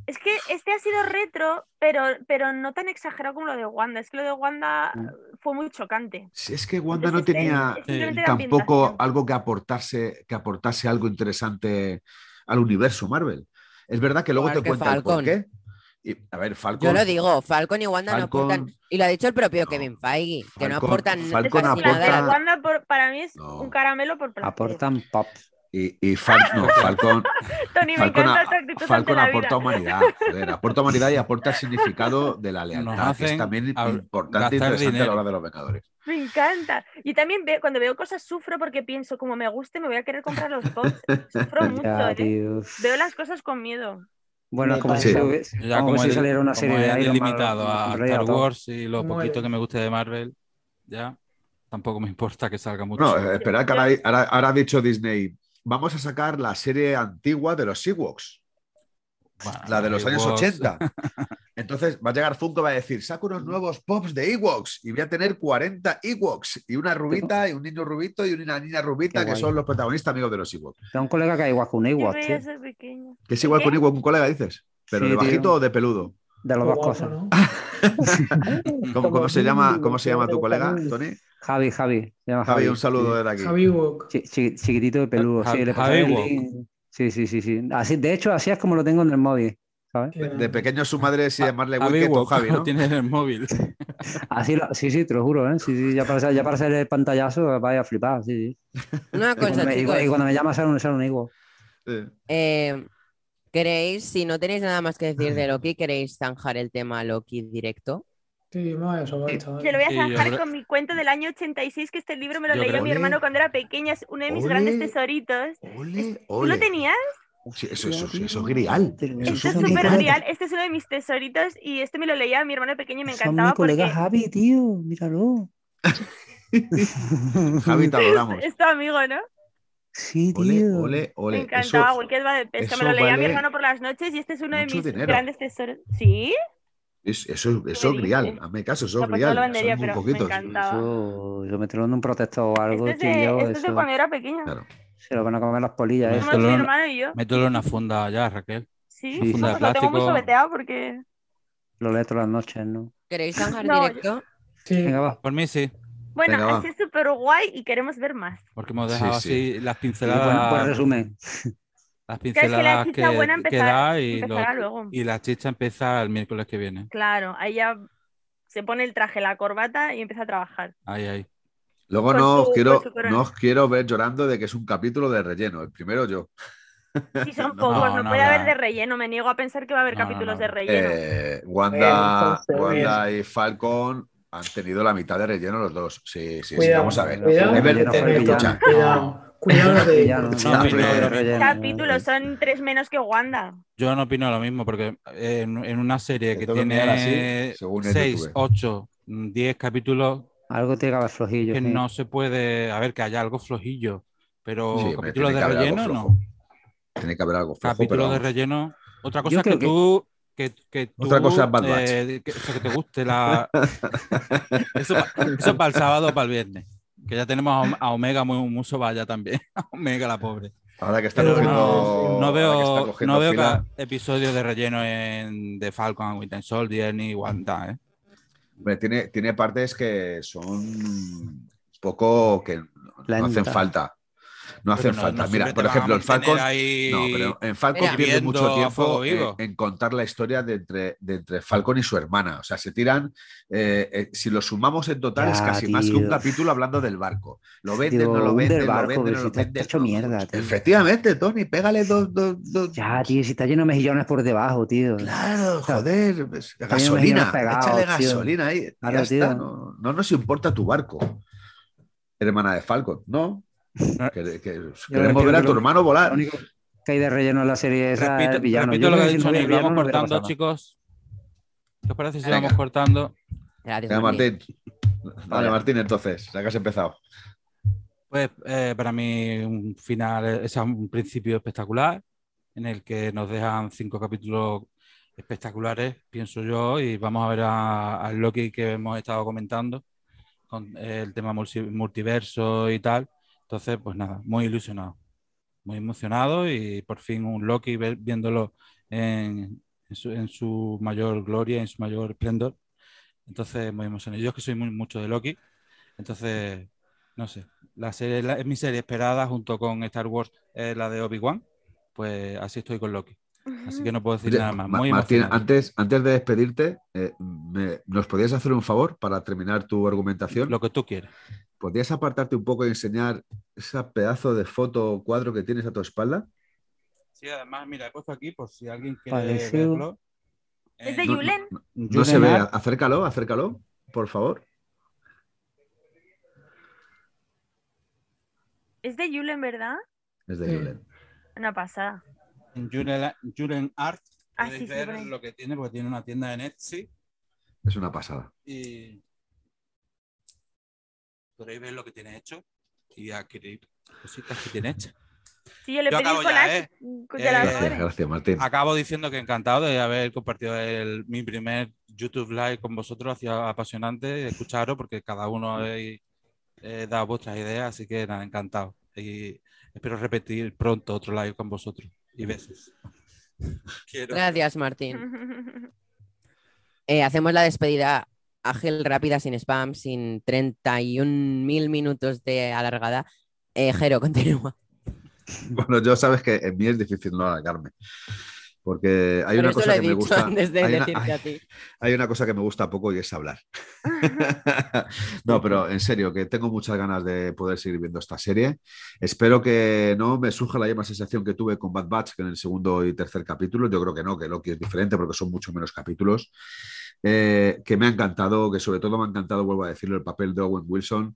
G: Es que este ha sido retro, pero, pero no tan exagerado como lo de Wanda. Es que lo de Wanda eh, fue muy chocante.
B: si es que Wanda no
G: Es este-
B: tenía
G: es simplemente de
B: tampoco
G: ambientación.
B: algo que aportarse, que aportase algo interesante al universo Marvel. Es verdad que luego
A: Igual
B: te
A: que
B: cuentan por
A: Falcon.
B: qué. Y, a ver, Falcon.
A: Yo lo digo, Falcon y Wanda
B: Falcon-
A: no aportan. Y lo ha dicho el propio
B: No.
A: Kevin Feige, que no
B: Falcon-
A: aportan
B: Falcon
A: casi
G: La de
B: aporta-
A: nada.
G: Wanda por- para mí es
B: No.
G: un caramelo por placer.
D: Aportan pop.
B: Y, y Fal- no, Falcon.
G: (laughs) Tony, me
B: Falcon,
G: encanta
B: a-
G: tu actitud
B: Falcon
G: ante la
B: aporta
G: vida.
B: humanidad, joder, aporta humanidad
G: (laughs)
B: y aporta significado de la lealtad, que es
C: hacen
B: también
C: hab-
B: importante e
C: gastar
B: interesante a
C: dinero.
B: la hora de los Vengadores.
G: Me encanta. Y también ve- cuando veo cosas sufro porque pienso, como me guste, me voy a querer comprar los bots. Sufro mucho,
D: Ya,
G: ¿eh?
D: tío.
G: Veo las cosas con miedo.
D: Bueno, es como
F: Sí.
D: si, tuvi-
C: Ya
D: como si
C: he-
D: saliera una
C: como
D: serie
C: he
D: de Iron Man,
C: limitado a
D: Rey,
C: Star
D: todo.
C: Wars y lo
E: Muy
C: poquito
E: bien.
C: que me guste de Marvel, ya. Tampoco me importa que salga mucho.
B: Bueno, eh, esperad que ahora, ahora- ahora ha dicho Disney, vamos a sacar la serie antigua de los Ewoks,
C: Bueno,
D: Ah,
B: la de los años
C: Ewoks,
D: (laughs)
B: 80. Entonces va a llegar Funko y va a decir, saco unos nuevos pops de Ewoks y voy a tener 40 Ewoks y una rubita y un niño rubito y una niña rubita
D: Qué
B: que
D: guay.
B: son los protagonistas amigos de los Ewoks.
D: Tengo un colega que hay igual que un
G: Yo
D: Ewok, tío.
G: veía ese pequeño.
B: Que es igual
G: ¿Qué?
B: con Ewok, un colega dices, pero
D: Sí,
B: de
D: tío.
B: bajito o de peludo.
D: De las
E: Qué
D: dos
E: guapo,
D: cosas.
E: (laughs) ¿no?
B: ¿Cómo, cómo se, llama, ¿Cómo se llama tu colega, Tony?
D: Javi, Javi. Se llama Javi.
B: Javi, un saludo eh. desde aquí.
E: Javi Wok.
D: Chi- chi- chiquitito de peludo.
C: Ja-
D: Sí, le
C: Javi
D: pasaré el
C: Wok.
D: link. Sí, sí, sí, sí. Así, de hecho, así es como lo tengo en el móvil. ¿sabes?
E: Que-
B: De pequeño su madre se llamarle
C: Javi,
B: Wicket o
C: Wok,
B: Javi,
D: (laughs)
C: lo
B: ¿no?
C: tienes en el
B: (laughs)
C: móvil.
D: Así lo- sí, sí, te lo juro, ¿eh? Sí, sí, ya para, ser- ya para ser el pantallazo vaya a flipar, sí, sí.
A: Una
D: Y cuando,
A: cosa,
D: me, y
A: chicos.
D: cu- y cuando me llama sale un, sale un higo.
B: Sí.
A: eh, ¿Queréis, si no tenéis nada más que decir de Loki, queréis zanjar el tema Loki directo?
E: Sí, yo me voy a sobar, chaval.
G: Se lo voy a
C: Sí,
G: zanjar
C: ahora-
G: con mi cuento del año 86, que este libro me lo
I: Yo
G: leía
I: creo-
G: mi hermano cuando era pequeña, es uno de mis
I: Ole.
G: grandes tesoritos.
I: Ole,
G: ¿Tú lo
I: ole.
G: tenías?
I: Sí, eso, eso, sí, eso es grial.
D: Te lo-
I: Eso
G: Esto es
D: son mis
G: súper
D: colegas.
G: real, este es uno de mis tesoritos y este me lo leía mi hermano pequeño y me
D: Son mi
G: encantaba
D: colega
G: porque
D: Javi, tío, míralo.
I: (laughs) Javi,
G: (laughs)
I: te adoramos.
G: es tu amigo, ¿no?
D: Sí,
I: Ole,
D: tío.
I: ole, ole.
G: me
I: Eso-
G: encantaba, Walker va de pesca,
I: eso
G: me lo leía mi
I: vale
G: hermano por las noches y este es uno de
I: mucho
G: mis
I: dinero.
G: grandes tesoros. ¿Sí?
I: es- Eso eso es
G: dices?
I: grial. Hazme caso, eso
G: No,
I: es
G: pues no lo
I: grial. Son
G: vendería,
I: muy
G: pero me
I: poquitos.
G: encanta.
D: Eso, yo me traigo en un protector o algo,
G: Este es
D: tío,
G: de,
D: yo
G: este es de
D: eso-
G: cuando era pequeña.
I: Claro.
D: se lo van a comer las polillas.
C: Bueno,
D: eso.
G: Somos mi
C: lo-
G: hermano y yo.
C: Mételo en una funda ya, Raquel.
G: Sí,
D: Sí.
G: no,
D: Funda de
G: pues lo tengo muy
C: plástico.
G: sobeteado porque...
D: Lo leo todas las noches, ¿no?
A: ¿Queréis zanjar
G: No, yo-
A: directo?
E: Sí,
D: Venga, va.
C: Por mí sí,
G: Bueno,
I: Venga, va.
G: así es súper guay y queremos ver más.
C: porque hemos
I: Sí,
C: dejado
I: sí.
C: así las
D: Bueno, pues
C: pinceladas,
D: resumen.
C: las
G: que la
C: pinceladas que,
G: chicha buena
C: que
G: empezará-
C: da y, lo-
G: Empezará luego.
C: y la chicha empieza el miércoles que viene.
G: Claro, ahí ya se pone el traje, la corbata y empieza a trabajar.
C: Ahí, ahí.
B: Luego
G: Con
B: no os,
G: su-
B: quiero,
G: con su corona.
B: no os quiero ver llorando de que es un capítulo de relleno. El primero yo.
G: Si son
C: No,
G: pocos, no,
C: no
G: puede
C: habrá.
G: haber de relleno. Me niego a pensar que va a haber
C: No, no,
G: capítulos
C: no.
G: de relleno.
B: Eh, Wanda,
F: Entonces-
B: Wanda y Falcon han tenido la mitad de relleno los dos. Sí, sí, sí.
E: Cuidado,
B: Vamos a ver.
E: cuidado.
B: Es verdad,
E: que te meto.
B: escucha.
E: Cuidado, cuidado lo que dices.
D: Villano,
C: Sí, no,
D: villano,
C: no,
D: relleno.
G: capítulos son tres menos que Wanda.
C: Yo no opino lo mismo, porque eh, en, en una serie que
I: Te tengo que mirar
C: tiene
I: así, según el
C: 6,
I: YouTube.
C: 8, 10 capítulos,
D: Algo tiene que haber flojillo.
C: que
D: sí.
C: no se puede. A ver, que haya algo flojillo, pero
B: Sí, hombre,
C: capítulos
B: tiene
C: de
B: que haber algo
C: relleno no.
B: flojo. Tiene que haber algo flojo,
C: Capítulos
B: pero
C: de
B: vamos.
C: relleno. Otra
D: Yo
C: cosa
D: creo
C: que,
D: que-
C: tú. Que, que
B: Otra
C: tú,
B: cosa es Bad Batch.
C: eh, que, o sea, que te guste
B: (laughs)
C: la. eso, pa- eso para el sábado o para el viernes. Que ya tenemos a Om- a Omega muy, muy sobaya también. (laughs) A Omega, la pobre.
I: Ahora que está
C: Pero
I: cogiendo.
E: no,
I: ahora
C: No
I: que está
C: veo,
I: cogiendo
C: no veo
I: fila,
C: ca- episodios de relleno en The Falcon, Winter Soldier ni Wanda, ¿eh?
B: Hombre, tiene, tiene partes que son un poco que no hacen
D: Lenta.
B: falta. No hacen
C: Pero no-
B: falta.
C: no
B: Mira,
C: siempre
B: por
C: te van a
B: ejemplo, el
C: mantener
B: Falcon.
C: ahí-
B: No, pero en Falcon
A: Mira.
B: pierde
C: Viendo
B: mucho
C: a
B: tiempo
C: fuego
B: eh,
C: vivo.
B: en, contar la historia de entre, de entre Falcon y su hermana. O sea, se tiran. eh, eh, si lo sumamos en total, es
D: Ya,
B: casi más que un
D: tío.
B: capítulo hablando del barco. Lo venden,
D: Digo,
B: no lo
D: un
B: venden,
D: del
B: lo
D: barco,
B: venden,
D: pero
B: no
D: si
B: lo
D: te has
B: venden.
D: hecho
B: no,
D: mierda,
B: no.
D: tío.
B: Efectivamente, Tony, pégale dos. dos, dos-
D: Ya, tío, si está lleno de mejillones por
I: (laughs)
D: debajo, tío.
B: Claro,
D: sea,
B: joder, pues,
D: me
B: gasolina,
D: quedo pegado,
B: échale
D: tío.
B: gasolina ahí. y
D: Claro,
B: ya está,
D: tío.
B: no, no nos importa tu barco, hermana de Falcon,
D: (laughs)
B: no. Que- que- queremos
D: creo
B: ver a
D: que
B: tu
D: lo-
B: hermano
D: Lo
B: volar.
D: único que hay de relleno en la serie esa es
C: Repito,
D: el villano.
C: repito
D: Yo
C: lo que
D: creo
C: ha
D: si
C: dicho
D: no hubiera
C: Nick, vamos
D: villano no hubiera
C: cortando,
D: pasado nada.
C: chicos. ¿Qué os parece si
B: Venga.
C: vamos cortando?
A: Gracias,
B: Venga,
A: Martín.
B: Martín. Dale, Martín, entonces, ya que has empezado.
C: Pues eh, para mí un final, eh, o sea, un principio espectacular, en el que nos dejan cinco capítulos espectaculares, pienso yo, y vamos a ver a- al Loki que hemos estado comentando, con eh, el tema multi- multiverso y tal. Entonces, pues nada, muy ilusionado, muy emocionado y por fin un Loki ve- viéndolo en, en su, en su mayor gloria, en su mayor esplendor. Entonces, muy emocionado. Yo es que soy muy mucho de Loki, entonces, no sé la serie, la- es mi serie esperada junto con Star Wars, eh, la de Obi-Wan. Pues así estoy con Loki. Así que no puedo decir
B: Oye,
C: nada más.
B: Ma-
C: Muy
B: Martín,
C: emocionante.
B: antes, antes de despedirte, eh, me- ¿nos podías hacer un favor para terminar tu argumentación?
C: Lo que tú quieras.
B: ¿Podrías apartarte un poco y enseñar ese pedazo de foto o cuadro que tienes a tu espalda?
C: Sí, además, mira, he puesto aquí por si alguien Eh,
D: quiere Parecido. verlo.
G: (laughs) ¿Es de
B: no-
G: Julen?
B: No se ve, acércalo, acércalo, por favor.
G: Es de Julen, ¿verdad?
B: Es de
E: Sí.
B: Julen.
G: Una pasada.
C: Julen, Julen Art.
G: Ah,
C: Podéis
G: sí, sí, por
C: ver
G: ahí.
C: lo que tiene, porque tiene una tienda en Etsy.
B: Es una pasada.
C: Y podéis ver lo que tiene hecho y adquirir cositas que tiene hechas.
G: Sí, yo le
C: Yo
G: pedí
C: acabo
G: el
C: ya,
G: collage
C: ¿eh?
G: de
C: Eh,
G: las
B: Gracias,
G: flores. (laughs)
B: gracias, Martín.
A: Ah.
C: Acabo diciendo que encantado de haber compartido el- mi primer YouTube Live con vosotros. Hacía apasionante escucharos porque cada uno habéis eh, dado vuestras ideas, así que nada, encantado. Y espero repetir pronto otro live con vosotros. Y
B: (laughs)
C: besos. Quiero.
A: Gracias, Martín. Eh, hacemos la despedida ágil, rápida, sin spam, sin 31.000 minutos de alargada. Eh, Jero, (laughs) continúa.
B: (laughs) Bueno, yo sabes que en mí es difícil no alargarme. Porque hay
A: Pero
B: una
A: esto lo he
B: cosa que me
A: dicho
B: gusta.
A: antes de
B: hay, una,
A: decirte
B: ay,
A: a ti.
B: (laughs) hay una cosa que me gusta poco y es hablar. (laughs) no, pero en serio, que tengo muchas ganas de poder seguir viendo esta serie. Espero que no me surja la misma sensación que tuve con Bad Batch que en el segundo y tercer capítulo. Yo creo que no, que Loki es diferente porque son mucho menos capítulos. eh, que me ha encantado, que sobre todo me ha encantado, vuelvo a decirlo, el papel de Owen Wilson,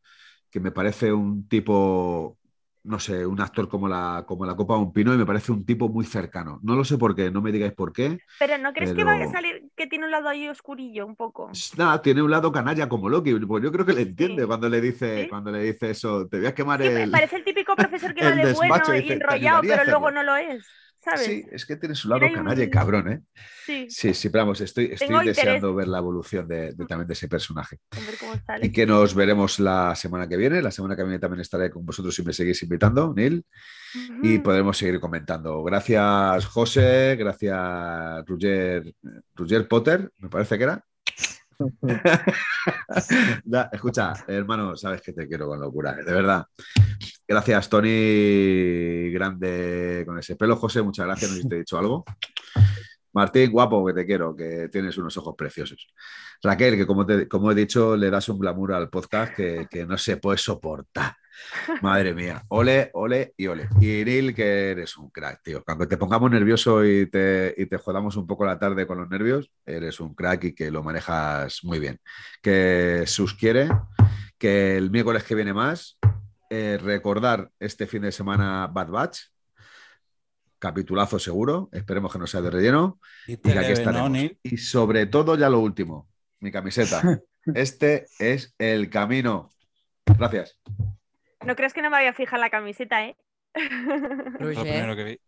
B: que me parece un tipo, no sé, un actor como la, como la Copa de un Pino y me parece un tipo muy cercano. No lo sé por qué, no me digáis por qué.
G: Pero ¿no crees
B: Pero-
G: que va a salir que tiene un lado ahí oscurillo un poco?
B: Nada, tiene un lado canalla como Loki, pues yo creo que le entiende
G: Sí.
B: cuando le dice,
G: Sí.
B: cuando le dice eso, te voy a quemar
G: Sí,
B: el...
G: parece el típico profesor que
B: el
G: va de bueno
B: despacho, dice,
G: y
B: "Te
G: enrollado,
B: ayudaría a
G: pero luego
B: hacerlo".
G: no lo es, ¿sabes?
B: Sí, es que tiene su lado
G: Tiene ahí un-
B: canalla y cabrón, ¿eh?
G: Sí,
B: Sí, sí, pero vamos, estoy,
G: Tengo
B: estoy
G: interés.
B: deseando ver la evolución de, de también de ese personaje.
G: a ver cómo sale.
B: Y que nos veremos la semana que viene. La semana que viene también estaré con vosotros si me seguís invitando, Neil, y pues,
G: Ujú.
B: podremos seguir comentando. Gracias, José, gracias, Roger, Roger Potter, me parece que era. Da- escucha, hermano, sabes que te quiero con locura, de verdad. Gracias, Tony, grande con ese pelo. José, muchas gracias, no sé si te he dicho algo. Martín, guapo, que te quiero, que tienes unos ojos preciosos. Raquel, que como, te- como he dicho, le das un glamour al podcast que, que no se puede soportar. Madre mía, ole, ole y ole. Y Neil, que eres un crack, tío. Cuando te pongamos nervioso y te, y te jodamos un poco la tarde con los nervios, eres un crack y que lo manejas muy bien. Que sus quiere, que el miércoles que viene más, eh, recordar este fin de semana Bad Batch, capitulazo seguro, esperemos que no sea de relleno. Y que aquí
C: Tele, ¿no,
B: estaremos.
C: Neil?
B: Y sobre todo, ya lo último, mi camiseta. Este es el camino. Gracias.
G: No crees que no me había fijado en la camiseta, ¿eh?
C: Lo primero
A: Roger,
C: que vi.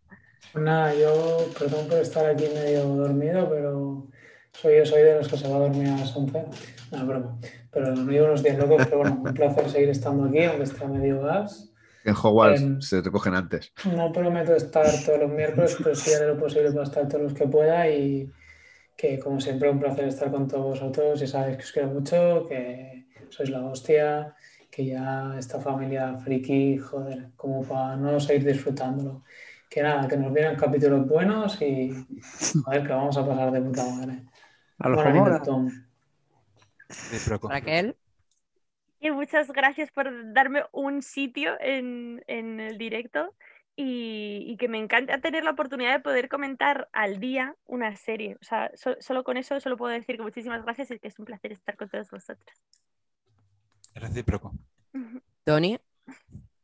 E: Pues nada, yo perdón por estar aquí medio dormido, pero soy yo, soy de los que se va a dormir a las 11. No, es broma. Pero no llevo unos días locos, pero bueno, un placer seguir estando aquí, aunque esté a medio gas.
B: En Hogwarts
E: Em.
B: se recogen antes.
E: No prometo estar todos los miércoles, pero sí haré lo posible para estar todos los que pueda y que como siempre un placer estar con todos vosotros. Ya sabéis que os quiero mucho, que sois la hostia, que ya esta familia friki, joder, como para no seguir disfrutándolo. Que nada, que nos vienen capítulos buenos y joder, que lo vamos a pasar de puta madre.
D: A los
E: Bueno,
D: cojones.
E: Nintendo.
C: Sí, pero con-
A: Raquel,
G: (laughs) Y muchas gracias por darme un sitio en, en el directo y, y que me encanta tener la oportunidad de poder comentar al día una serie. O sea, so- solo con eso solo puedo decir que muchísimas gracias y que es un placer estar con todos vosotros.
C: es recíproco.
A: Tony,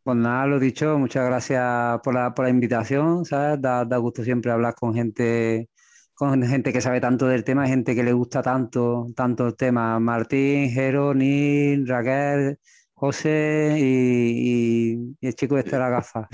D: Pues nada, lo dicho, muchas gracias por la, por la invitación, ¿sabes? Da, da gusto siempre hablar con gente, con gente que sabe tanto del tema, gente que le gusta tanto, tanto el tema. Martín, Jero, Nil, Raquel, José y, y- y el chico este de la gafa.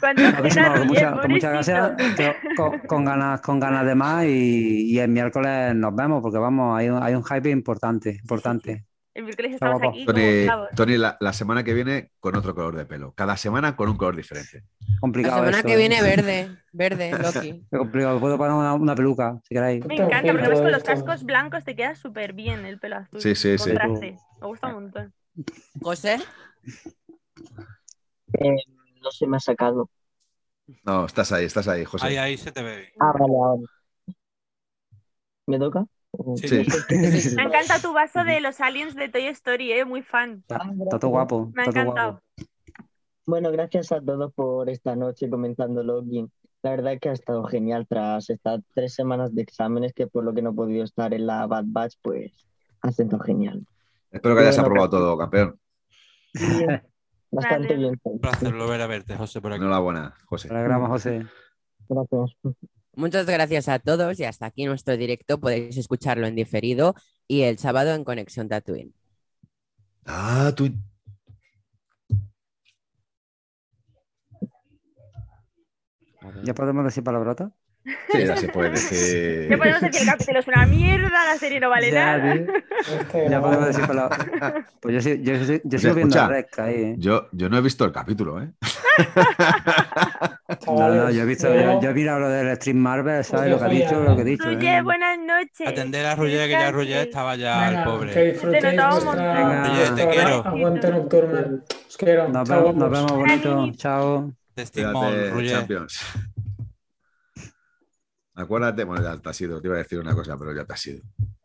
G: Cuando Roger,
D: Muchísimas- muchas, pues muchas
G: pobrecito.
D: gracias, yo con, con ganas, con ganas de más y, y el miércoles nos vemos porque vamos, hay un, hay un hype importante, importante.
G: El miércoles estamos
D: guapo.
G: aquí como ¿eh?
B: Tony,
G: esclavos.
B: Tony, la, la semana que viene con otro color de pelo. Cada semana con un color diferente.
A: la
D: Complicado
A: semana
D: esto,
A: que
B: (laughs)
D: ¿eh?
A: viene verde, verde, Loki.
D: Complicado, puedo poner una, una peluca, si queréis.
G: Me
E: Tengo
G: encanta,
E: frío,
G: porque
D: pues,
G: además con los
E: esto.
G: cascos blancos te queda súper bien el pelo azul.
B: Sí, sí, sí.
G: Contraste. Me gusta un montón.
A: José,
F: Eh, no se me ha sacado.
B: No, estás ahí, estás ahí, José.
C: Ahí, ahí se te ve bien.
F: Ah, vale, ahora. ¿Me toca?
C: Sí.
B: Sí.
G: Me encanta tu vaso de los aliens de Toy Story, ¿eh? muy fan.
D: Está,
F: Ah,
D: está todo
F: gracias.
D: guapo,
G: Me ha
D: está todo guapo.
G: encantado.
F: Bueno, gracias a todos por esta noche comentando Login. La verdad es que ha estado genial tras estas tres semanas de exámenes que por lo que no he podido estar en la Bad Batch, pues ha sido genial.
B: Espero que hayas
F: Bueno,
B: aprobado
F: pero-
B: todo, campeón.
F: Bien, (laughs) Bastante
G: Vale.
F: bien. pues.
C: Un placer volver a verte, José, por aquí.
B: Enhorabuena, José.
D: Te alegramos, José.
F: Gracias.
A: muchas gracias a todos y hasta aquí nuestro directo. Podéis escucharlo en diferido y el sábado en Conexión Tatooine.
B: Ah, tú.
D: ¿Ya podemos decir palabrota?
B: Sí, ya se
G: (laughs)
B: puede decir.
G: Ya
D: (laughs)
G: podemos decir el capítulo es una mierda, la serie no vale
D: Eh, ya,
G: nada.
D: tío.
E: Este,
D: (laughs) Ya
E: no,
D: podemos decir palabrota. Pues yo, sí- yo, sí- yo sigo viendo
B: escucha.
D: a Rex ahí, ¿eh?
B: Yo, yo no he visto el capítulo, ¿eh?
D: No,
E: chavales,
D: no, yo he visto,
E: yo-
D: yo, yo he mirado lo del stream Marvel, ¿sabes? Lo que ha dicho, lo que ha dicho.
G: Roger,
D: ¿eh?
G: buenas noches.
C: Atender a Roger, que ya Roger estaba ya
E: Venga,
C: al
E: Que
C: pobre.
E: disfrutéis
G: notaba un
E: vuestra-
D: montón. Venga.
E: vuestro
D: Te
C: quiero.
E: aguante nocturna. Os quiero.
D: Nos
E: Chao,
D: vemos, nos
E: guapos.
D: vemos bonito. Chao.
C: Testimon,
B: Cuídate,
C: Roger.
B: Champions. Acuérdate, bueno, ya te has ido. Te iba a decir una cosa, pero ya te has ido.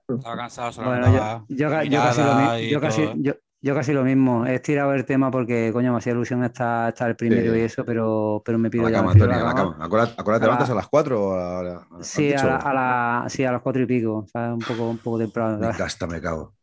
C: Estaba cansado, solo
D: Bueno,
C: andaba
D: yo, yo ca- yo
C: mirada
D: casi lo mi-
C: y
D: yo casi-
C: todo.
D: yo- Yo casi lo mismo. He tirado el tema porque, coño, me hacía ilusión estar, estar el primero
K: Sí.
D: y eso, pero, pero me
K: A
D: pido
K: la
D: ya.
K: cama,
D: me pido
K: Antonio, a la
D: cama.
K: cama. Acuérdate, acuérdate,
D: A la-
K: levantas a las 4 o a la- a la-
D: Sí,
K: han
D: a,
K: dicho.
D: la- a la- sí, a las cuatro y pico. ¿sabes? Un poco, un poco temprano.
K: Me
D: ¿sabes?
K: encanta, me cago.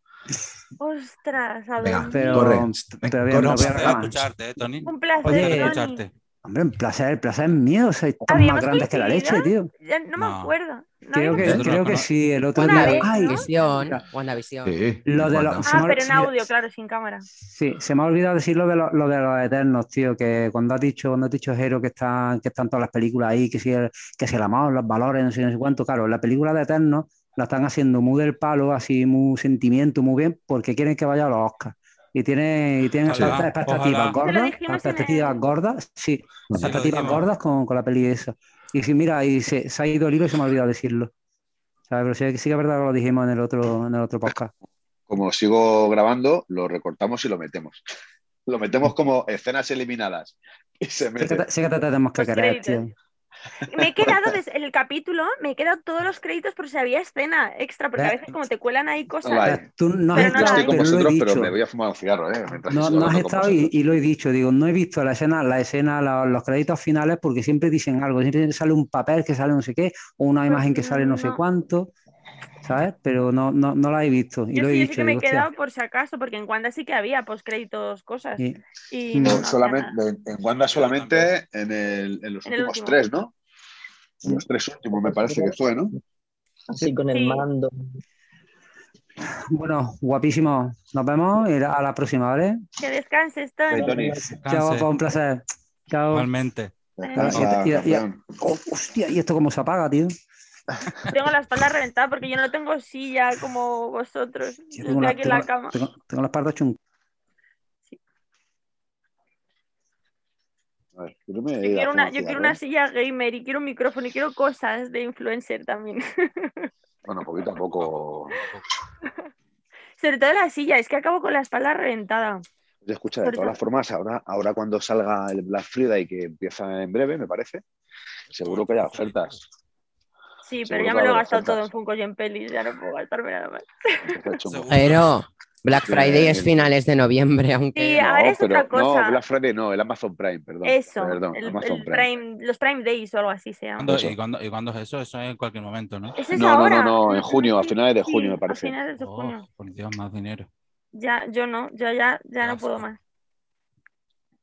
G: Ostras, a ver.
K: Venga,
D: Pero-
K: corre.
D: pero bien,
K: corre.
D: no,
C: Un
D: voy a
C: placer
D: reclamar.
C: escucharte, ¿eh, Tony?
G: Un
C: Un placer
G: placer, Tony.
C: escucharte.
D: Hombre, el placer, el placer es mío. O sea, están
G: ¿Habíamos
D: más grandes que la leche, tío.
G: Ya no me
C: No.
G: acuerdo. No
D: Creo
G: habíamos-
D: que,
C: Nosotros
D: creo que
C: no.
D: sí, el otro
G: Una
D: día.
G: vez,
D: Ay,
G: ¿no?
A: Visión, WandaVisión.
K: Sí,
D: Lo de
K: Wanda.
D: los-
G: Ah,
D: me-
G: pero en
D: se me-
G: audio, claro, sin cámara.
D: Sí, se me ha olvidado decir lo de, lo, lo de los eternos, tío, que cuando has dicho, cuando has dicho Jero que están, que están todas las películas ahí, que si el, que si el amor, los valores, no sé, no sé cuánto, claro, la película de Eternos la están haciendo muy del palo, así muy sentimiento, muy bien, porque quieren que vaya a los Oscars. Y tienen, y tienen
C: Ojalá,
D: expecta- expectativas
C: ojalá.
G: Te lo
D: gordas,
G: dijimos en
D: expectativas
G: el-
D: gordas, sí,
C: Sí, lo
D: expectativas
C: dijimos.
D: gordas con, con la peli esa. Y sí, mira, y se, se ha ido el hilo y se me ha olvidado decirlo. ¿Sabes? Pero sí, sí que es verdad que lo dijimos en el otro, en el otro
C: (laughs)
D: podcast.
B: Como sigo grabando, lo recortamos y lo metemos. Lo metemos como escenas eliminadas. Y se
D: Sí que
B: mete.
D: te, sí que te tenemos que
G: Los
D: querer,
G: créditos.
D: tío.
G: Me he quedado desde el capítulo, me he quedado todos los créditos por si había escena extra, porque a
D: Eh.
G: veces como te cuelan ahí cosas.
B: Hola.
D: O sea, tú no
G: Pero no
D: has estado,
G: la
B: Estoy
G: hay.
B: con
D: pero lo he
B: vosotros, pero
D: dicho.
B: me voy a fumar un cigarro, ¿eh? Mientras
D: No,
B: estoy
D: no
B: hablando
D: has
B: con
D: estado y,
B: vosotros.
D: y lo he dicho, digo, no he visto la escena, la escena, la- los créditos finales, porque siempre dicen algo, siempre sale un papel que sale no sé qué, o una imagen que sale no sé
G: Pues No.
D: cuánto, ¿sabes? Pero no, no, no la he visto. Y
G: Yo
D: lo he
G: sí, yo sí
D: dicho,
G: que me he
D: digo, hostia,
G: quedado por si acaso, porque en Wanda sí que había postcréditos, cosas.
D: y-
G: Y
D: No,
G: no, no había
B: No,
G: nada.
B: solamente, en en Wanda solamente en, el- en los
G: En el
B: últimos
G: último.
B: tres, ¿no? En los tres últimos, me parece que fue, ¿no?
F: Así con el
G: Sí.
F: mando.
D: bueno, guapísimo. Nos vemos y a la próxima, ¿vale?
G: Que descanses, Tony.
B: Ahí, Tony.
D: Chao,
C: Descanse,
D: guapa, un placer. Chao.
C: Igualmente.
B: Descansa,
D: Y- y- y-
B: Ah, campeón.
D: Oh, hostia, ¿y esto cómo se apaga, tío?
G: Tengo la espalda reventada porque yo no tengo silla como vosotros. Yo
D: Yo
G: Estoy
D: la-
G: aquí en la
D: la-
G: cama.
D: tengo- tengo la espalda hecha un
B: A ver, yo me he
G: Yo
B: ido a
G: quiero,
B: fumar
G: una,
B: un
G: yo quiero
B: cigarro,
G: una
B: ¿eh?
G: silla gamer y quiero un micrófono y quiero cosas de influencer también. (laughs)
B: Bueno, poquito a poco.
G: Sobre todo la silla, es que acabo con la espalda reventada.
B: Oye, escucha, de
G: Por
B: todas las formas, ahora, ahora cuando salga el Black Friday, que empieza en breve, me parece, seguro que hay ofertas.
G: Sí,
B: Seguro
G: pero ya
B: que
G: me lo he
B: habrá
G: gastado
B: ofertas.
G: todo en Funko y en pelis, ya no puedo gastarme nada más.
B: Entonces, chungo.
C: Seguro.
A: Pero Black Friday es
B: Bien.
A: finales de noviembre,
G: Sí,
A: aunque
G: ahora es otra cosa.
B: No, Black Friday no, el Amazon Prime, perdón.
G: Eso,
B: perdón,
G: el,
B: Amazon
G: el
B: Prime.
G: Prime- los Prime Days o algo así se llama.
C: ¿Cuándo-
B: Eso.
C: y, cuándo, ¿Y cuándo es eso? Eso es en cualquier momento, ¿no?
G: Ese es
B: No, no, no,
G: ahora.
B: no, en junio, a
G: sí,
B: finales de
G: sí,
B: junio, me parece.
G: A finales de
C: Oh,
G: junio.
C: por Dios, más dinero.
G: Ya, yo no, yo ya, ya no
C: Ya
G: puedo
C: está.
G: más.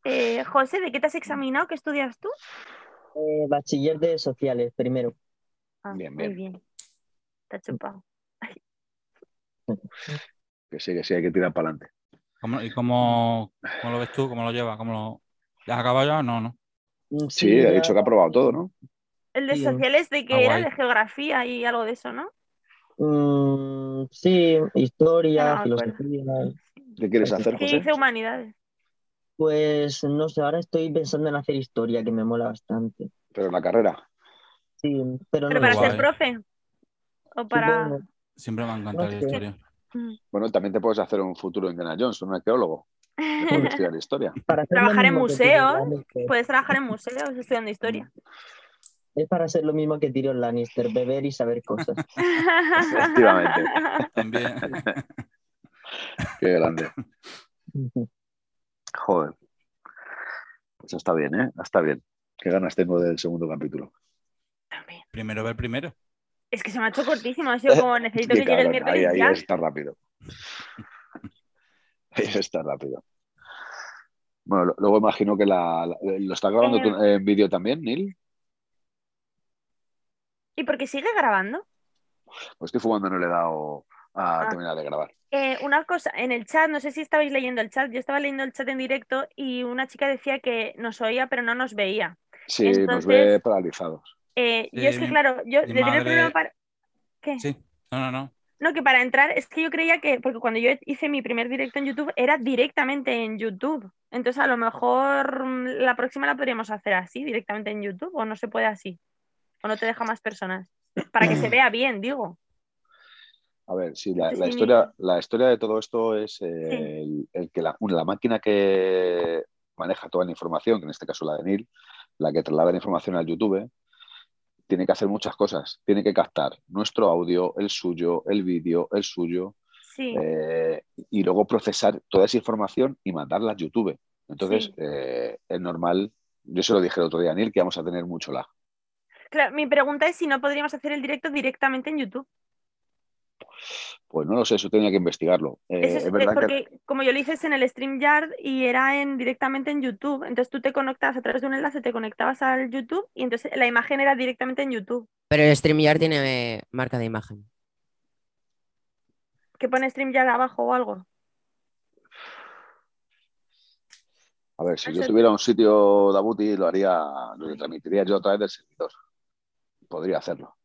G: Eh, José, ¿de qué te has examinado? ¿Qué estudias tú?
F: Eh, bachiller de sociales, primero.
G: Ah,
B: Bien,
G: Muy
B: bien.
G: bien. Está chupado.
B: Que sí, que sí, hay que tirar para adelante.
C: ¿Cómo- ¿Y cómo, cómo lo ves tú? ¿Cómo lo llevas? ¿Cómo lo... ¿Has acabado ya? No, no.
F: Mm,
B: Sí, he
F: ya-
B: dicho que ha probado todo, ¿no?
G: El de
F: Sí, ¿no?
G: sociales de que
C: Ah,
G: era
C: guay.
G: de geografía y algo de eso, ¿no?
F: Mm, sí, historia,
G: Ah, bueno.
F: filosofía.
B: ¿Qué quieres hacer,
G: ¿Qué
B: José?
G: dice humanidades?
F: Pues no sé, ahora estoy pensando en hacer historia, que me mola bastante.
B: Pero en la carrera.
F: Sí, pero
G: ¿Pero
F: no
G: para
F: sé.
G: ser
C: Guay.
G: profe? ¿O para...?
F: Supongo.
C: Siempre me ha encantado la
F: Ok.
C: historia.
B: Bueno, también te puedes hacer un futuro Indiana Jones, un
G: (laughs)
B: arqueólogo. Después de estudiar historia.
F: Para hacer lo
G: Trabajar en
F: mismo que
G: museos. pues
F: Tyrion Lannister.
G: Puedes trabajar en museos estudiando historia.
F: Es para hacer lo mismo que Tyrion Lannister, beber y saber
G: (laughs)
F: cosas.
B: Efectivamente.
C: También. (laughs)
B: Qué grande. Joder. Pues está bien, ¿eh? Está bien. Qué ganas tengo del segundo capítulo.
C: primero ver primero.
G: Es que se me ha hecho cortísimo, ha sido como necesito que
B: Qué
G: llegue el
B: cabrón, ahí,
G: miércoles
B: ahí
G: ya.
B: está rápido. (laughs) Ahí está rápido. Bueno, lo- luego imagino que la, la- lo está grabando tú en vídeo también, Neil.
G: ¿Y por qué sigue grabando?
B: Pues estoy fumando, no le he dado a
G: Ah.
B: terminar de grabar.
G: Eh, una cosa, en el chat, no sé si estabais leyendo el chat, yo estaba leyendo el chat en directo y una chica decía que nos oía pero no nos veía.
B: Sí, nos
G: Entonces-
B: ve paralizados.
G: Eh,
C: Sí,
G: yo es que,
C: mi-
G: claro, yo
C: mi
G: de tener
C: madre-
G: problema para... ¿Qué?
C: Sí. No, no, no.
G: No, que para entrar, es que yo creía que, porque cuando yo hice mi primer directo en YouTube, era directamente en YouTube. Entonces, a lo mejor mm, la próxima la podríamos hacer así, directamente en YouTube, o no se puede así. O no te deja más personas. Para que
B: Mm.
G: se vea bien, digo.
B: A ver, sí, la,
G: Sí,
B: la
G: sí,
B: historia,
G: mira.
B: la historia de todo esto es eh,
G: Sí.
B: el, el que la, la máquina que maneja toda la información, que en este caso la de Neil, la que traslada la información al YouTube, tiene que hacer muchas cosas. Tiene que captar nuestro audio, el suyo, el vídeo, el suyo,
G: Sí.
B: eh, y luego procesar toda esa información y mandarla a YouTube. Entonces,
G: Sí.
B: eh, es normal, yo se lo dije el otro día a Neil, que vamos a tener mucho lag.
G: Claro, mi pregunta es si no podríamos hacer el directo directamente en YouTube.
B: Pues no lo sé, eso tenía que investigarlo. Eh,
G: Eso es,
B: es
G: eh,
B: verdad que
G: porque, como yo lo hice, es en el StreamYard y era en, directamente en YouTube. Entonces tú te conectabas a través de un enlace, te conectabas al YouTube y entonces la imagen era directamente en YouTube.
A: Pero el StreamYard tiene eh, marca de imagen.
G: ¿Qué pone StreamYard abajo o algo?
B: A ver, si
G: Eso
B: yo
G: es-
B: tuviera un sitio Dabuti, lo haría, lo transmitiría yo a través del servidor. Podría hacerlo.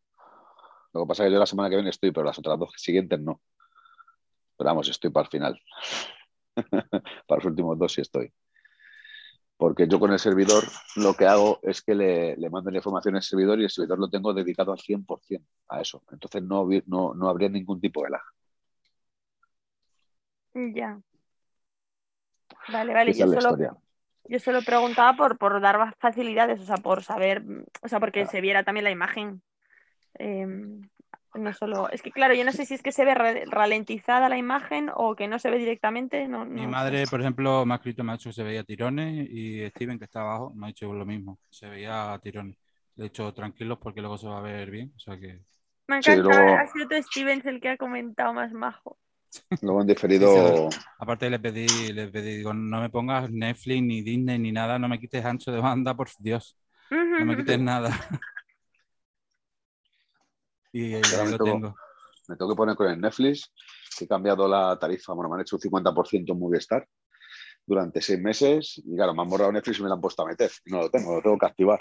B: Lo que pasa es que yo la semana que viene estoy, pero las otras dos siguientes no. Pero vamos, estoy para el final. (laughs) para los últimos dos sí estoy. Porque yo con el servidor lo que hago es que le, le mando la información al servidor y el servidor lo tengo dedicado al 100% a eso. Entonces no, vi- no, no habría ningún tipo de lag.
G: Ya. Vale, vale.
B: Esa
G: Yo
B: es la
G: solo,
B: historia.
G: yo solo preguntaba por, por dar más facilidades, o sea, por saber, mm, o sea, porque
B: Claro.
G: se viera también la imagen. Eh, no solo. Es que, claro, yo no sé si es que se ve re- ralentizada la imagen o que no se ve directamente. No,
C: Mi
G: no sé.
C: madre, por ejemplo, me ha escrito, me ha dicho que se veía a tirones y Steven, que está abajo, me ha dicho lo mismo, se veía a tirones. De hecho, tranquilos porque luego se va a ver bien. O sea que
G: Me
B: Sí,
G: encanta,
B: luego-
G: ha sido tú, Stevens el que ha comentado más majo.
B: Luego han diferido.
C: Aparte le pedí, le pedí, digo, no me pongas Netflix ni Disney ni nada, no me quites ancho de banda, por Dios, no me
G: (laughs)
C: quites nada. (laughs) y ahí
B: Pero
C: lo
B: todo.
C: tengo.
B: me tengo que poner con el Netflix. He cambiado la tarifa, bueno, me han hecho un 50% en Movistar durante seis meses. Y claro, me han borrado Netflix y me la han puesto a meter. No lo tengo, lo tengo que activar.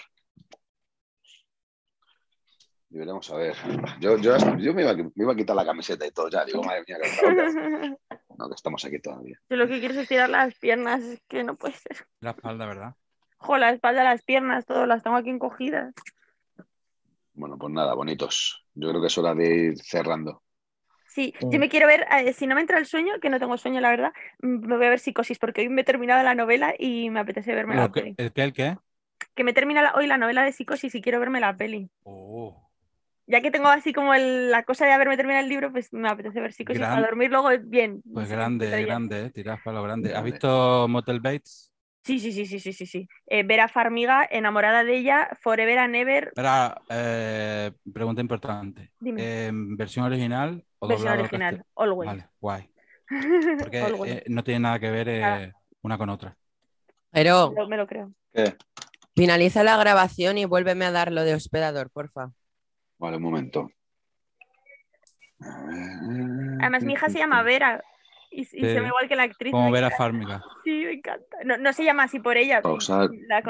B: Y veremos a ver. Yo, yo, yo me, iba, a- me iba a quitar la camiseta y todo ya. Digo, madre mía, que estamos- no, que estamos aquí todavía.
G: Yo lo que quiero es estirar las piernas, es que no puede ser.
C: La espalda, ¿verdad?
G: Jo, la espalda, las piernas, todo, las tengo aquí encogidas.
B: Bueno, pues nada, bonitos. Yo creo que es hora de ir cerrando.
G: Sí,
F: Mm.
G: yo me quiero ver, eh, si no me entra el sueño, que no tengo sueño, la verdad, mm, me voy a ver psicosis, porque hoy me he terminado la novela y me apetece verme la
C: Lo que-
G: peli.
C: ¿El qué? ¿El qué?
G: Que me termina la- hoy la novela de psicosis y quiero verme la peli.
C: Oh,
G: Ya que tengo así como el- la cosa de haberme terminado el libro, pues me apetece ver psicosis
C: Gran-
G: para dormir luego eh, bien.
C: pues
G: Sí,
C: grande,
G: pero ya-
C: grande, eh, tirás para lo grande. ¿Has
B: Grande.
C: visto Motel Bates?
G: Sí, sí, sí, sí, sí, sí, sí. Eh, Vera Farmiga, enamorada de ella, Forever and Ever,
C: Espera, eh, pregunta importante.
G: dime,
C: Eh, ¿Versión original o
G: Mm. versión
C: doblado al
G: original,
C: castell-
G: Always.
C: Vale, guay.
G: (laughs)
C: Porque
G: Always.
C: eh, no tiene nada que ver eh,
G: Nada.
C: una con otra.
A: Pero
G: Lo- me lo creo.
C: eh,
A: finaliza la grabación y vuélveme a dar lo de hospedador, porfa.
B: Vale, un momento.
G: Además, mi hija se llama Vera y, y se
C: Sí.
G: llama igual que la actriz.
C: eh, Como
G: me
C: Vera
G: encanta.
C: Farmiga.
G: Sí, me encanta. No, no se llama así por ella.
B: Pausar,
G: La